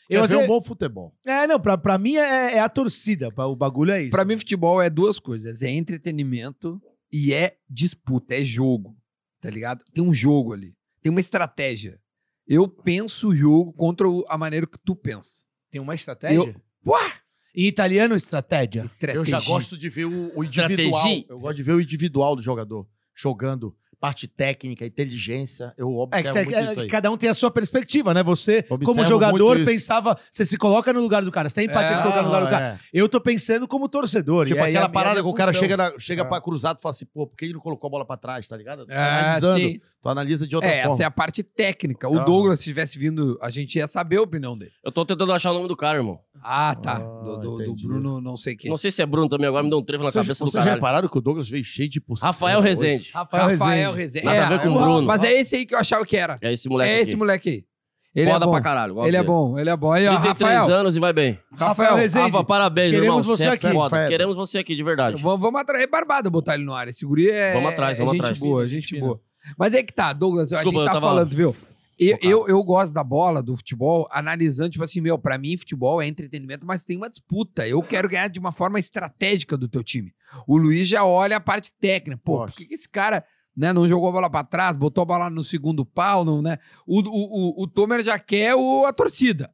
[SPEAKER 2] eu
[SPEAKER 4] Eu, às
[SPEAKER 2] ver um
[SPEAKER 4] vezes-
[SPEAKER 2] bom futebol.
[SPEAKER 4] É, não, pra, pra mim é, é a torcida, pra- o bagulho é isso.
[SPEAKER 1] Pra mim, futebol é duas coisas: é entretenimento e é disputa, é jogo. Tá ligado? Tem um jogo ali, tem uma estratégia. Eu penso o jogo contra o- a maneira que tu pensa.
[SPEAKER 4] tem uma estratégia.
[SPEAKER 1] Eu- Ué!
[SPEAKER 4] Em italiano, estratégia.
[SPEAKER 1] Estratégia.
[SPEAKER 2] Eu já gosto de ver o, o individual.
[SPEAKER 3] Estratégia.
[SPEAKER 2] Eu gosto de ver o individual do jogador jogando. Parte técnica, inteligência. Eu
[SPEAKER 4] É,
[SPEAKER 2] observo
[SPEAKER 4] que-
[SPEAKER 2] muito
[SPEAKER 4] é,
[SPEAKER 2] isso aí.
[SPEAKER 4] cada um tem a sua perspectiva, né? Você,
[SPEAKER 2] Observo
[SPEAKER 4] como
[SPEAKER 2] muito
[SPEAKER 4] jogador,
[SPEAKER 2] isso.
[SPEAKER 4] pensava. Você se coloca no lugar do cara. Você tem empatia,
[SPEAKER 1] É,
[SPEAKER 4] se coloca no lugar do cara.
[SPEAKER 2] é.
[SPEAKER 4] Eu tô pensando como torcedor.
[SPEAKER 2] Tipo
[SPEAKER 4] e aí a
[SPEAKER 2] aquela
[SPEAKER 4] minha
[SPEAKER 2] parada que o cara
[SPEAKER 4] função.
[SPEAKER 2] chega, na, chega
[SPEAKER 4] É.
[SPEAKER 2] pra cruzado e fala assim, pô, por que ele não colocou a bola pra trás, tá ligado? Tu tá
[SPEAKER 1] É,
[SPEAKER 2] analisando,
[SPEAKER 1] sim.
[SPEAKER 2] tu analisa de outra
[SPEAKER 1] É,
[SPEAKER 2] forma.
[SPEAKER 1] essa é a parte técnica. O
[SPEAKER 2] Aham.
[SPEAKER 1] Douglas, se tivesse vindo, a gente ia saber a opinião dele.
[SPEAKER 3] Eu tô tentando achar o nome do cara, irmão.
[SPEAKER 1] Ah, tá.
[SPEAKER 2] Ah,
[SPEAKER 1] do, do- do
[SPEAKER 2] entendi.
[SPEAKER 1] Bruno, não sei quem.
[SPEAKER 3] Não sei se é Bruno também, agora me deu um trevo na
[SPEAKER 2] Vocês,
[SPEAKER 3] cabeça do
[SPEAKER 2] vocês
[SPEAKER 3] cara.
[SPEAKER 2] já repararam que o Douglas veio cheio de pulseira?
[SPEAKER 3] Rafael
[SPEAKER 2] hoje?
[SPEAKER 3] Rezende.
[SPEAKER 4] Rafael,
[SPEAKER 1] Rafael
[SPEAKER 4] Rezende.
[SPEAKER 1] Rezende.
[SPEAKER 3] Nada
[SPEAKER 1] É,
[SPEAKER 3] a ver com o
[SPEAKER 1] mas-
[SPEAKER 3] Bruno.
[SPEAKER 1] Mas é esse aí que eu achava que era.
[SPEAKER 3] É esse moleque
[SPEAKER 1] é esse
[SPEAKER 3] aqui.
[SPEAKER 1] moleque aí. Ele
[SPEAKER 3] Foda
[SPEAKER 1] é bom.
[SPEAKER 3] pra caralho. gosto
[SPEAKER 1] Ele é
[SPEAKER 3] dele.
[SPEAKER 1] bom, ele é bom. Aí, ó,
[SPEAKER 3] 33
[SPEAKER 1] Rafael.
[SPEAKER 3] anos e vai bem.
[SPEAKER 1] Rafael,
[SPEAKER 4] Rezende.
[SPEAKER 3] Rafa, parabéns,
[SPEAKER 4] Queremos
[SPEAKER 3] irmão.
[SPEAKER 4] você
[SPEAKER 3] é
[SPEAKER 4] aqui,
[SPEAKER 3] foda.
[SPEAKER 2] Fred.
[SPEAKER 3] Queremos você aqui, de verdade.
[SPEAKER 1] Vamos, vamos atrás. É barbado botar ele no ar. Esse guri é.
[SPEAKER 3] Vamos atrás,
[SPEAKER 1] é
[SPEAKER 3] vamos
[SPEAKER 1] gente
[SPEAKER 3] atrás.
[SPEAKER 1] boa, gente boa. Mas é que tá, Douglas, a gente
[SPEAKER 3] Desculpa, eu
[SPEAKER 1] tá
[SPEAKER 3] tava-
[SPEAKER 1] falando, viu? Eu,
[SPEAKER 3] Focado.
[SPEAKER 1] eu, eu gosto da bola, do futebol, analisando, tipo assim, meu, pra mim futebol é entretenimento, mas tem uma disputa. Eu quero ganhar de uma forma estratégica do teu time. O Luiz já olha a parte técnica. Pô, por
[SPEAKER 2] Gosto.
[SPEAKER 1] que, que esse cara né, não jogou a bola pra trás, botou a bola no segundo pau, não, né? O, o, o, o Tomer já quer o, a torcida.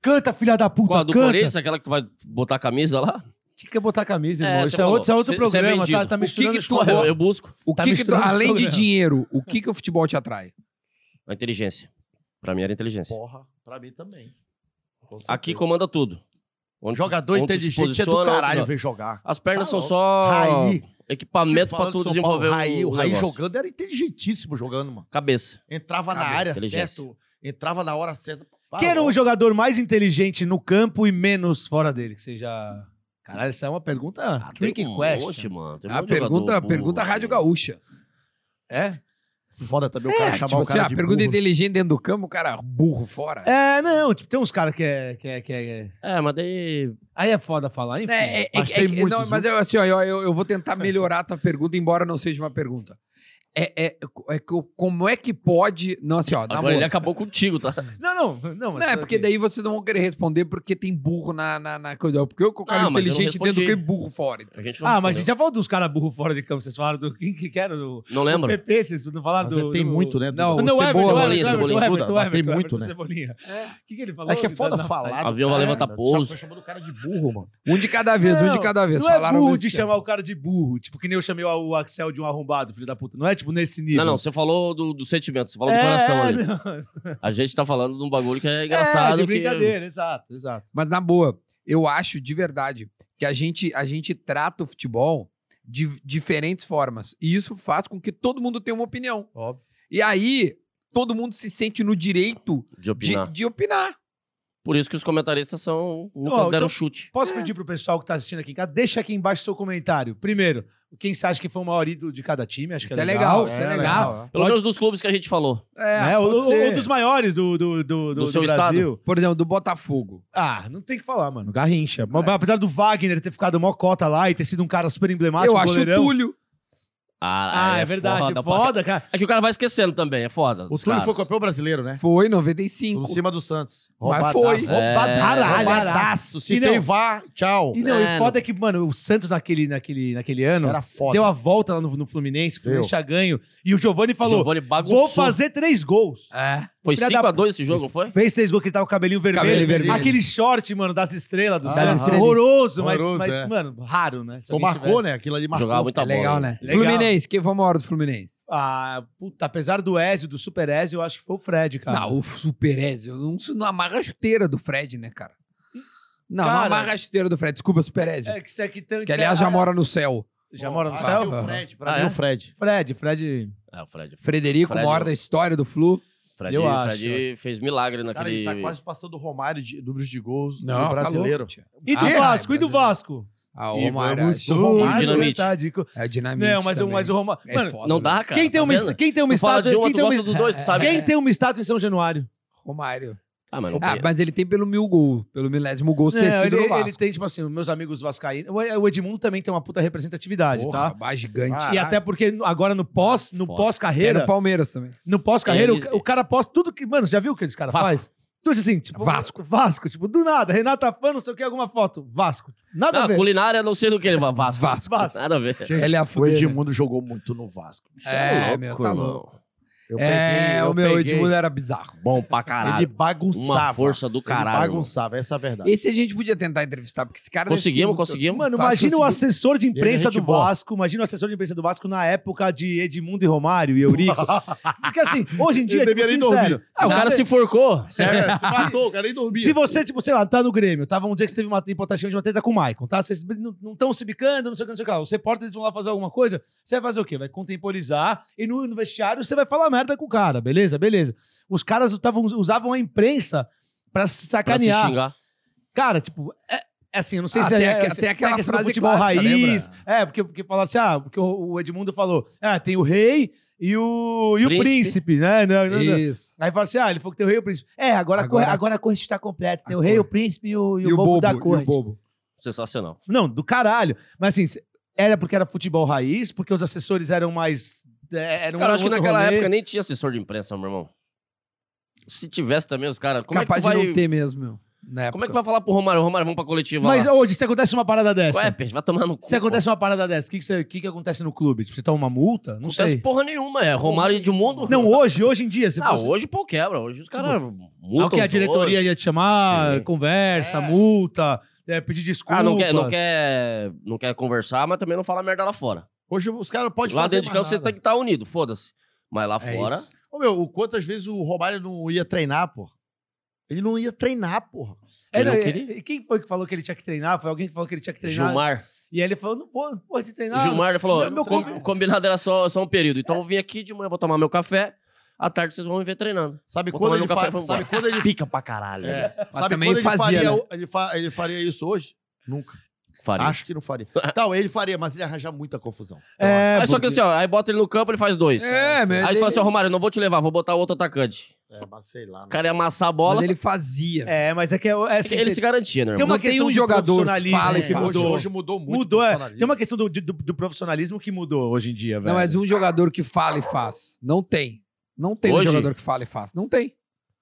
[SPEAKER 4] Canta, filha da puta,
[SPEAKER 3] Qual a do
[SPEAKER 4] canta.
[SPEAKER 3] Corinthians, aquela que tu vai botar a camisa lá?
[SPEAKER 4] Tinha que botar a camisa, irmão.
[SPEAKER 3] É,
[SPEAKER 4] isso,
[SPEAKER 3] você
[SPEAKER 4] é
[SPEAKER 3] falou.
[SPEAKER 4] outro, isso é outro
[SPEAKER 3] Cê- cê é
[SPEAKER 4] programa, tá,
[SPEAKER 3] vendido.
[SPEAKER 4] tá
[SPEAKER 1] O que
[SPEAKER 4] misturando
[SPEAKER 1] que
[SPEAKER 4] as
[SPEAKER 1] tu-
[SPEAKER 4] coisas.
[SPEAKER 3] Eu, eu busco
[SPEAKER 1] O
[SPEAKER 4] Tá
[SPEAKER 1] que, que tu-
[SPEAKER 4] misturando os
[SPEAKER 1] além de
[SPEAKER 4] programas.
[SPEAKER 1] dinheiro, o que, que o futebol te atrai?
[SPEAKER 3] a inteligência. Pra mim era inteligência.
[SPEAKER 2] Porra, pra mim também. Com certeza.
[SPEAKER 3] Aqui comanda tudo. Onde tu-
[SPEAKER 2] Jogador
[SPEAKER 3] onde tu se
[SPEAKER 2] inteligente é do
[SPEAKER 3] posiciona, onde tu-
[SPEAKER 2] caralho ver jogar.
[SPEAKER 3] As pernas são
[SPEAKER 2] Tá
[SPEAKER 3] só
[SPEAKER 2] Raí.
[SPEAKER 3] equipamento pra
[SPEAKER 2] falando
[SPEAKER 3] tu
[SPEAKER 2] de São Paulo,
[SPEAKER 3] desenvolver
[SPEAKER 2] Raí,
[SPEAKER 3] o,
[SPEAKER 2] o Raí
[SPEAKER 3] negócio.
[SPEAKER 2] jogando era inteligentíssimo jogando, mano.
[SPEAKER 3] Cabeça.
[SPEAKER 2] Entrava na
[SPEAKER 3] Cabeça,
[SPEAKER 2] área
[SPEAKER 3] inteligência.
[SPEAKER 2] certo, entrava na hora certa. Pá,
[SPEAKER 4] Quem era o
[SPEAKER 2] ó.
[SPEAKER 4] um jogador mais inteligente no campo e menos fora dele? Que você já. Caralho, essa é uma pergunta.
[SPEAKER 3] Ah, tem
[SPEAKER 4] tricky
[SPEAKER 3] um
[SPEAKER 4] question.
[SPEAKER 3] monte, mano. Tem um
[SPEAKER 1] A
[SPEAKER 3] monte de jogador
[SPEAKER 1] Ah, pergunta,
[SPEAKER 3] burro,
[SPEAKER 1] pergunta
[SPEAKER 3] assim.
[SPEAKER 1] Rádio Gaúcha.
[SPEAKER 4] É?
[SPEAKER 2] Foda também o cara chamar
[SPEAKER 1] tipo
[SPEAKER 2] o
[SPEAKER 1] assim,
[SPEAKER 2] cara
[SPEAKER 1] ah,
[SPEAKER 2] de
[SPEAKER 1] pergunta
[SPEAKER 2] burro.
[SPEAKER 1] inteligente dentro do campo, o cara burro fora.
[SPEAKER 4] É, não, tipo, tem uns caras que é, que, é, que é.
[SPEAKER 3] É, mas daí.
[SPEAKER 4] Aí é foda falar, enfim.
[SPEAKER 1] É, é, é,
[SPEAKER 2] mas
[SPEAKER 1] é
[SPEAKER 2] tem
[SPEAKER 1] que-
[SPEAKER 2] muitos,
[SPEAKER 1] não, mas eu, assim, ó, eu, eu- eu vou tentar melhorar a tua pergunta, embora não seja uma pergunta. É, é, é co- como é que pode. Não, assim, ó, na
[SPEAKER 3] Agora ele
[SPEAKER 1] moral.
[SPEAKER 3] acabou contigo, tá?
[SPEAKER 4] Não, não, não. mas
[SPEAKER 1] Não, é
[SPEAKER 4] tudo
[SPEAKER 1] porque
[SPEAKER 4] bem.
[SPEAKER 1] daí vocês não vão querer responder porque tem burro na, na, na coisa. Porque eu coloquei
[SPEAKER 3] Não, mas eu não
[SPEAKER 1] inteligente dentro do
[SPEAKER 3] respondi.
[SPEAKER 1] campo e burro fora.
[SPEAKER 3] A gente não
[SPEAKER 4] Ah, mas a
[SPEAKER 3] respondeu.
[SPEAKER 4] gente já falou dos caras burro fora de campo. Vocês falaram do. Quem que era? Do
[SPEAKER 3] Não lembra?
[SPEAKER 4] PP, vocês não falaram
[SPEAKER 2] Mas
[SPEAKER 4] do.
[SPEAKER 2] é, tem
[SPEAKER 4] do-
[SPEAKER 2] muito, né?
[SPEAKER 1] Não,
[SPEAKER 4] Não,
[SPEAKER 2] Duda?
[SPEAKER 4] o Everton,
[SPEAKER 1] Cebola,
[SPEAKER 4] o
[SPEAKER 3] Cebolinha,
[SPEAKER 4] Everton, o
[SPEAKER 3] Cebolinha,
[SPEAKER 4] Everton, o
[SPEAKER 2] Duda, mas tem
[SPEAKER 4] Everton, o
[SPEAKER 2] muito,
[SPEAKER 4] Everton,
[SPEAKER 2] né?
[SPEAKER 4] Cebolinha. O que, que ele falou?
[SPEAKER 2] É que é foda
[SPEAKER 4] Da- da-
[SPEAKER 2] falar. do
[SPEAKER 3] Avião vai
[SPEAKER 2] cara,
[SPEAKER 3] levantar
[SPEAKER 2] né?
[SPEAKER 3] pouso.
[SPEAKER 2] Só chamando o cara de burro, mano.
[SPEAKER 1] Um de cada vez, um de
[SPEAKER 4] Não,
[SPEAKER 1] cada vez.
[SPEAKER 4] Não é
[SPEAKER 1] Falaram
[SPEAKER 4] burro
[SPEAKER 1] nesse
[SPEAKER 4] de
[SPEAKER 1] tempo.
[SPEAKER 4] chamar o cara de burro. Tipo, que nem eu chamei o Axel de um arrombado, filho da puta. Não é tipo nesse nível.
[SPEAKER 3] Não, não, você falou do, do sentimento, você falou do
[SPEAKER 4] É,
[SPEAKER 3] coração ali.
[SPEAKER 4] não.
[SPEAKER 3] A gente tá falando de um bagulho que é
[SPEAKER 4] É,
[SPEAKER 3] engraçado.
[SPEAKER 4] de
[SPEAKER 3] que...
[SPEAKER 4] brincadeira, exato, exato.
[SPEAKER 1] Mas na boa, eu acho de verdade que a gente, a gente trata o futebol de diferentes formas. E isso faz com que todo mundo tenha uma opinião.
[SPEAKER 4] Óbvio.
[SPEAKER 1] E aí, todo mundo se sente no direito
[SPEAKER 3] De
[SPEAKER 1] de,
[SPEAKER 3] opinar.
[SPEAKER 1] de opinar.
[SPEAKER 3] Por isso que os comentaristas são. Nunca
[SPEAKER 4] Ó,
[SPEAKER 3] deram
[SPEAKER 4] então-
[SPEAKER 3] chute.
[SPEAKER 4] Posso pedir pro pessoal que tá assistindo aqui em casa, deixa aqui embaixo seu comentário. Primeiro, quem você acha que foi o maior ídolo de cada time? Acho que
[SPEAKER 1] Isso
[SPEAKER 4] é
[SPEAKER 1] é
[SPEAKER 4] legal.
[SPEAKER 1] legal, isso é legal.
[SPEAKER 3] Pelo
[SPEAKER 4] pode-
[SPEAKER 3] menos dos clubes que a gente falou.
[SPEAKER 1] É,
[SPEAKER 4] Né? Ou,
[SPEAKER 1] pode
[SPEAKER 4] ou-
[SPEAKER 1] ser.
[SPEAKER 4] ou dos maiores do, do, do, do-
[SPEAKER 3] seu
[SPEAKER 4] do Brasil.
[SPEAKER 1] Por exemplo, do Botafogo.
[SPEAKER 4] Ah, não tem o que falar, mano. Garrincha. Mas, Apesar do Wagner ter ficado mó cota lá e ter sido um cara super emblemático,
[SPEAKER 1] eu acho
[SPEAKER 4] goleirão.
[SPEAKER 1] o Túlio.
[SPEAKER 3] Ah,
[SPEAKER 4] Ah, é, verdade.
[SPEAKER 3] foda
[SPEAKER 4] Foda,
[SPEAKER 3] pra
[SPEAKER 4] cara.
[SPEAKER 3] É que o cara vai esquecendo também, é foda.
[SPEAKER 2] O
[SPEAKER 3] dos
[SPEAKER 2] Túlio
[SPEAKER 3] caras.
[SPEAKER 2] foi campeão brasileiro, né?
[SPEAKER 1] Foi,
[SPEAKER 2] Em
[SPEAKER 1] 95.
[SPEAKER 2] cima do Santos.
[SPEAKER 1] Mas foi.
[SPEAKER 2] Roubadaço.
[SPEAKER 3] É,
[SPEAKER 2] Roubadaço. Se
[SPEAKER 4] E não-
[SPEAKER 2] tem vá, tchau.
[SPEAKER 4] E não, e
[SPEAKER 3] É,
[SPEAKER 4] foda é que, mano, o Santos naquele, naquele, naquele ano
[SPEAKER 2] Era foda.
[SPEAKER 4] deu a volta lá no, no Fluminense, o Fluminense tinha ganho. E o Giovani falou:
[SPEAKER 3] Giovani bagunçou.
[SPEAKER 4] vou fazer três gols.
[SPEAKER 1] É.
[SPEAKER 3] Foi
[SPEAKER 4] filha
[SPEAKER 3] 5x2
[SPEAKER 4] da-
[SPEAKER 3] esse jogo, não foi?
[SPEAKER 4] Fez três gols que ele tava com o cabelinho vermelho.
[SPEAKER 1] Cabelo vermelho. Ah,
[SPEAKER 4] Aquele short, mano, das estrelas do
[SPEAKER 2] Das
[SPEAKER 4] Santos.
[SPEAKER 2] estrelas.
[SPEAKER 4] Horroroso, mas,
[SPEAKER 2] Horroroso,
[SPEAKER 4] mas,
[SPEAKER 2] é.
[SPEAKER 4] mano, raro, né? Se
[SPEAKER 2] Então
[SPEAKER 4] alguém
[SPEAKER 2] marcou,
[SPEAKER 4] tiver-
[SPEAKER 2] né? Aquilo ali marcou.
[SPEAKER 3] Jogava muita
[SPEAKER 1] é
[SPEAKER 3] bola.
[SPEAKER 1] legal, né?
[SPEAKER 4] Legal.
[SPEAKER 1] Fluminense, quem foi o maior do Fluminense?
[SPEAKER 4] Ah, puta, apesar do Ezio, do Super Ezio, eu acho que foi o Fred, cara.
[SPEAKER 1] Não, o Super Ezio. Não, isso não amarra a chuteira do Fred, né, cara? Não, não
[SPEAKER 4] Cara-
[SPEAKER 1] amarra a chuteira do Fred. Desculpa, Super Ezio.
[SPEAKER 4] É que isso aqui tem.
[SPEAKER 1] Que aliás já mora no céu.
[SPEAKER 4] Já mora no
[SPEAKER 2] Ah,
[SPEAKER 4] céu?
[SPEAKER 2] e o Fred, pra
[SPEAKER 3] Ah,
[SPEAKER 2] mim,
[SPEAKER 3] é?
[SPEAKER 2] o Fred.
[SPEAKER 4] Fred, Fred.
[SPEAKER 3] É, o Fred.
[SPEAKER 1] Frederico,
[SPEAKER 3] Fred,
[SPEAKER 1] maior
[SPEAKER 3] eu-
[SPEAKER 1] da história do Flu.
[SPEAKER 3] Fred,
[SPEAKER 4] Eu
[SPEAKER 3] Fred
[SPEAKER 4] acho.
[SPEAKER 3] fez milagre
[SPEAKER 2] Cara,
[SPEAKER 3] naquele.
[SPEAKER 2] ele tá quase passando o Romário de números de gols
[SPEAKER 1] Não,
[SPEAKER 2] no
[SPEAKER 1] tá
[SPEAKER 2] brasileiro.
[SPEAKER 1] louco, tia.
[SPEAKER 4] E do
[SPEAKER 1] Ah,
[SPEAKER 4] Vasco, e do
[SPEAKER 1] brasileiro.
[SPEAKER 4] Vasco?
[SPEAKER 1] Ah, o
[SPEAKER 2] E
[SPEAKER 1] Romário.
[SPEAKER 2] vamos
[SPEAKER 1] acho.
[SPEAKER 2] O Romário,
[SPEAKER 4] Vasco,
[SPEAKER 3] dinamite.
[SPEAKER 4] verdade.
[SPEAKER 1] É dinamite.
[SPEAKER 4] Não, mas, o-
[SPEAKER 1] também.
[SPEAKER 4] mas o Romário.
[SPEAKER 1] É
[SPEAKER 4] mano,
[SPEAKER 1] foda,
[SPEAKER 3] Não
[SPEAKER 1] né?
[SPEAKER 3] dá, cara.
[SPEAKER 4] quem, tem
[SPEAKER 3] tá
[SPEAKER 4] uma,
[SPEAKER 3] vendo?
[SPEAKER 4] est- quem tem uma
[SPEAKER 3] Tu fala
[SPEAKER 4] estátua.
[SPEAKER 3] de uma,
[SPEAKER 4] Quem
[SPEAKER 3] tu
[SPEAKER 4] tem uma,
[SPEAKER 3] gosta dos dois, tu sabe.
[SPEAKER 4] quem tem uma estátua em São Januário?
[SPEAKER 1] Romário.
[SPEAKER 3] Ah, mas não
[SPEAKER 1] Ah, mas ele tem pelo mil gol. Pelo milésimo gol
[SPEAKER 4] Não, ele,
[SPEAKER 1] cedido no
[SPEAKER 4] ele
[SPEAKER 1] é Vasco.
[SPEAKER 4] tem, tipo assim, meus amigos vascaínos. O- O Edmundo também tem uma puta representatividade,
[SPEAKER 1] Porra,
[SPEAKER 4] tá?
[SPEAKER 1] bah, gigante.
[SPEAKER 2] Ah,
[SPEAKER 4] E
[SPEAKER 2] caralho.
[SPEAKER 4] até porque agora no pós, no
[SPEAKER 3] Foda.
[SPEAKER 1] Era
[SPEAKER 4] pós-carreira,
[SPEAKER 1] o Palmeiras também.
[SPEAKER 4] no pós-carreira,
[SPEAKER 3] Ele-
[SPEAKER 4] o, o cara posta tudo que, mano, já viu o que esse cara
[SPEAKER 3] Vasco.
[SPEAKER 4] faz? Tudo assim, tipo,
[SPEAKER 1] Vasco.
[SPEAKER 4] Vasco, tipo, do nada, Renata Fã, não sei o que, alguma foto, Vasco. Nada
[SPEAKER 3] Não,
[SPEAKER 4] a ver.
[SPEAKER 3] culinária, não sei do que ele vai. Vasco.
[SPEAKER 1] Vasco.
[SPEAKER 4] Vasco.
[SPEAKER 3] Nada a ver.
[SPEAKER 2] Gente,
[SPEAKER 1] Ele é a
[SPEAKER 2] o
[SPEAKER 1] fuder, né?
[SPEAKER 2] Edmundo jogou muito no Vasco.
[SPEAKER 3] Cê é
[SPEAKER 1] É, meu, tá
[SPEAKER 3] irmão.
[SPEAKER 1] louco.
[SPEAKER 2] Eu peguei-
[SPEAKER 1] É,
[SPEAKER 2] eu
[SPEAKER 1] o meu
[SPEAKER 2] peguei.
[SPEAKER 1] Edmundo era bizarro.
[SPEAKER 3] Bom pra
[SPEAKER 2] Ele
[SPEAKER 3] caralho.
[SPEAKER 2] bagunçava.
[SPEAKER 3] Uma força do caralho.
[SPEAKER 2] Ele bagunçava, essa é a verdade.
[SPEAKER 1] Esse a gente podia tentar entrevistar, porque esse cara... deve ser
[SPEAKER 3] Conseguimos,
[SPEAKER 1] muito-
[SPEAKER 3] conseguimos.
[SPEAKER 4] um Mano,
[SPEAKER 1] Tá,
[SPEAKER 4] imagina o
[SPEAKER 1] conseguiu.
[SPEAKER 4] assessor de imprensa
[SPEAKER 2] Ele é gente
[SPEAKER 4] do
[SPEAKER 2] boa.
[SPEAKER 4] Vasco, imagina o assessor de imprensa do Vasco na época de Edmundo e Romário e Eurico. Porque assim, hoje em dia,
[SPEAKER 2] Ele
[SPEAKER 4] tipo,
[SPEAKER 2] devia nem
[SPEAKER 4] sincero,
[SPEAKER 3] Ah, o cara se forcou.
[SPEAKER 2] É, se matou, o cara nem dormia.
[SPEAKER 4] se você, tipo, sei lá, tá no Grêmio, tá? Vamos dizer que você teve uma importação de uma treta com o Maicon, tá? Vocês não- não estão se bicando, não sei o que, não sei o que lá. Os repórteres vão lá fazer alguma coisa, você vai fazer o quê? Vai contemporizar e no, no vestiário você vai falar merda com o cara, beleza? Beleza. Os caras estavam- usavam a imprensa pra
[SPEAKER 3] Pra se
[SPEAKER 4] se sacanear.
[SPEAKER 3] xingar.
[SPEAKER 4] Cara, tipo, é- É assim, eu não sei
[SPEAKER 1] Ah,
[SPEAKER 4] se é,
[SPEAKER 1] tem
[SPEAKER 4] é,
[SPEAKER 1] aque-
[SPEAKER 4] se-
[SPEAKER 1] tem aquela
[SPEAKER 4] é questão do
[SPEAKER 1] frase
[SPEAKER 4] futebol
[SPEAKER 1] clássica,
[SPEAKER 4] raiz. É, porque, porque falaram assim, ah, porque o, o Edmundo falou, ah, tem o rei e o, e o príncipe.
[SPEAKER 3] Príncipe.
[SPEAKER 4] né? Não, não, não.
[SPEAKER 1] Isso.
[SPEAKER 4] Aí fala assim, ah, ele falou que tem o rei e o príncipe. É, agora, a
[SPEAKER 1] Agora-
[SPEAKER 4] cor- agora a corte está completa. Tem o
[SPEAKER 1] A
[SPEAKER 4] rei, o
[SPEAKER 1] corte.
[SPEAKER 4] príncipe e o,
[SPEAKER 1] E,
[SPEAKER 4] e o, bobo, da
[SPEAKER 1] e o
[SPEAKER 4] corte.
[SPEAKER 1] bobo.
[SPEAKER 3] Sensacional.
[SPEAKER 4] Não, do caralho. Mas assim, se- era porque era futebol raiz, porque os assessores eram mais... é, Era um
[SPEAKER 3] Cara, acho que
[SPEAKER 4] outro
[SPEAKER 3] naquela
[SPEAKER 4] rolê.
[SPEAKER 3] época nem tinha assessor de imprensa, meu irmão. Se tivesse também, os caras. Como, é que tu
[SPEAKER 1] Capaz de
[SPEAKER 3] vai-
[SPEAKER 1] não ter mesmo, meu. Na época.
[SPEAKER 3] como é que vai falar pro Romário? Romário, vamos pra coletiva
[SPEAKER 4] Mas
[SPEAKER 3] lá.
[SPEAKER 4] hoje, se acontece uma parada dessa...
[SPEAKER 3] Qual é, Peixe? Vai tomar no cu.
[SPEAKER 4] Se acontece uma parada dessa, o que, que, você- o que que acontece no clube? Tipo, você toma uma multa? Não,
[SPEAKER 3] Não acontece
[SPEAKER 4] sei.
[SPEAKER 3] porra nenhuma, é. Romário e Edmundo.
[SPEAKER 4] Não, hoje, hoje em dia. Se
[SPEAKER 3] Ah,
[SPEAKER 4] fosse-
[SPEAKER 3] hoje o pau quebra. Hoje os caras
[SPEAKER 4] Ah,
[SPEAKER 3] multam.
[SPEAKER 4] o que a
[SPEAKER 3] os
[SPEAKER 4] diretoria
[SPEAKER 3] dois.
[SPEAKER 4] ia te chamar,
[SPEAKER 3] Sim.
[SPEAKER 4] conversa,
[SPEAKER 3] É.
[SPEAKER 4] multa, é, pedir desculpas.
[SPEAKER 3] Ah, não quer, não, quer, não quer conversar, mas também não fala merda lá fora.
[SPEAKER 2] Hoje os caras podem
[SPEAKER 3] lá
[SPEAKER 2] fazer
[SPEAKER 3] dentro de
[SPEAKER 2] mais
[SPEAKER 3] campo você
[SPEAKER 2] nada.
[SPEAKER 3] tem que estar unido, foda-se. Mas lá
[SPEAKER 1] É
[SPEAKER 3] fora.
[SPEAKER 1] isso.
[SPEAKER 2] Ô, meu, o quantas vezes o Romário não ia treinar, porra? Ele não ia treinar, porra.
[SPEAKER 4] É, não,
[SPEAKER 3] Ele não
[SPEAKER 4] é,
[SPEAKER 3] queria.
[SPEAKER 4] e quem foi que falou que ele tinha que treinar? Foi alguém que falou que ele tinha que treinar.
[SPEAKER 3] Gilmar.
[SPEAKER 4] E aí ele falou, não vou, não vou te
[SPEAKER 3] O
[SPEAKER 4] treinar.
[SPEAKER 3] Gilmar ele falou:
[SPEAKER 4] Não, meu
[SPEAKER 3] "Com-
[SPEAKER 4] combi-
[SPEAKER 3] o combinado era só, só um período. Então eu vim aqui de manhã, vou tomar meu café. À tarde vocês vão me ver treinando.
[SPEAKER 2] Sabe
[SPEAKER 3] Vou
[SPEAKER 2] quando
[SPEAKER 3] tomar
[SPEAKER 2] ele
[SPEAKER 3] meu café
[SPEAKER 2] faz?
[SPEAKER 3] pra
[SPEAKER 2] Sabe quando ele
[SPEAKER 3] Pica pra caralho.
[SPEAKER 2] É. Sabe
[SPEAKER 1] também
[SPEAKER 2] quando ele
[SPEAKER 1] fazia,
[SPEAKER 2] faria,
[SPEAKER 1] né?
[SPEAKER 2] o- ele, fa- ele faria isso hoje? Nunca.
[SPEAKER 3] Faria.
[SPEAKER 2] Acho que não faria. Então, ele faria, mas ele ia arranjar muita confusão.
[SPEAKER 4] É,
[SPEAKER 3] aí só que assim,
[SPEAKER 4] porque-
[SPEAKER 3] ó, aí bota ele no campo, ele faz dois.
[SPEAKER 1] É, mas
[SPEAKER 3] Aí
[SPEAKER 1] ele-
[SPEAKER 3] ele fala assim, ó, Romário, não vou te levar, vou botar outro atacante.
[SPEAKER 2] É, mas sei lá.
[SPEAKER 3] O
[SPEAKER 2] né?
[SPEAKER 3] cara ia amassar a
[SPEAKER 1] Mas
[SPEAKER 3] bola,
[SPEAKER 1] ele fazia.
[SPEAKER 4] É, mas é que é, é assim,
[SPEAKER 3] ele se garantia, né,
[SPEAKER 4] tem
[SPEAKER 3] irmão?
[SPEAKER 4] uma
[SPEAKER 1] Não tem
[SPEAKER 4] questão
[SPEAKER 1] um
[SPEAKER 4] de
[SPEAKER 1] jogador que
[SPEAKER 4] profissionalismo
[SPEAKER 1] fala e
[SPEAKER 4] que
[SPEAKER 1] fala.
[SPEAKER 2] hoje,
[SPEAKER 4] mudou.
[SPEAKER 2] hoje mudou muito.
[SPEAKER 4] Mudou, é.
[SPEAKER 2] profissionalismo.
[SPEAKER 4] Tem uma questão do, do- do profissionalismo que mudou hoje em dia, velho.
[SPEAKER 1] Não, mas um jogador que fala e faz. Não tem. Não tem um
[SPEAKER 3] Hoje?
[SPEAKER 1] jogador que fala e faz. Não tem.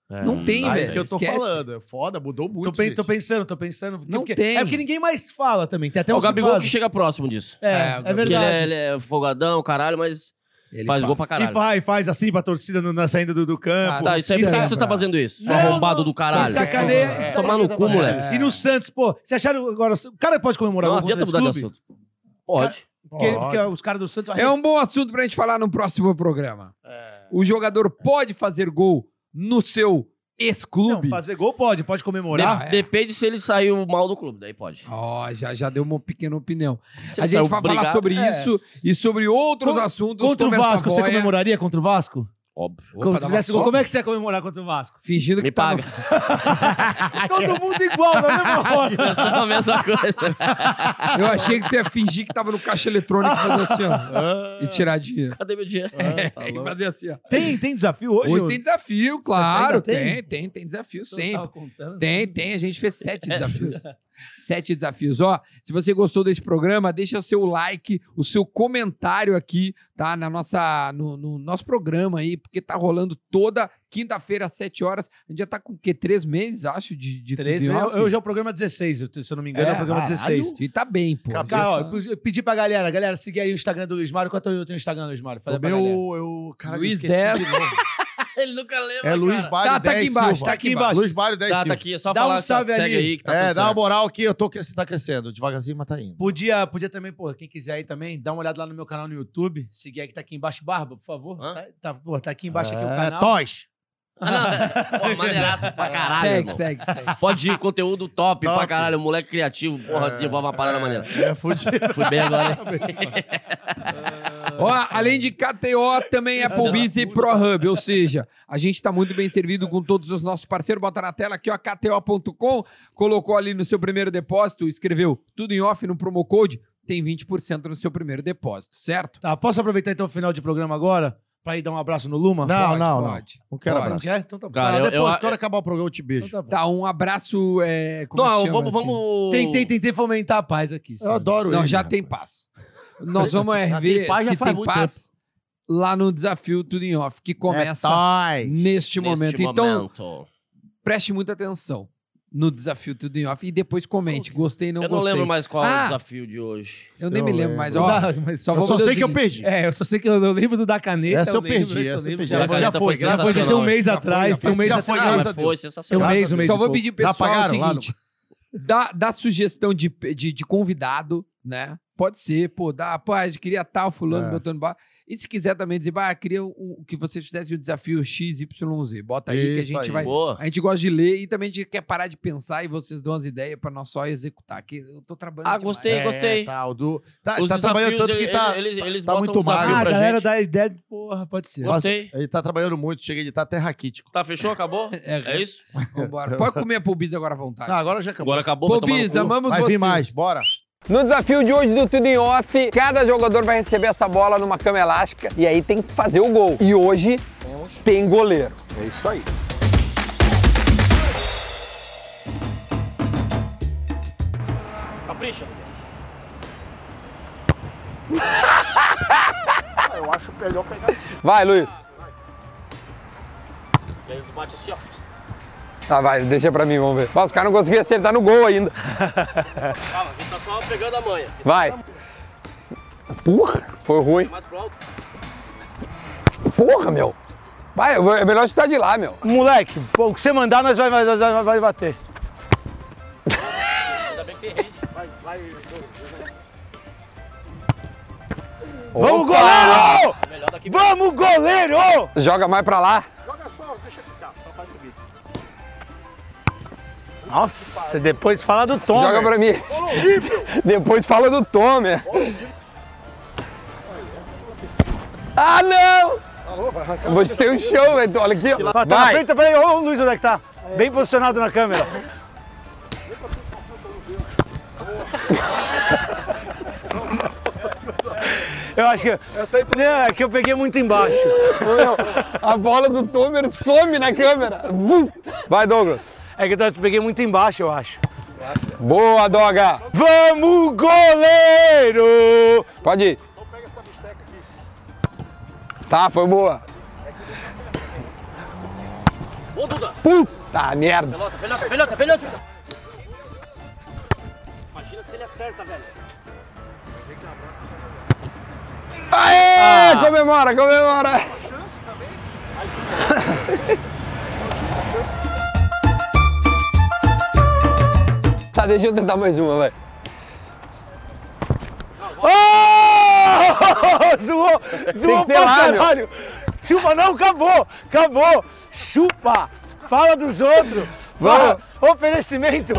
[SPEAKER 2] É.
[SPEAKER 1] Não tem,
[SPEAKER 2] Ah,
[SPEAKER 1] velho.
[SPEAKER 2] É que eu tô
[SPEAKER 1] Esquece.
[SPEAKER 2] falando. É foda, mudou muito.
[SPEAKER 4] tô, pen- tô
[SPEAKER 2] gente.
[SPEAKER 4] pensando, tô pensando. porque-
[SPEAKER 1] Não
[SPEAKER 4] porque-
[SPEAKER 1] tem.
[SPEAKER 4] É porque ninguém mais fala também. Tem até
[SPEAKER 3] É o
[SPEAKER 4] uns que
[SPEAKER 3] Gabigol que,
[SPEAKER 4] fazem.
[SPEAKER 3] chega próximo disso.
[SPEAKER 4] É,
[SPEAKER 1] É, o
[SPEAKER 4] é
[SPEAKER 1] Gabigol.
[SPEAKER 3] Porque ele é,
[SPEAKER 4] verdade.
[SPEAKER 3] ele é folgadão, caralho, mas
[SPEAKER 1] Ele
[SPEAKER 3] faz gol pra caralho.
[SPEAKER 4] E vai, faz assim pra torcida no- na saída do, do campo.
[SPEAKER 1] Ah,
[SPEAKER 3] Tá, isso aí, por que
[SPEAKER 1] Isso
[SPEAKER 3] você
[SPEAKER 1] é
[SPEAKER 3] tá
[SPEAKER 1] brabo.
[SPEAKER 3] fazendo isso? Só
[SPEAKER 4] Não,
[SPEAKER 3] arrombado do
[SPEAKER 4] Sem
[SPEAKER 3] caralho.
[SPEAKER 4] sacaneia.
[SPEAKER 2] É.
[SPEAKER 3] Tomar no cu, moleque.
[SPEAKER 4] E no Santos, pô, você acharam agora. O cara pode comemorar
[SPEAKER 3] Não
[SPEAKER 4] gol contra
[SPEAKER 3] adianta
[SPEAKER 4] esse
[SPEAKER 3] mudar de
[SPEAKER 4] clube?
[SPEAKER 3] assunto. Pode.
[SPEAKER 4] Porque,
[SPEAKER 2] Pode.
[SPEAKER 4] porque os caras do Santos.
[SPEAKER 1] É um bom assunto pra gente falar no próximo programa.
[SPEAKER 2] É.
[SPEAKER 1] O jogador pode fazer gol no seu ex-clube?
[SPEAKER 4] Não, fazer gol pode, pode comemorar.
[SPEAKER 1] Não, é.
[SPEAKER 3] Depende se ele saiu mal do clube, daí pode.
[SPEAKER 1] Ó, já, já deu uma pequena opinião.
[SPEAKER 3] Se
[SPEAKER 1] a gente
[SPEAKER 3] ele saiu
[SPEAKER 1] vai falar
[SPEAKER 3] brigado,
[SPEAKER 1] sobre
[SPEAKER 4] é.
[SPEAKER 1] isso e sobre outros
[SPEAKER 4] Con-
[SPEAKER 1] assuntos.
[SPEAKER 4] Contra o
[SPEAKER 1] sobre essa
[SPEAKER 4] Vasco, você
[SPEAKER 1] boia.
[SPEAKER 4] comemoraria contra o Vasco?
[SPEAKER 3] Óbvio. *laughs*
[SPEAKER 1] Opa,
[SPEAKER 4] Como,
[SPEAKER 1] dava
[SPEAKER 4] fizesse gol,
[SPEAKER 1] só-
[SPEAKER 4] como é que você ia comemorar contra
[SPEAKER 1] *laughs*
[SPEAKER 4] o Vasco?
[SPEAKER 1] Fingindo que
[SPEAKER 3] Me
[SPEAKER 1] tá
[SPEAKER 3] paga.
[SPEAKER 1] no-
[SPEAKER 4] Todo mundo igual, na
[SPEAKER 1] *laughs*
[SPEAKER 4] mesma hora.
[SPEAKER 3] É só a mesma coisa. *laughs*
[SPEAKER 1] Eu achei que tu ia fingir que tava no caixa eletrônico e fazer assim,
[SPEAKER 4] *laughs*
[SPEAKER 1] ó. e tirar dinheiro.
[SPEAKER 3] Cadê meu dinheiro?
[SPEAKER 2] Ah, tá
[SPEAKER 1] Tem que
[SPEAKER 2] louco.
[SPEAKER 1] fazer assim, ó.
[SPEAKER 4] Tem, tem desafio hoje?
[SPEAKER 1] Hoje tem desafio, claro.
[SPEAKER 4] ainda tem? Então tá
[SPEAKER 1] Tem, tem, tem desafio
[SPEAKER 4] Eu
[SPEAKER 1] sempre.
[SPEAKER 4] tava contando. né?
[SPEAKER 1] Tem, tem. A gente fez sete desafios. Sete desafios. Ó, se você gostou desse programa, deixa o seu like, o seu comentário aqui, tá? Na nossa, no, no nosso programa aí, porque tá rolando toda quinta-feira às sete horas. A gente já tá com o quê? Três meses, acho, de, de
[SPEAKER 4] Três,
[SPEAKER 1] tudo em
[SPEAKER 4] né?
[SPEAKER 1] off.
[SPEAKER 4] Hoje é o programa 16, eu te- se eu não me engano, é, o programa
[SPEAKER 2] caralho.
[SPEAKER 4] 16.
[SPEAKER 1] E tá bem, pô.
[SPEAKER 4] Cara, ó, eu eu pedi pra galera, galera, seguir aí o Instagram do Luiz Mário. Qual é o teu- teu Instagram, Luiz Mário? Fala
[SPEAKER 2] O
[SPEAKER 4] pra galera.
[SPEAKER 2] meu, eu, caralho,
[SPEAKER 1] Luiz
[SPEAKER 2] esqueci de
[SPEAKER 1] Dez.
[SPEAKER 2] novo.
[SPEAKER 3] Ele nunca lembra.
[SPEAKER 2] É Luiz
[SPEAKER 3] cara.
[SPEAKER 2] Bário
[SPEAKER 1] Tá, tá
[SPEAKER 2] 10
[SPEAKER 1] aqui embaixo,
[SPEAKER 2] Silva.
[SPEAKER 1] tá aqui embaixo.
[SPEAKER 2] Luiz Bário 10
[SPEAKER 3] Tá, tá
[SPEAKER 2] Silva.
[SPEAKER 3] aqui, é só
[SPEAKER 4] Dá
[SPEAKER 3] falar.
[SPEAKER 4] um salve
[SPEAKER 3] segue
[SPEAKER 4] ali.
[SPEAKER 3] aí que tá
[SPEAKER 2] é,
[SPEAKER 3] tudo
[SPEAKER 2] dá uma
[SPEAKER 3] certo.
[SPEAKER 2] moral aqui, eu tô crescendo, tá crescendo. Devagarzinho, mas tá indo.
[SPEAKER 4] Podia, podia também, pô, quem quiser aí também, dá uma olhada lá no meu canal no YouTube. Seguir aí que tá aqui embaixo, Barba, por favor.
[SPEAKER 3] Hã?
[SPEAKER 4] Tá, tá, pô, tá aqui embaixo aqui o
[SPEAKER 2] É,
[SPEAKER 4] canal.
[SPEAKER 2] Toys.
[SPEAKER 3] Ah,
[SPEAKER 2] *laughs*
[SPEAKER 3] não, Pô, maneiraço pra caralho,
[SPEAKER 1] segue,
[SPEAKER 3] irmão.
[SPEAKER 1] segue,
[SPEAKER 4] *laughs*
[SPEAKER 1] segue.
[SPEAKER 3] Pode ir, conteúdo top,
[SPEAKER 2] Top.
[SPEAKER 3] pra caralho. Moleque criativo, porra, desenvolve uma parada maneira.
[SPEAKER 2] É, *laughs* fudido.
[SPEAKER 3] Fui bem agora. né?
[SPEAKER 1] Ó, além de KTO, também Applebee's e ProHub. Ou seja, a gente está muito bem servido com todos os nossos parceiros. Bota na tela aqui, ó, KTO.com. Colocou ali no seu primeiro depósito, escreveu tudo em off no promo code, tem 20% no seu primeiro depósito, certo?
[SPEAKER 4] Tá, posso aproveitar então o final de programa agora pra ir dar um abraço no Luma?
[SPEAKER 2] Não,
[SPEAKER 1] Pode,
[SPEAKER 2] não,
[SPEAKER 1] pode.
[SPEAKER 2] Não
[SPEAKER 1] Pode.
[SPEAKER 2] quero
[SPEAKER 4] Não
[SPEAKER 2] abraço.
[SPEAKER 4] quer? Então tá bom.
[SPEAKER 3] Cara,
[SPEAKER 2] Ah,
[SPEAKER 3] eu-
[SPEAKER 2] depois,
[SPEAKER 3] eu-
[SPEAKER 2] quando acabar o programa, eu te beijo.
[SPEAKER 4] Então tá bom.
[SPEAKER 1] Tá, um abraço. É, como é que
[SPEAKER 3] Não,
[SPEAKER 1] chama,
[SPEAKER 3] vamos,
[SPEAKER 1] assim?
[SPEAKER 3] vamos.
[SPEAKER 4] Tentei, tentei fomentar a paz aqui.
[SPEAKER 2] Eu
[SPEAKER 4] sabe?
[SPEAKER 2] adoro
[SPEAKER 1] Não,
[SPEAKER 2] ele,
[SPEAKER 1] já
[SPEAKER 2] rapaz.
[SPEAKER 1] tem paz. Nós vamos é
[SPEAKER 2] Já
[SPEAKER 1] ver
[SPEAKER 2] tem paz, já
[SPEAKER 1] se
[SPEAKER 2] faz
[SPEAKER 1] tem
[SPEAKER 2] muito
[SPEAKER 1] paz lá no desafio Tudo em Off, que começa
[SPEAKER 2] É Toys.
[SPEAKER 1] neste, momento. Então,
[SPEAKER 3] momento.
[SPEAKER 1] preste muita atenção no desafio Tudo em Off e depois comente. Gostei, não
[SPEAKER 3] eu não
[SPEAKER 1] gostei.
[SPEAKER 3] lembro mais qual é
[SPEAKER 1] Ah!
[SPEAKER 3] o desafio de hoje.
[SPEAKER 1] Eu nem
[SPEAKER 2] Eu
[SPEAKER 1] me lembro,
[SPEAKER 2] lembro.
[SPEAKER 1] mais,
[SPEAKER 4] Não
[SPEAKER 1] ó.
[SPEAKER 4] dá, mas-
[SPEAKER 1] Só
[SPEAKER 2] Eu
[SPEAKER 1] vou
[SPEAKER 2] só
[SPEAKER 1] fazer o
[SPEAKER 2] sei que eu
[SPEAKER 1] seguinte.
[SPEAKER 2] perdi.
[SPEAKER 4] É, eu só sei que eu, eu lembro do da caneta.
[SPEAKER 2] Essa eu
[SPEAKER 4] lembro,
[SPEAKER 2] perdi, essa eu
[SPEAKER 4] lembro.
[SPEAKER 2] perdi.
[SPEAKER 4] Já
[SPEAKER 3] Essa
[SPEAKER 4] foi,
[SPEAKER 2] Já
[SPEAKER 3] caneta
[SPEAKER 2] foi,
[SPEAKER 3] foi
[SPEAKER 4] já
[SPEAKER 2] graças
[SPEAKER 4] foi,
[SPEAKER 2] a Deus.
[SPEAKER 4] já tem um
[SPEAKER 1] sensacional.
[SPEAKER 4] mês
[SPEAKER 1] Já foi,
[SPEAKER 4] atrás,
[SPEAKER 1] já
[SPEAKER 4] tem um
[SPEAKER 1] foi,
[SPEAKER 4] mês
[SPEAKER 2] já foi,
[SPEAKER 3] Ah,
[SPEAKER 4] atrás.
[SPEAKER 2] graças
[SPEAKER 3] mas
[SPEAKER 2] a Deus.
[SPEAKER 3] foi sensacional.
[SPEAKER 4] Tem um
[SPEAKER 2] Graças
[SPEAKER 4] mês,
[SPEAKER 2] a
[SPEAKER 4] um mês.
[SPEAKER 1] Só
[SPEAKER 4] e
[SPEAKER 1] vou
[SPEAKER 4] pouco.
[SPEAKER 1] pedir pro pessoal
[SPEAKER 2] apagaram
[SPEAKER 1] o
[SPEAKER 2] lá no-
[SPEAKER 1] seguinte: dá, dá sugestão de, de, de convidado, né?
[SPEAKER 7] Pode ser, pô, dá, rapaz, queria tal, fulano,
[SPEAKER 2] É.
[SPEAKER 7] botando bar. E se quiser também dizer, bah, queria o- o que vocês fizessem o desafio XYZ. Bota aí que a
[SPEAKER 2] Isso
[SPEAKER 7] gente
[SPEAKER 2] aí.
[SPEAKER 7] vai.
[SPEAKER 3] Boa.
[SPEAKER 7] A gente gosta de ler e também a gente quer parar de pensar e vocês dão as ideias pra nós só executar. Que eu tô trabalhando.
[SPEAKER 3] Ah,
[SPEAKER 7] demais.
[SPEAKER 3] gostei. gostei.
[SPEAKER 2] Tá, o Du- tá,
[SPEAKER 3] Os
[SPEAKER 2] tá trabalhando
[SPEAKER 3] desafios,
[SPEAKER 2] tanto que
[SPEAKER 3] ele-
[SPEAKER 2] tá.
[SPEAKER 3] Eles, eles
[SPEAKER 2] tá
[SPEAKER 3] botam
[SPEAKER 2] muito
[SPEAKER 3] um desafio
[SPEAKER 2] magro.
[SPEAKER 8] Ah, a
[SPEAKER 3] pra
[SPEAKER 8] galera
[SPEAKER 3] gente.
[SPEAKER 8] dá ideia de porra, pode ser.
[SPEAKER 3] Gostei.
[SPEAKER 2] Ele tá trabalhando muito, chega de tá terraquítico.
[SPEAKER 3] Tá, fechou? Acabou? É isso?
[SPEAKER 7] Vambora. Pode comer a pubis agora à vontade.
[SPEAKER 2] Tá, agora já acabou.
[SPEAKER 3] Agora acabou, vai tomar no
[SPEAKER 7] Pubis,
[SPEAKER 3] cu.
[SPEAKER 7] amamos
[SPEAKER 2] Vai vir
[SPEAKER 7] vocês.
[SPEAKER 2] mais, bora.
[SPEAKER 1] No desafio de hoje do Tudo em Off, cada jogador vai receber essa bola numa cama elástica e aí tem que fazer o gol. E hoje tem goleiro. É isso aí.
[SPEAKER 3] Capricha.
[SPEAKER 1] Vai, Luiz.
[SPEAKER 3] E aí bate assim, ó.
[SPEAKER 1] Tá, vai, deixa pra mim, vamos ver. Ó, os caras não conseguiram acertar no gol ainda.
[SPEAKER 3] Calma, a gente tá só pegando a manha.
[SPEAKER 1] Vai. Porra, foi ruim.
[SPEAKER 3] Mais pro alto.
[SPEAKER 1] Porra, meu. Vai, eu vou- é melhor chutar de lá, meu.
[SPEAKER 4] Moleque, pô, o que você mandar, nós vai, nós vai, nós vai bater. Vamos, goleiro!
[SPEAKER 3] É Melhor daqui.
[SPEAKER 4] Vamos, goleiro!
[SPEAKER 1] Joga mais pra lá.
[SPEAKER 4] Nossa, depois fala do Tom.
[SPEAKER 1] Joga pra mim. *laughs* Depois fala do Tomer. Ah, não! Vou ter um show, velho. Olha aqui, ó.
[SPEAKER 4] Tá na
[SPEAKER 1] Vai.
[SPEAKER 4] frente, peraí, ô ô, Luiz, onde é que tá? Bem posicionado na câmera. *laughs* Eu acho que. Não, é que eu peguei muito embaixo.
[SPEAKER 1] A bola do Tomer some na câmera. Vum. Vai, Douglas.
[SPEAKER 4] É que eu peguei muito embaixo, eu acho.
[SPEAKER 1] Boa, Doga.
[SPEAKER 4] Vamos, goleiro!
[SPEAKER 1] Pode ir. Tá, foi boa.
[SPEAKER 3] Ô, Duda.
[SPEAKER 1] Puta merda.
[SPEAKER 3] Pelota, pelota, pelota, pelota. Imagina se ele acerta, velho.
[SPEAKER 4] Ah.
[SPEAKER 1] Aê! Comemora, comemora. Tá, deixa eu tentar mais uma, vai.
[SPEAKER 4] Oh! *laughs* Zoou,
[SPEAKER 1] Tem
[SPEAKER 4] zoou
[SPEAKER 1] que ser
[SPEAKER 4] pra
[SPEAKER 1] lá, meu.
[SPEAKER 4] caralho. Chupa, não, acabou, acabou. Chupa, fala dos outros. Fala. Oferecimento.